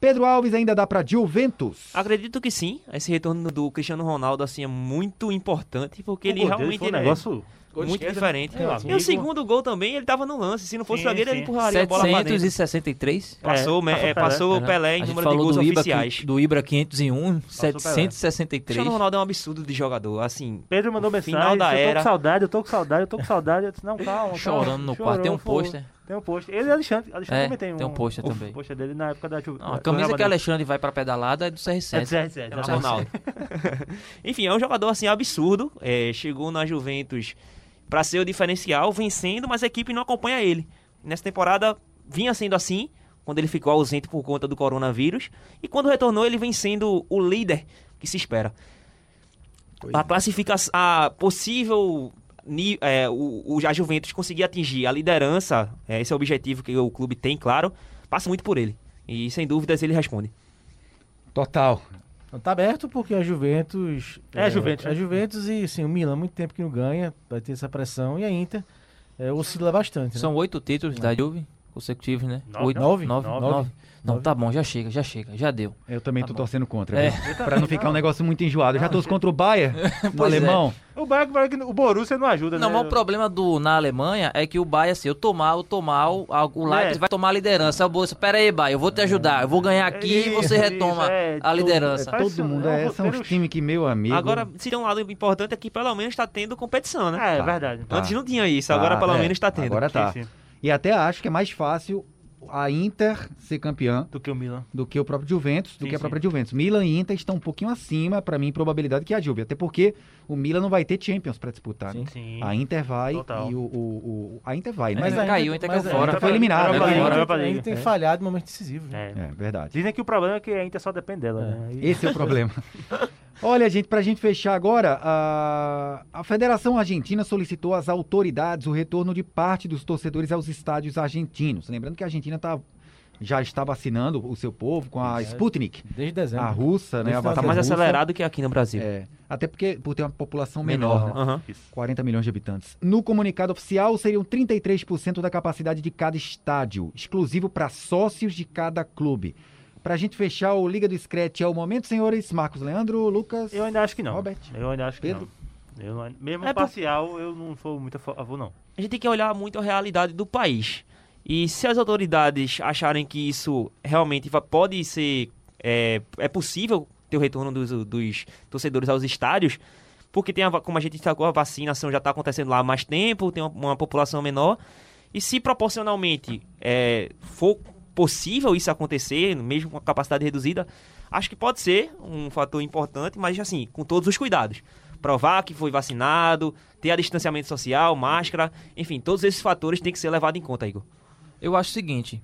[SPEAKER 4] Pedro Alves ainda dá para Juventus.
[SPEAKER 7] Acredito que sim. Esse retorno do Cristiano Ronaldo assim é muito importante porque ele
[SPEAKER 6] O gol dele
[SPEAKER 7] realmente
[SPEAKER 6] foi um
[SPEAKER 7] é
[SPEAKER 6] negócio.
[SPEAKER 7] muito diferente.
[SPEAKER 6] Meu
[SPEAKER 7] E
[SPEAKER 6] amigo.
[SPEAKER 7] o segundo gol também, ele tava no lance. Se não fosse
[SPEAKER 6] Sim,
[SPEAKER 7] o zagueiro, ele
[SPEAKER 6] sim.
[SPEAKER 7] empurraria a bola pra dentro.
[SPEAKER 9] 763?
[SPEAKER 7] Passou,
[SPEAKER 6] É,
[SPEAKER 7] é,
[SPEAKER 6] passou
[SPEAKER 7] passou o Pelé em
[SPEAKER 9] A gente
[SPEAKER 7] número de
[SPEAKER 9] falou
[SPEAKER 7] gols
[SPEAKER 9] do Ibra,
[SPEAKER 7] oficiais.
[SPEAKER 9] do Ibra 501,
[SPEAKER 6] Pelé.
[SPEAKER 9] 763.
[SPEAKER 7] Cristiano Ronaldo é um absurdo de jogador, assim.
[SPEAKER 6] Pedro mandou
[SPEAKER 7] Final
[SPEAKER 6] mensagem, disse,
[SPEAKER 7] da
[SPEAKER 6] eu tô
[SPEAKER 7] era.
[SPEAKER 6] com saudade, eu tô com saudade, eu tô com saudade. Eu disse, não, calma. calma.
[SPEAKER 9] Chorando no quarto, tem um
[SPEAKER 6] falou.
[SPEAKER 9] pôster.
[SPEAKER 6] Tem um pôster. Ele e Alexandre, Alexandre
[SPEAKER 9] É,
[SPEAKER 6] também tem um.
[SPEAKER 9] tem um pôster
[SPEAKER 6] o
[SPEAKER 9] também.
[SPEAKER 6] pôster dele na época da Juve.
[SPEAKER 9] Não, a camisa que Alexandre vai pra pedalada é do
[SPEAKER 6] É
[SPEAKER 9] CR7.
[SPEAKER 6] CR7,
[SPEAKER 7] Cristiano
[SPEAKER 6] exatamente.
[SPEAKER 7] Ronaldo. Enfim, é um jogador assim absurdo. É, chegou na Juventus para ser o diferencial, vencendo, mas a equipe não acompanha ele. Nessa temporada vinha sendo assim, quando ele ficou ausente por conta do coronavírus, e quando retornou ele vem sendo o líder que se espera. A classificação, a possível ni- é, o, o a Juventus conseguir atingir a liderança, é, esse é o objetivo que o clube tem, claro, passa muito por ele. E sem dúvidas ele responde.
[SPEAKER 4] Total.
[SPEAKER 8] Então, tá aberto porque a Juventus.
[SPEAKER 6] É, a Juventus,
[SPEAKER 8] A
[SPEAKER 6] né?
[SPEAKER 8] Juventus e assim, o Milan, há muito tempo que não ganha, vai ter essa pressão. E a Inter é, oscila bastante. né?
[SPEAKER 9] São oito títulos da Juve consecutivos, né?
[SPEAKER 6] Nove.
[SPEAKER 9] Oito,
[SPEAKER 8] Nove?
[SPEAKER 9] Nove,
[SPEAKER 6] Nove.
[SPEAKER 9] nove. Não, tá bom, já chega, já chega, já deu.
[SPEAKER 4] Eu também tô torcendo contra.
[SPEAKER 9] É.
[SPEAKER 4] viu? Pra não ficar um negócio muito enjoado. Eu já torço contra o Bayern, no
[SPEAKER 9] Pois é.
[SPEAKER 4] alemão.
[SPEAKER 6] O Bayern, Bayern- o Borussia não ajuda,
[SPEAKER 9] Não,
[SPEAKER 6] né?
[SPEAKER 9] mas o problema do, na Alemanha é que o Bayern, assim, eu tomar, eu tomar, o, a- o Leipzig
[SPEAKER 6] É.
[SPEAKER 9] vai tomar a liderança. Aí O Borussia, pera aí, Bayern, eu vou te ajudar, eu vou ganhar aqui e
[SPEAKER 6] Isso,
[SPEAKER 9] você retoma
[SPEAKER 6] isso, é,
[SPEAKER 9] a
[SPEAKER 6] tudo-
[SPEAKER 9] liderança.
[SPEAKER 6] Faz isso,
[SPEAKER 4] Todo mundo
[SPEAKER 6] é um
[SPEAKER 4] é, são os
[SPEAKER 6] roteiro-
[SPEAKER 4] times que, meu amigo.
[SPEAKER 7] Agora, se tem um lado importante é que pelo menos está tendo competição, né?
[SPEAKER 6] É, é verdade.
[SPEAKER 4] Tá.
[SPEAKER 7] Antes não tinha isso,
[SPEAKER 4] Tá,
[SPEAKER 7] agora pelo
[SPEAKER 4] é.
[SPEAKER 7] menos está tendo.
[SPEAKER 4] Agora tá.
[SPEAKER 6] Sim, sim.
[SPEAKER 4] E até acho que é mais fácil a Inter ser campeã
[SPEAKER 6] Do que o Milan.
[SPEAKER 4] do que o próprio Juventus, do
[SPEAKER 6] Sim,
[SPEAKER 4] que a
[SPEAKER 6] sim.
[SPEAKER 4] própria Juventus. Milan e Inter estão um pouquinho acima, pra mim, probabilidade que a Juve. Até porque o Milan não vai ter Champions pra disputar. né?
[SPEAKER 6] Sim.
[SPEAKER 4] A Inter vai
[SPEAKER 6] Total. É,
[SPEAKER 4] e o, o- o- a Inter vai, né?
[SPEAKER 9] Mas
[SPEAKER 8] a Inter-
[SPEAKER 9] caiu, Inter
[SPEAKER 8] mas
[SPEAKER 9] caiu
[SPEAKER 8] a
[SPEAKER 9] fora.
[SPEAKER 8] Inter-
[SPEAKER 4] Foi eliminado, né?
[SPEAKER 8] Europa League,
[SPEAKER 4] Foi
[SPEAKER 6] eliminado pra
[SPEAKER 8] A
[SPEAKER 6] liga.
[SPEAKER 8] Inter tem
[SPEAKER 6] É.
[SPEAKER 8] falhado em momentos decisivos. né?
[SPEAKER 6] É.
[SPEAKER 4] É verdade.
[SPEAKER 6] Dizem que o problema é que a Inter só depende dela, né? E-
[SPEAKER 4] Esse é o problema. Olha, gente, pra gente fechar agora, a... a Federação Argentina solicitou às autoridades o retorno de parte dos torcedores aos estádios argentinos. Lembrando que a Argentina tá... já está vacinando o seu povo com a Sputnik,
[SPEAKER 8] Desde dezembro.
[SPEAKER 4] a russa, né? A
[SPEAKER 8] Isso tá
[SPEAKER 7] Tá
[SPEAKER 4] vacina
[SPEAKER 7] mais
[SPEAKER 4] russa.
[SPEAKER 7] acelerado que aqui no Brasil.
[SPEAKER 4] É, até porque por ter uma população menor, né?
[SPEAKER 7] Aham.
[SPEAKER 4] 40 milhões de habitantes. No comunicado oficial, seriam 33% da capacidade de cada estádio, exclusivo para sócios de cada clube. Para a gente fechar o Liga do Scratch é o momento, senhores. Marcos Leandro, Lucas.
[SPEAKER 6] Eu ainda acho que não.
[SPEAKER 4] Robert.
[SPEAKER 6] Eu ainda acho que
[SPEAKER 4] Pedro?
[SPEAKER 6] não. Eu não- mesmo
[SPEAKER 7] É por-
[SPEAKER 6] parcial, eu não sou muito a fa- a favor, não.
[SPEAKER 9] É
[SPEAKER 7] a gente tem que olhar muito a realidade do país. E se as autoridades acharem que isso realmente va- pode ser. É, é possível ter o retorno dos, dos torcedores aos estádios, porque tem a va- como a gente destacou, a vacinação já está acontecendo lá há mais tempo, tem uma, uma população menor. E se proporcionalmente é, for possível isso acontecer, mesmo com a capacidade reduzida, acho que pode ser um fator importante, mas assim, com todos os cuidados. Provar que foi vacinado, ter a distanciamento social, máscara, enfim, todos esses fatores têm que ser levados em conta, Igor.
[SPEAKER 9] Eu acho o seguinte: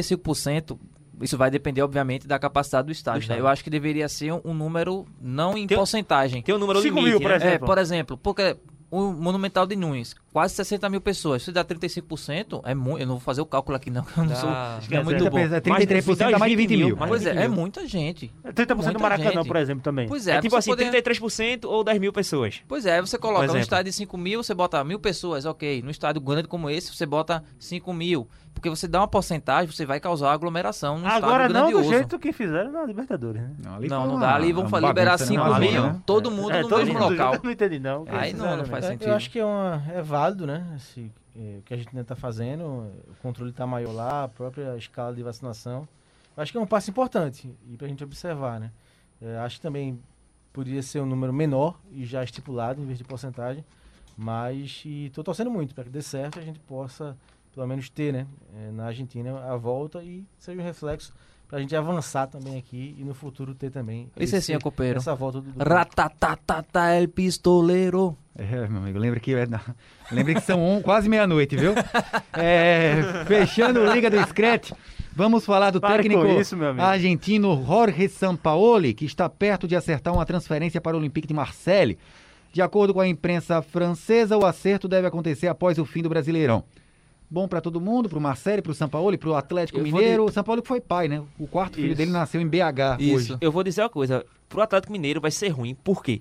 [SPEAKER 9] 35%. Isso vai depender, obviamente, da capacidade do estádio. né?
[SPEAKER 7] estádio.
[SPEAKER 9] Eu acho que deveria ser um, um número, não em
[SPEAKER 7] Tem-
[SPEAKER 9] porcentagem.
[SPEAKER 7] Tem um número
[SPEAKER 6] Cinco
[SPEAKER 7] limite,
[SPEAKER 6] mil, por
[SPEAKER 7] né?
[SPEAKER 6] exemplo.
[SPEAKER 9] É, por exemplo, porque o Monumental de Nunes, quase 60 mil pessoas. Se dá 35%, é muito. Eu não vou fazer o cálculo aqui, não, que eu não
[SPEAKER 7] Dá-
[SPEAKER 9] sou.
[SPEAKER 7] acho
[SPEAKER 9] não é muito bom.
[SPEAKER 4] É 33% dá mais de 20 mil.
[SPEAKER 7] mais
[SPEAKER 9] Pois
[SPEAKER 7] de
[SPEAKER 9] é,
[SPEAKER 7] 20
[SPEAKER 9] é
[SPEAKER 7] um mil.
[SPEAKER 9] muita gente.
[SPEAKER 6] 30%
[SPEAKER 9] Muita
[SPEAKER 6] do Maracanã,
[SPEAKER 9] gente.
[SPEAKER 6] por exemplo, também.
[SPEAKER 9] Pois
[SPEAKER 7] É,
[SPEAKER 9] é,
[SPEAKER 7] tipo assim,
[SPEAKER 9] você poder-
[SPEAKER 7] 33% ou 10 mil pessoas.
[SPEAKER 9] Pois é, você
[SPEAKER 7] Por
[SPEAKER 9] coloca um
[SPEAKER 7] exemplo.
[SPEAKER 9] estádio de 5 mil, você bota mil pessoas, ok. Num estádio grande como esse, você bota 5 mil. Porque você dá uma porcentagem, você vai causar aglomeração num
[SPEAKER 6] Agora
[SPEAKER 9] estádio
[SPEAKER 6] não do
[SPEAKER 9] um grandioso.
[SPEAKER 6] jeito que fizeram na Libertadores, né?
[SPEAKER 4] ali
[SPEAKER 9] não,
[SPEAKER 4] foi
[SPEAKER 9] não
[SPEAKER 4] uma-
[SPEAKER 9] dá. Ali vão
[SPEAKER 4] uma
[SPEAKER 9] liberar
[SPEAKER 4] bagunça, né?
[SPEAKER 9] 5
[SPEAKER 4] Uma
[SPEAKER 9] mil,
[SPEAKER 4] zona, né?
[SPEAKER 9] todo mundo
[SPEAKER 6] É,
[SPEAKER 9] no
[SPEAKER 6] todo
[SPEAKER 9] mesmo
[SPEAKER 6] mundo
[SPEAKER 9] local.
[SPEAKER 6] junto, Não entendi, não.
[SPEAKER 9] Aí não, não faz
[SPEAKER 8] É,
[SPEAKER 9] sentido.
[SPEAKER 8] Eu acho que é, uma- é válido, né? esse, eh, o que a gente ainda está fazendo, o controle está maior lá, a própria escala de vacinação. Eu acho que é um passo importante e para a gente observar, né? Eh, acho que também poderia ser um número menor e já estipulado em vez de porcentagem, mas estou torcendo muito para que dê certo e a gente possa, pelo menos, ter, né? eh, na Argentina a volta e seja um reflexo para a gente avançar também aqui e no futuro ter também
[SPEAKER 9] Isso assim,
[SPEAKER 8] esse-
[SPEAKER 9] é copeiro.
[SPEAKER 8] essa volta do, do
[SPEAKER 9] Ratatatata el pistolero.
[SPEAKER 4] É, meu amigo, lembra que, é na- lembra que são on- quase meia-noite, viu? É, fechando o Liga do Scratch, vamos falar do
[SPEAKER 6] Pare
[SPEAKER 4] técnico
[SPEAKER 6] com isso, meu amigo.
[SPEAKER 4] argentino Jorge Sampaoli, que está perto de acertar uma transferência para o Olympique de Marseille. De acordo com a imprensa francesa, o acerto deve acontecer após o fim do Brasileirão. Bom para todo mundo, para o Marseille, para o Sampaoli, para o Atlético
[SPEAKER 7] Eu vou
[SPEAKER 4] Mineiro. O Sampaoli que foi pai, né? O quarto filho
[SPEAKER 6] Isso.
[SPEAKER 4] dele nasceu em BH hoje.
[SPEAKER 9] Isso.
[SPEAKER 7] Eu vou dizer uma coisa, pro Atlético Mineiro vai ser ruim, por quê?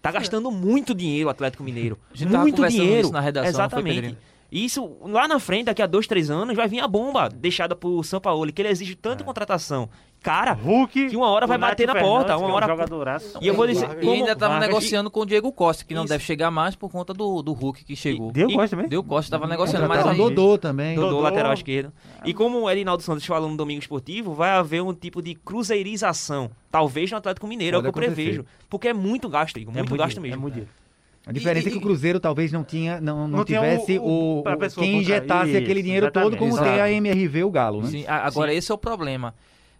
[SPEAKER 7] Tá gastando muito dinheiro o Atlético Mineiro.
[SPEAKER 9] A gente tava
[SPEAKER 7] muito
[SPEAKER 9] conversando
[SPEAKER 7] dinheiro.
[SPEAKER 9] isso na redação, não foi,
[SPEAKER 7] Exatamente.
[SPEAKER 9] Pedrinho?
[SPEAKER 7] isso lá na frente, daqui a dois, três anos, vai vir a bomba deixada pro São Paulo, que ele exige
[SPEAKER 9] É.
[SPEAKER 7] tanta contratação. Cara,
[SPEAKER 6] Hulk.
[SPEAKER 7] Que uma hora vai
[SPEAKER 6] o
[SPEAKER 7] bater
[SPEAKER 6] Nath
[SPEAKER 7] na porta,
[SPEAKER 6] Fernandes,
[SPEAKER 7] uma
[SPEAKER 6] que é um
[SPEAKER 7] hora-
[SPEAKER 6] jogadoraço.
[SPEAKER 7] E eu vou dizer-
[SPEAKER 9] E
[SPEAKER 7] Como
[SPEAKER 9] ainda tava
[SPEAKER 6] Vargas-
[SPEAKER 9] negociando com o Diego Costa, que não
[SPEAKER 7] Isso.
[SPEAKER 9] deve chegar mais por conta do, do Hulk que chegou.
[SPEAKER 6] Deu né?
[SPEAKER 7] E-
[SPEAKER 6] gosto também.
[SPEAKER 9] Deu Costa, tava negociando mais
[SPEAKER 4] Contrataram
[SPEAKER 9] aí.
[SPEAKER 4] Tá Dodô também.
[SPEAKER 7] Dodô,
[SPEAKER 6] Dodô.
[SPEAKER 7] lateral esquerdo. E como o Edinaldo Santos falou no Domingo Esportivo, vai haver um tipo de cruzeirização. Talvez no Atlético Mineiro, é o
[SPEAKER 4] Pode
[SPEAKER 7] que eu
[SPEAKER 4] acontecer.
[SPEAKER 7] prevejo. Porque é muito gasto, Igor. Muito, gasto
[SPEAKER 6] dinheiro,
[SPEAKER 7] mesmo.
[SPEAKER 6] É muito dinheiro.
[SPEAKER 4] A diferença é que o Cruzeiro talvez não tinha, não, não,
[SPEAKER 6] Não tinha
[SPEAKER 4] tivesse
[SPEAKER 6] o-
[SPEAKER 4] o,
[SPEAKER 6] o- pra
[SPEAKER 4] o-
[SPEAKER 6] pessoa
[SPEAKER 4] quem
[SPEAKER 6] comprar.
[SPEAKER 4] injetasse
[SPEAKER 6] Isso,
[SPEAKER 4] aquele dinheiro todo
[SPEAKER 6] exatamente.
[SPEAKER 4] como tem a
[SPEAKER 9] Exato.
[SPEAKER 4] MRV o Galo, né?
[SPEAKER 9] Sim, a- agora esse é o problema.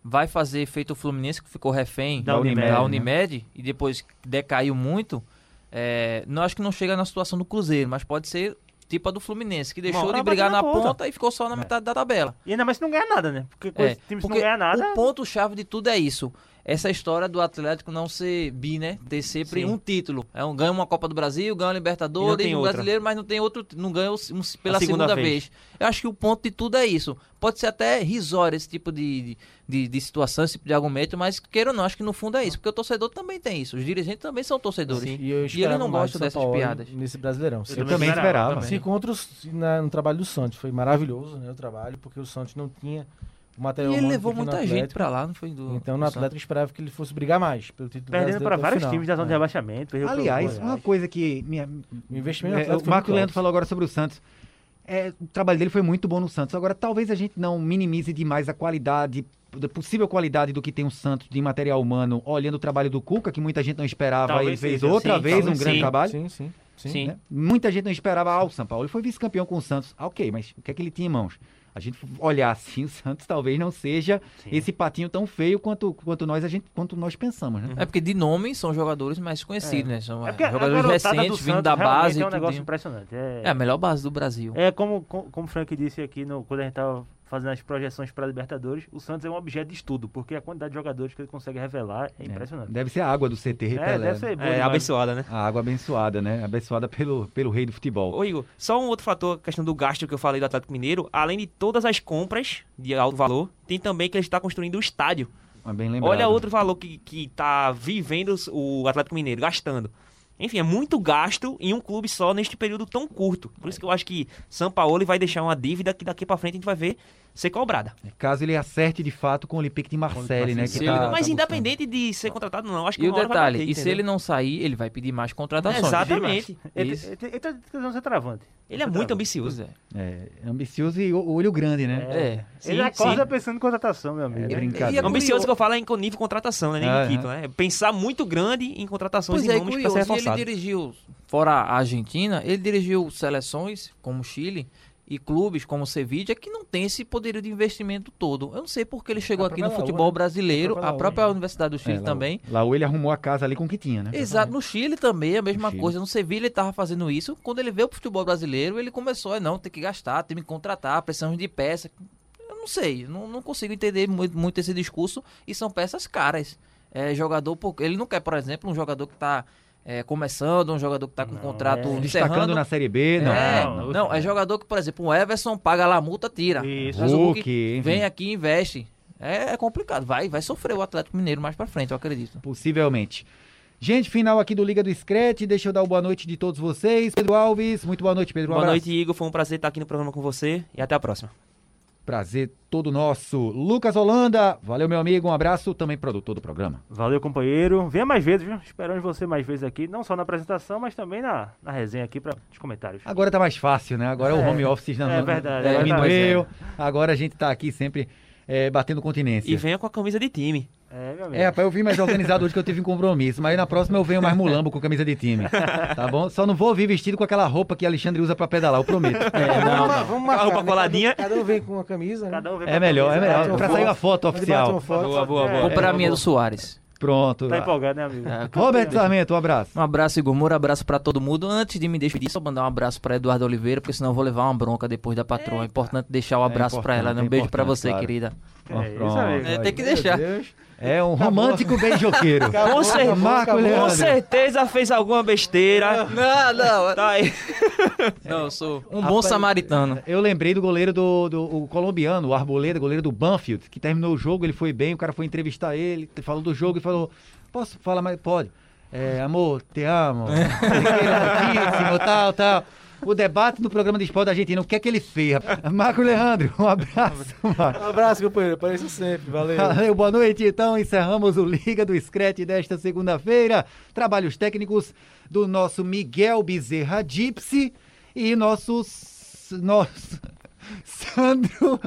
[SPEAKER 9] Vai fazer feito o Fluminense, que ficou refém
[SPEAKER 6] Da Unimed,
[SPEAKER 9] da
[SPEAKER 6] né?
[SPEAKER 9] Unimed, e depois decaiu muito. É, não acho que não chega na situação do Cruzeiro, mas pode ser tipo a do Fluminense, que deixou
[SPEAKER 7] hora
[SPEAKER 9] de
[SPEAKER 7] vai
[SPEAKER 9] brigar
[SPEAKER 7] bater
[SPEAKER 9] na
[SPEAKER 7] na
[SPEAKER 9] ponta.
[SPEAKER 7] ponta.
[SPEAKER 9] e ficou só na metade da tabela.
[SPEAKER 6] E ainda mais se não ganhar nada, né? Porque quando
[SPEAKER 9] É,
[SPEAKER 6] esse time se não
[SPEAKER 9] porque
[SPEAKER 6] ganhar nada.
[SPEAKER 9] o ponto-chave de tudo é isso. Essa história do Atlético não ser bi, né? Ter sempre
[SPEAKER 7] Sim.
[SPEAKER 9] um título. É um, ganha uma Copa do Brasil, ganha uma
[SPEAKER 7] E não
[SPEAKER 9] Libertadores,
[SPEAKER 7] tem
[SPEAKER 9] um
[SPEAKER 7] outra.
[SPEAKER 9] brasileiro, mas não tem outro. Não ganha o- um- pela
[SPEAKER 7] A
[SPEAKER 9] segunda,
[SPEAKER 7] segunda
[SPEAKER 9] vez.
[SPEAKER 7] vez.
[SPEAKER 9] Eu acho que o ponto de tudo é isso. Pode ser até risório esse tipo de, de, de situação, esse tipo de argumento, mas queira ou não, acho que no fundo é isso. Porque o torcedor também tem isso. Os dirigentes também são torcedores.
[SPEAKER 8] E, eu
[SPEAKER 9] eles
[SPEAKER 8] esperava
[SPEAKER 9] não
[SPEAKER 8] mais
[SPEAKER 9] gostam
[SPEAKER 8] do São
[SPEAKER 9] dessas
[SPEAKER 8] Paulo
[SPEAKER 9] piadas.
[SPEAKER 8] Nesse Brasileirão. Se
[SPEAKER 4] Eu também esperava.
[SPEAKER 8] Esse encontro s- na- no trabalho do Santos foi maravilhoso, né? O trabalho, porque o Santos não tinha o
[SPEAKER 9] E
[SPEAKER 8] material
[SPEAKER 9] ele
[SPEAKER 8] humano
[SPEAKER 9] levou
[SPEAKER 8] que tem no
[SPEAKER 9] muita gente
[SPEAKER 8] Atlético.
[SPEAKER 9] pra lá, não foi do.
[SPEAKER 8] Então,
[SPEAKER 9] do
[SPEAKER 8] no
[SPEAKER 9] Santos.
[SPEAKER 8] Atlético, eu esperava que ele fosse brigar mais pelo título
[SPEAKER 6] Perdendo
[SPEAKER 8] brasileiro
[SPEAKER 6] para
[SPEAKER 8] até o
[SPEAKER 6] vários
[SPEAKER 8] final.
[SPEAKER 6] times da zona de
[SPEAKER 8] É.
[SPEAKER 6] rebaixamento. perdeu pro
[SPEAKER 4] Aliás,
[SPEAKER 6] Goiás.
[SPEAKER 4] uma coisa que minha,
[SPEAKER 8] O investimento do
[SPEAKER 4] é,
[SPEAKER 8] Atlético
[SPEAKER 4] o
[SPEAKER 8] foi
[SPEAKER 4] Marco
[SPEAKER 8] muito
[SPEAKER 4] Leandro
[SPEAKER 8] alto.
[SPEAKER 4] falou agora sobre o Santos. É, o trabalho dele foi muito bom no Santos. Agora, talvez a gente não minimize demais a qualidade, da possível qualidade do que tem o Santos de material humano, olhando o trabalho do Cuca, que muita gente não esperava,
[SPEAKER 6] Talvez
[SPEAKER 4] ele fez
[SPEAKER 6] seja,
[SPEAKER 4] outra
[SPEAKER 6] sim,
[SPEAKER 4] vez um
[SPEAKER 6] talvez
[SPEAKER 4] grande
[SPEAKER 6] sim.
[SPEAKER 4] trabalho.
[SPEAKER 8] Sim, sim. sim.
[SPEAKER 7] Sim.
[SPEAKER 4] né? Muita gente não esperava ah, o São Paulo. Ele foi vice-campeão com o Santos. Ah, ok, mas o que é que ele tinha em mãos? A gente olhar assim, o Santos talvez não seja esse patinho tão feio quanto, quanto nós a gente quanto nós pensamos, né?
[SPEAKER 9] É porque de nome são jogadores mais conhecidos, né? São
[SPEAKER 6] É
[SPEAKER 9] é,
[SPEAKER 6] porque a
[SPEAKER 9] jogadores
[SPEAKER 6] garotada do
[SPEAKER 9] recentes, vindo
[SPEAKER 6] Santos
[SPEAKER 9] da
[SPEAKER 6] realmente
[SPEAKER 9] base.
[SPEAKER 6] É um
[SPEAKER 9] e
[SPEAKER 6] negócio
[SPEAKER 9] tudinho.
[SPEAKER 6] impressionante. É,
[SPEAKER 9] É a melhor base do Brasil.
[SPEAKER 6] É como, co- como o Frank disse aqui no, quando a gente estava fazendo as projeções para Libertadores, o Santos é um objeto de estudo, porque a quantidade de jogadores que ele consegue revelar é impressionante.
[SPEAKER 4] Deve ser a água do CT
[SPEAKER 6] É,
[SPEAKER 4] Repelé.
[SPEAKER 6] deve ser bom
[SPEAKER 7] É,
[SPEAKER 6] demais.
[SPEAKER 7] abençoada, né?
[SPEAKER 4] A água abençoada, né? Abençoada pelo, pelo rei do futebol.
[SPEAKER 7] Ô Igor, só um outro fator, a questão do gasto que eu falei do Atlético Mineiro, além de todas as compras de alto valor, tem também que ele está construindo o estádio.
[SPEAKER 4] É Bem lembrado.
[SPEAKER 7] Olha outro valor que, que tá vivendo os- o Atlético Mineiro, gastando. Enfim, é muito gasto em um clube só neste período tão curto. Por isso que eu acho que São Paulo vai deixar uma dívida que daqui pra frente a gente vai ver ser cobrada.
[SPEAKER 4] Caso ele acerte de fato com o Olympique de Marseille, né?
[SPEAKER 9] Se
[SPEAKER 4] que
[SPEAKER 9] ele
[SPEAKER 4] tá-
[SPEAKER 9] não-
[SPEAKER 4] tá
[SPEAKER 7] Mas
[SPEAKER 4] buscando.
[SPEAKER 7] independente de ser contratado ou não, acho que
[SPEAKER 9] E o
[SPEAKER 7] uma hora vai
[SPEAKER 9] detalhe,
[SPEAKER 7] bater,
[SPEAKER 9] e se
[SPEAKER 7] entendeu?
[SPEAKER 9] ele tá não sair, ele vai pedir mais contratações.
[SPEAKER 7] Exatamente.
[SPEAKER 6] Ele,
[SPEAKER 9] Isso.
[SPEAKER 6] ele, ele, ele tá tentando ser travante.
[SPEAKER 7] Ele é
[SPEAKER 9] Tá
[SPEAKER 7] muito ambicioso.
[SPEAKER 4] É, ambicioso e o- olho grande, né?
[SPEAKER 9] É.
[SPEAKER 6] ele acorda pensando em contratação, meu amigo.
[SPEAKER 4] É
[SPEAKER 6] Ele-
[SPEAKER 4] brincadeira.
[SPEAKER 7] Ambicioso que eu falo é em nível de contratação, né? Nem
[SPEAKER 4] Ah,
[SPEAKER 7] em título, né? Pensar muito grande em contratações
[SPEAKER 9] Pois
[SPEAKER 7] e
[SPEAKER 9] é,
[SPEAKER 7] nomes para ser
[SPEAKER 9] curioso. E ele
[SPEAKER 7] reforçado.
[SPEAKER 9] dirigiu, fora a Argentina, ele dirigiu seleções como o Chile e clubes como o Sevilla que não tem esse poderio de investimento todo. Eu não sei porque
[SPEAKER 6] É,
[SPEAKER 9] ele chegou aqui no
[SPEAKER 8] própria
[SPEAKER 9] futebol
[SPEAKER 8] Laú, né?
[SPEAKER 9] brasileiro,
[SPEAKER 8] A própria
[SPEAKER 9] a
[SPEAKER 8] Laú,
[SPEAKER 9] própria Universidade do Chile
[SPEAKER 4] lá o-
[SPEAKER 9] também.
[SPEAKER 4] Lá o É, ele arrumou a casa ali com o que tinha, né?
[SPEAKER 9] Exato, no Chile também é a mesma
[SPEAKER 4] Chile.
[SPEAKER 9] coisa. No Sevilha ele tava fazendo isso. Quando ele veio pro futebol brasileiro, ele começou a não ter que gastar, tem que contratar, precisamos de peça. Eu não sei, não, não consigo entender muito, muito esse discurso. E são peças caras. É, jogador, por- ele não quer, por exemplo, um jogador que tá é, começando, um jogador que tá com contrato
[SPEAKER 4] é, Destacando
[SPEAKER 9] encerrando.
[SPEAKER 4] na Série B, não.
[SPEAKER 9] É,
[SPEAKER 4] não, não.
[SPEAKER 9] não, é jogador que, por exemplo, o Everson paga lá a multa, tira.
[SPEAKER 6] Isso.
[SPEAKER 9] Mas o Hulk
[SPEAKER 4] Hulk, enfim.
[SPEAKER 9] vem aqui e investe. É, é complicado, vai, vai sofrer o Atlético Mineiro mais pra frente, eu acredito.
[SPEAKER 4] Possivelmente. Gente, final aqui do Liga do Scratch. Deixa eu dar o boa noite de todos vocês. Pedro Alves, muito boa noite, Pedro. Um
[SPEAKER 7] Boa
[SPEAKER 4] abraço.
[SPEAKER 7] noite, Igor. Foi um prazer estar aqui no programa com você e até a próxima.
[SPEAKER 4] Prazer todo nosso. Lucas Holanda, valeu, meu amigo. Um abraço, também produtor do programa.
[SPEAKER 6] Valeu, companheiro. Venha mais vezes, viu? Esperamos você mais vezes aqui, não só na apresentação, mas também na, na resenha aqui para os comentários.
[SPEAKER 4] Agora tá mais fácil, né? Agora o
[SPEAKER 6] É.
[SPEAKER 4] home office não,
[SPEAKER 6] É verdade,
[SPEAKER 4] não
[SPEAKER 6] agora tá-
[SPEAKER 4] diminuiu. Agora a gente tá aqui sempre é, batendo continência.
[SPEAKER 7] E venha com a camisa de time.
[SPEAKER 6] É, meu amigo.
[SPEAKER 4] É, rapaz, eu vim mais organizado hoje que eu tive um compromisso, mas na próxima eu venho mais mulambo com camisa de time. Tá bom? Só não vou vir vestido com aquela roupa que Alexandre usa pra pedalar, eu prometo.
[SPEAKER 6] É,
[SPEAKER 8] Vamos, ma- vamos marcar,
[SPEAKER 7] roupa
[SPEAKER 8] né?
[SPEAKER 7] coladinha.
[SPEAKER 8] Cada um, cada um vem com uma camisa, né?
[SPEAKER 6] Cada um vem com
[SPEAKER 4] É
[SPEAKER 6] a
[SPEAKER 4] melhor, é
[SPEAKER 6] camisa,
[SPEAKER 4] melhor.
[SPEAKER 6] bate uma
[SPEAKER 4] Pra
[SPEAKER 6] foto.
[SPEAKER 4] sair a foto
[SPEAKER 8] Mas bate
[SPEAKER 4] oficial.
[SPEAKER 8] uma foto.
[SPEAKER 7] boa,
[SPEAKER 4] É,
[SPEAKER 6] boa.
[SPEAKER 9] Comprar a minha é do Soares.
[SPEAKER 4] Pronto.
[SPEAKER 6] Tá empolgado, né, amigo?
[SPEAKER 4] Roberto Sarmento, um abraço.
[SPEAKER 9] Um abraço, Igor Moura, abraço pra todo mundo. Antes de me despedir, só mandar um abraço pra Eduardo Oliveira, porque senão eu vou levar uma bronca depois da patroa. É importante deixar o abraço pra ela, né? Um
[SPEAKER 4] importante,
[SPEAKER 9] beijo pra
[SPEAKER 4] importante,
[SPEAKER 9] você,
[SPEAKER 4] claro.
[SPEAKER 9] querida.
[SPEAKER 4] Ó,
[SPEAKER 6] É isso,
[SPEAKER 4] pronto.
[SPEAKER 6] amigo.
[SPEAKER 9] É, tem que
[SPEAKER 8] Meu
[SPEAKER 9] deixar.
[SPEAKER 8] Deus.
[SPEAKER 4] É um romântico beijoqueiro.
[SPEAKER 7] Com, cer-
[SPEAKER 4] Marco
[SPEAKER 8] acabou.
[SPEAKER 7] com
[SPEAKER 4] Leandro.
[SPEAKER 7] certeza fez alguma besteira.
[SPEAKER 9] Não, não.
[SPEAKER 7] Tá aí.
[SPEAKER 9] Não, eu sou um bom
[SPEAKER 4] Rapaz,
[SPEAKER 9] samaritano.
[SPEAKER 4] Eu lembrei do goleiro do, do- o colombiano, o Arboleda, goleiro do Banfield, que terminou o jogo, ele foi bem, o cara foi entrevistar ele, falou do jogo e falou: Posso falar mais? Pode. É, amor, te amo. Muitíssimo, tal, tal. O debate no programa de esporte da Argentina, o que é que ele fez? rapaz? Marco Leandro, um abraço, Marco.
[SPEAKER 8] Um abraço, companheiro. Apareço sempre. Valeu.
[SPEAKER 4] Valeu, boa noite. Então, encerramos o Liga do Screte desta segunda-feira. Trabalhos técnicos do nosso Miguel Bezerra Gipsy e nosso, s- nosso Sandro,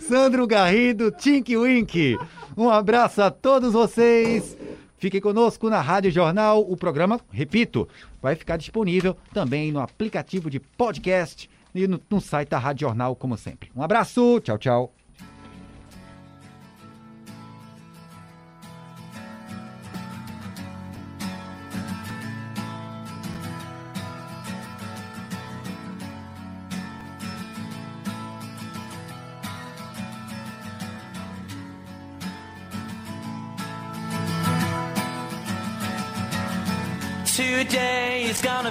[SPEAKER 4] Sandro Garrido Tink Wink. Um abraço a todos vocês. Fiquem conosco na Rádio Jornal. O programa, repito, vai ficar disponível também no aplicativo de podcast e no, no site da Rádio Jornal, como sempre. Um abraço, tchau, tchau.
[SPEAKER 5] Today is gonna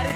[SPEAKER 5] a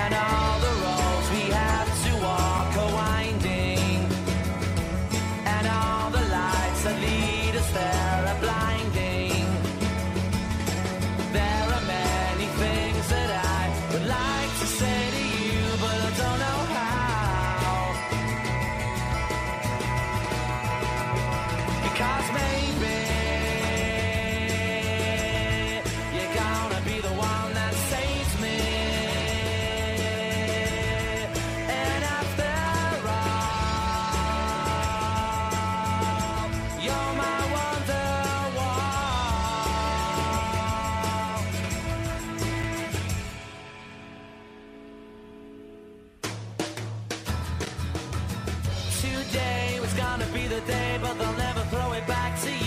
[SPEAKER 5] And all the roads we have to walk are winding, and all the lights that lead us there are blinding. There are many things that I would like to say to you, but I don't know how. Because maybe you're gonna be the one that saves me. And after all, you're my wonderwall. Today was gonna be the day, but they'll never throw it back to you.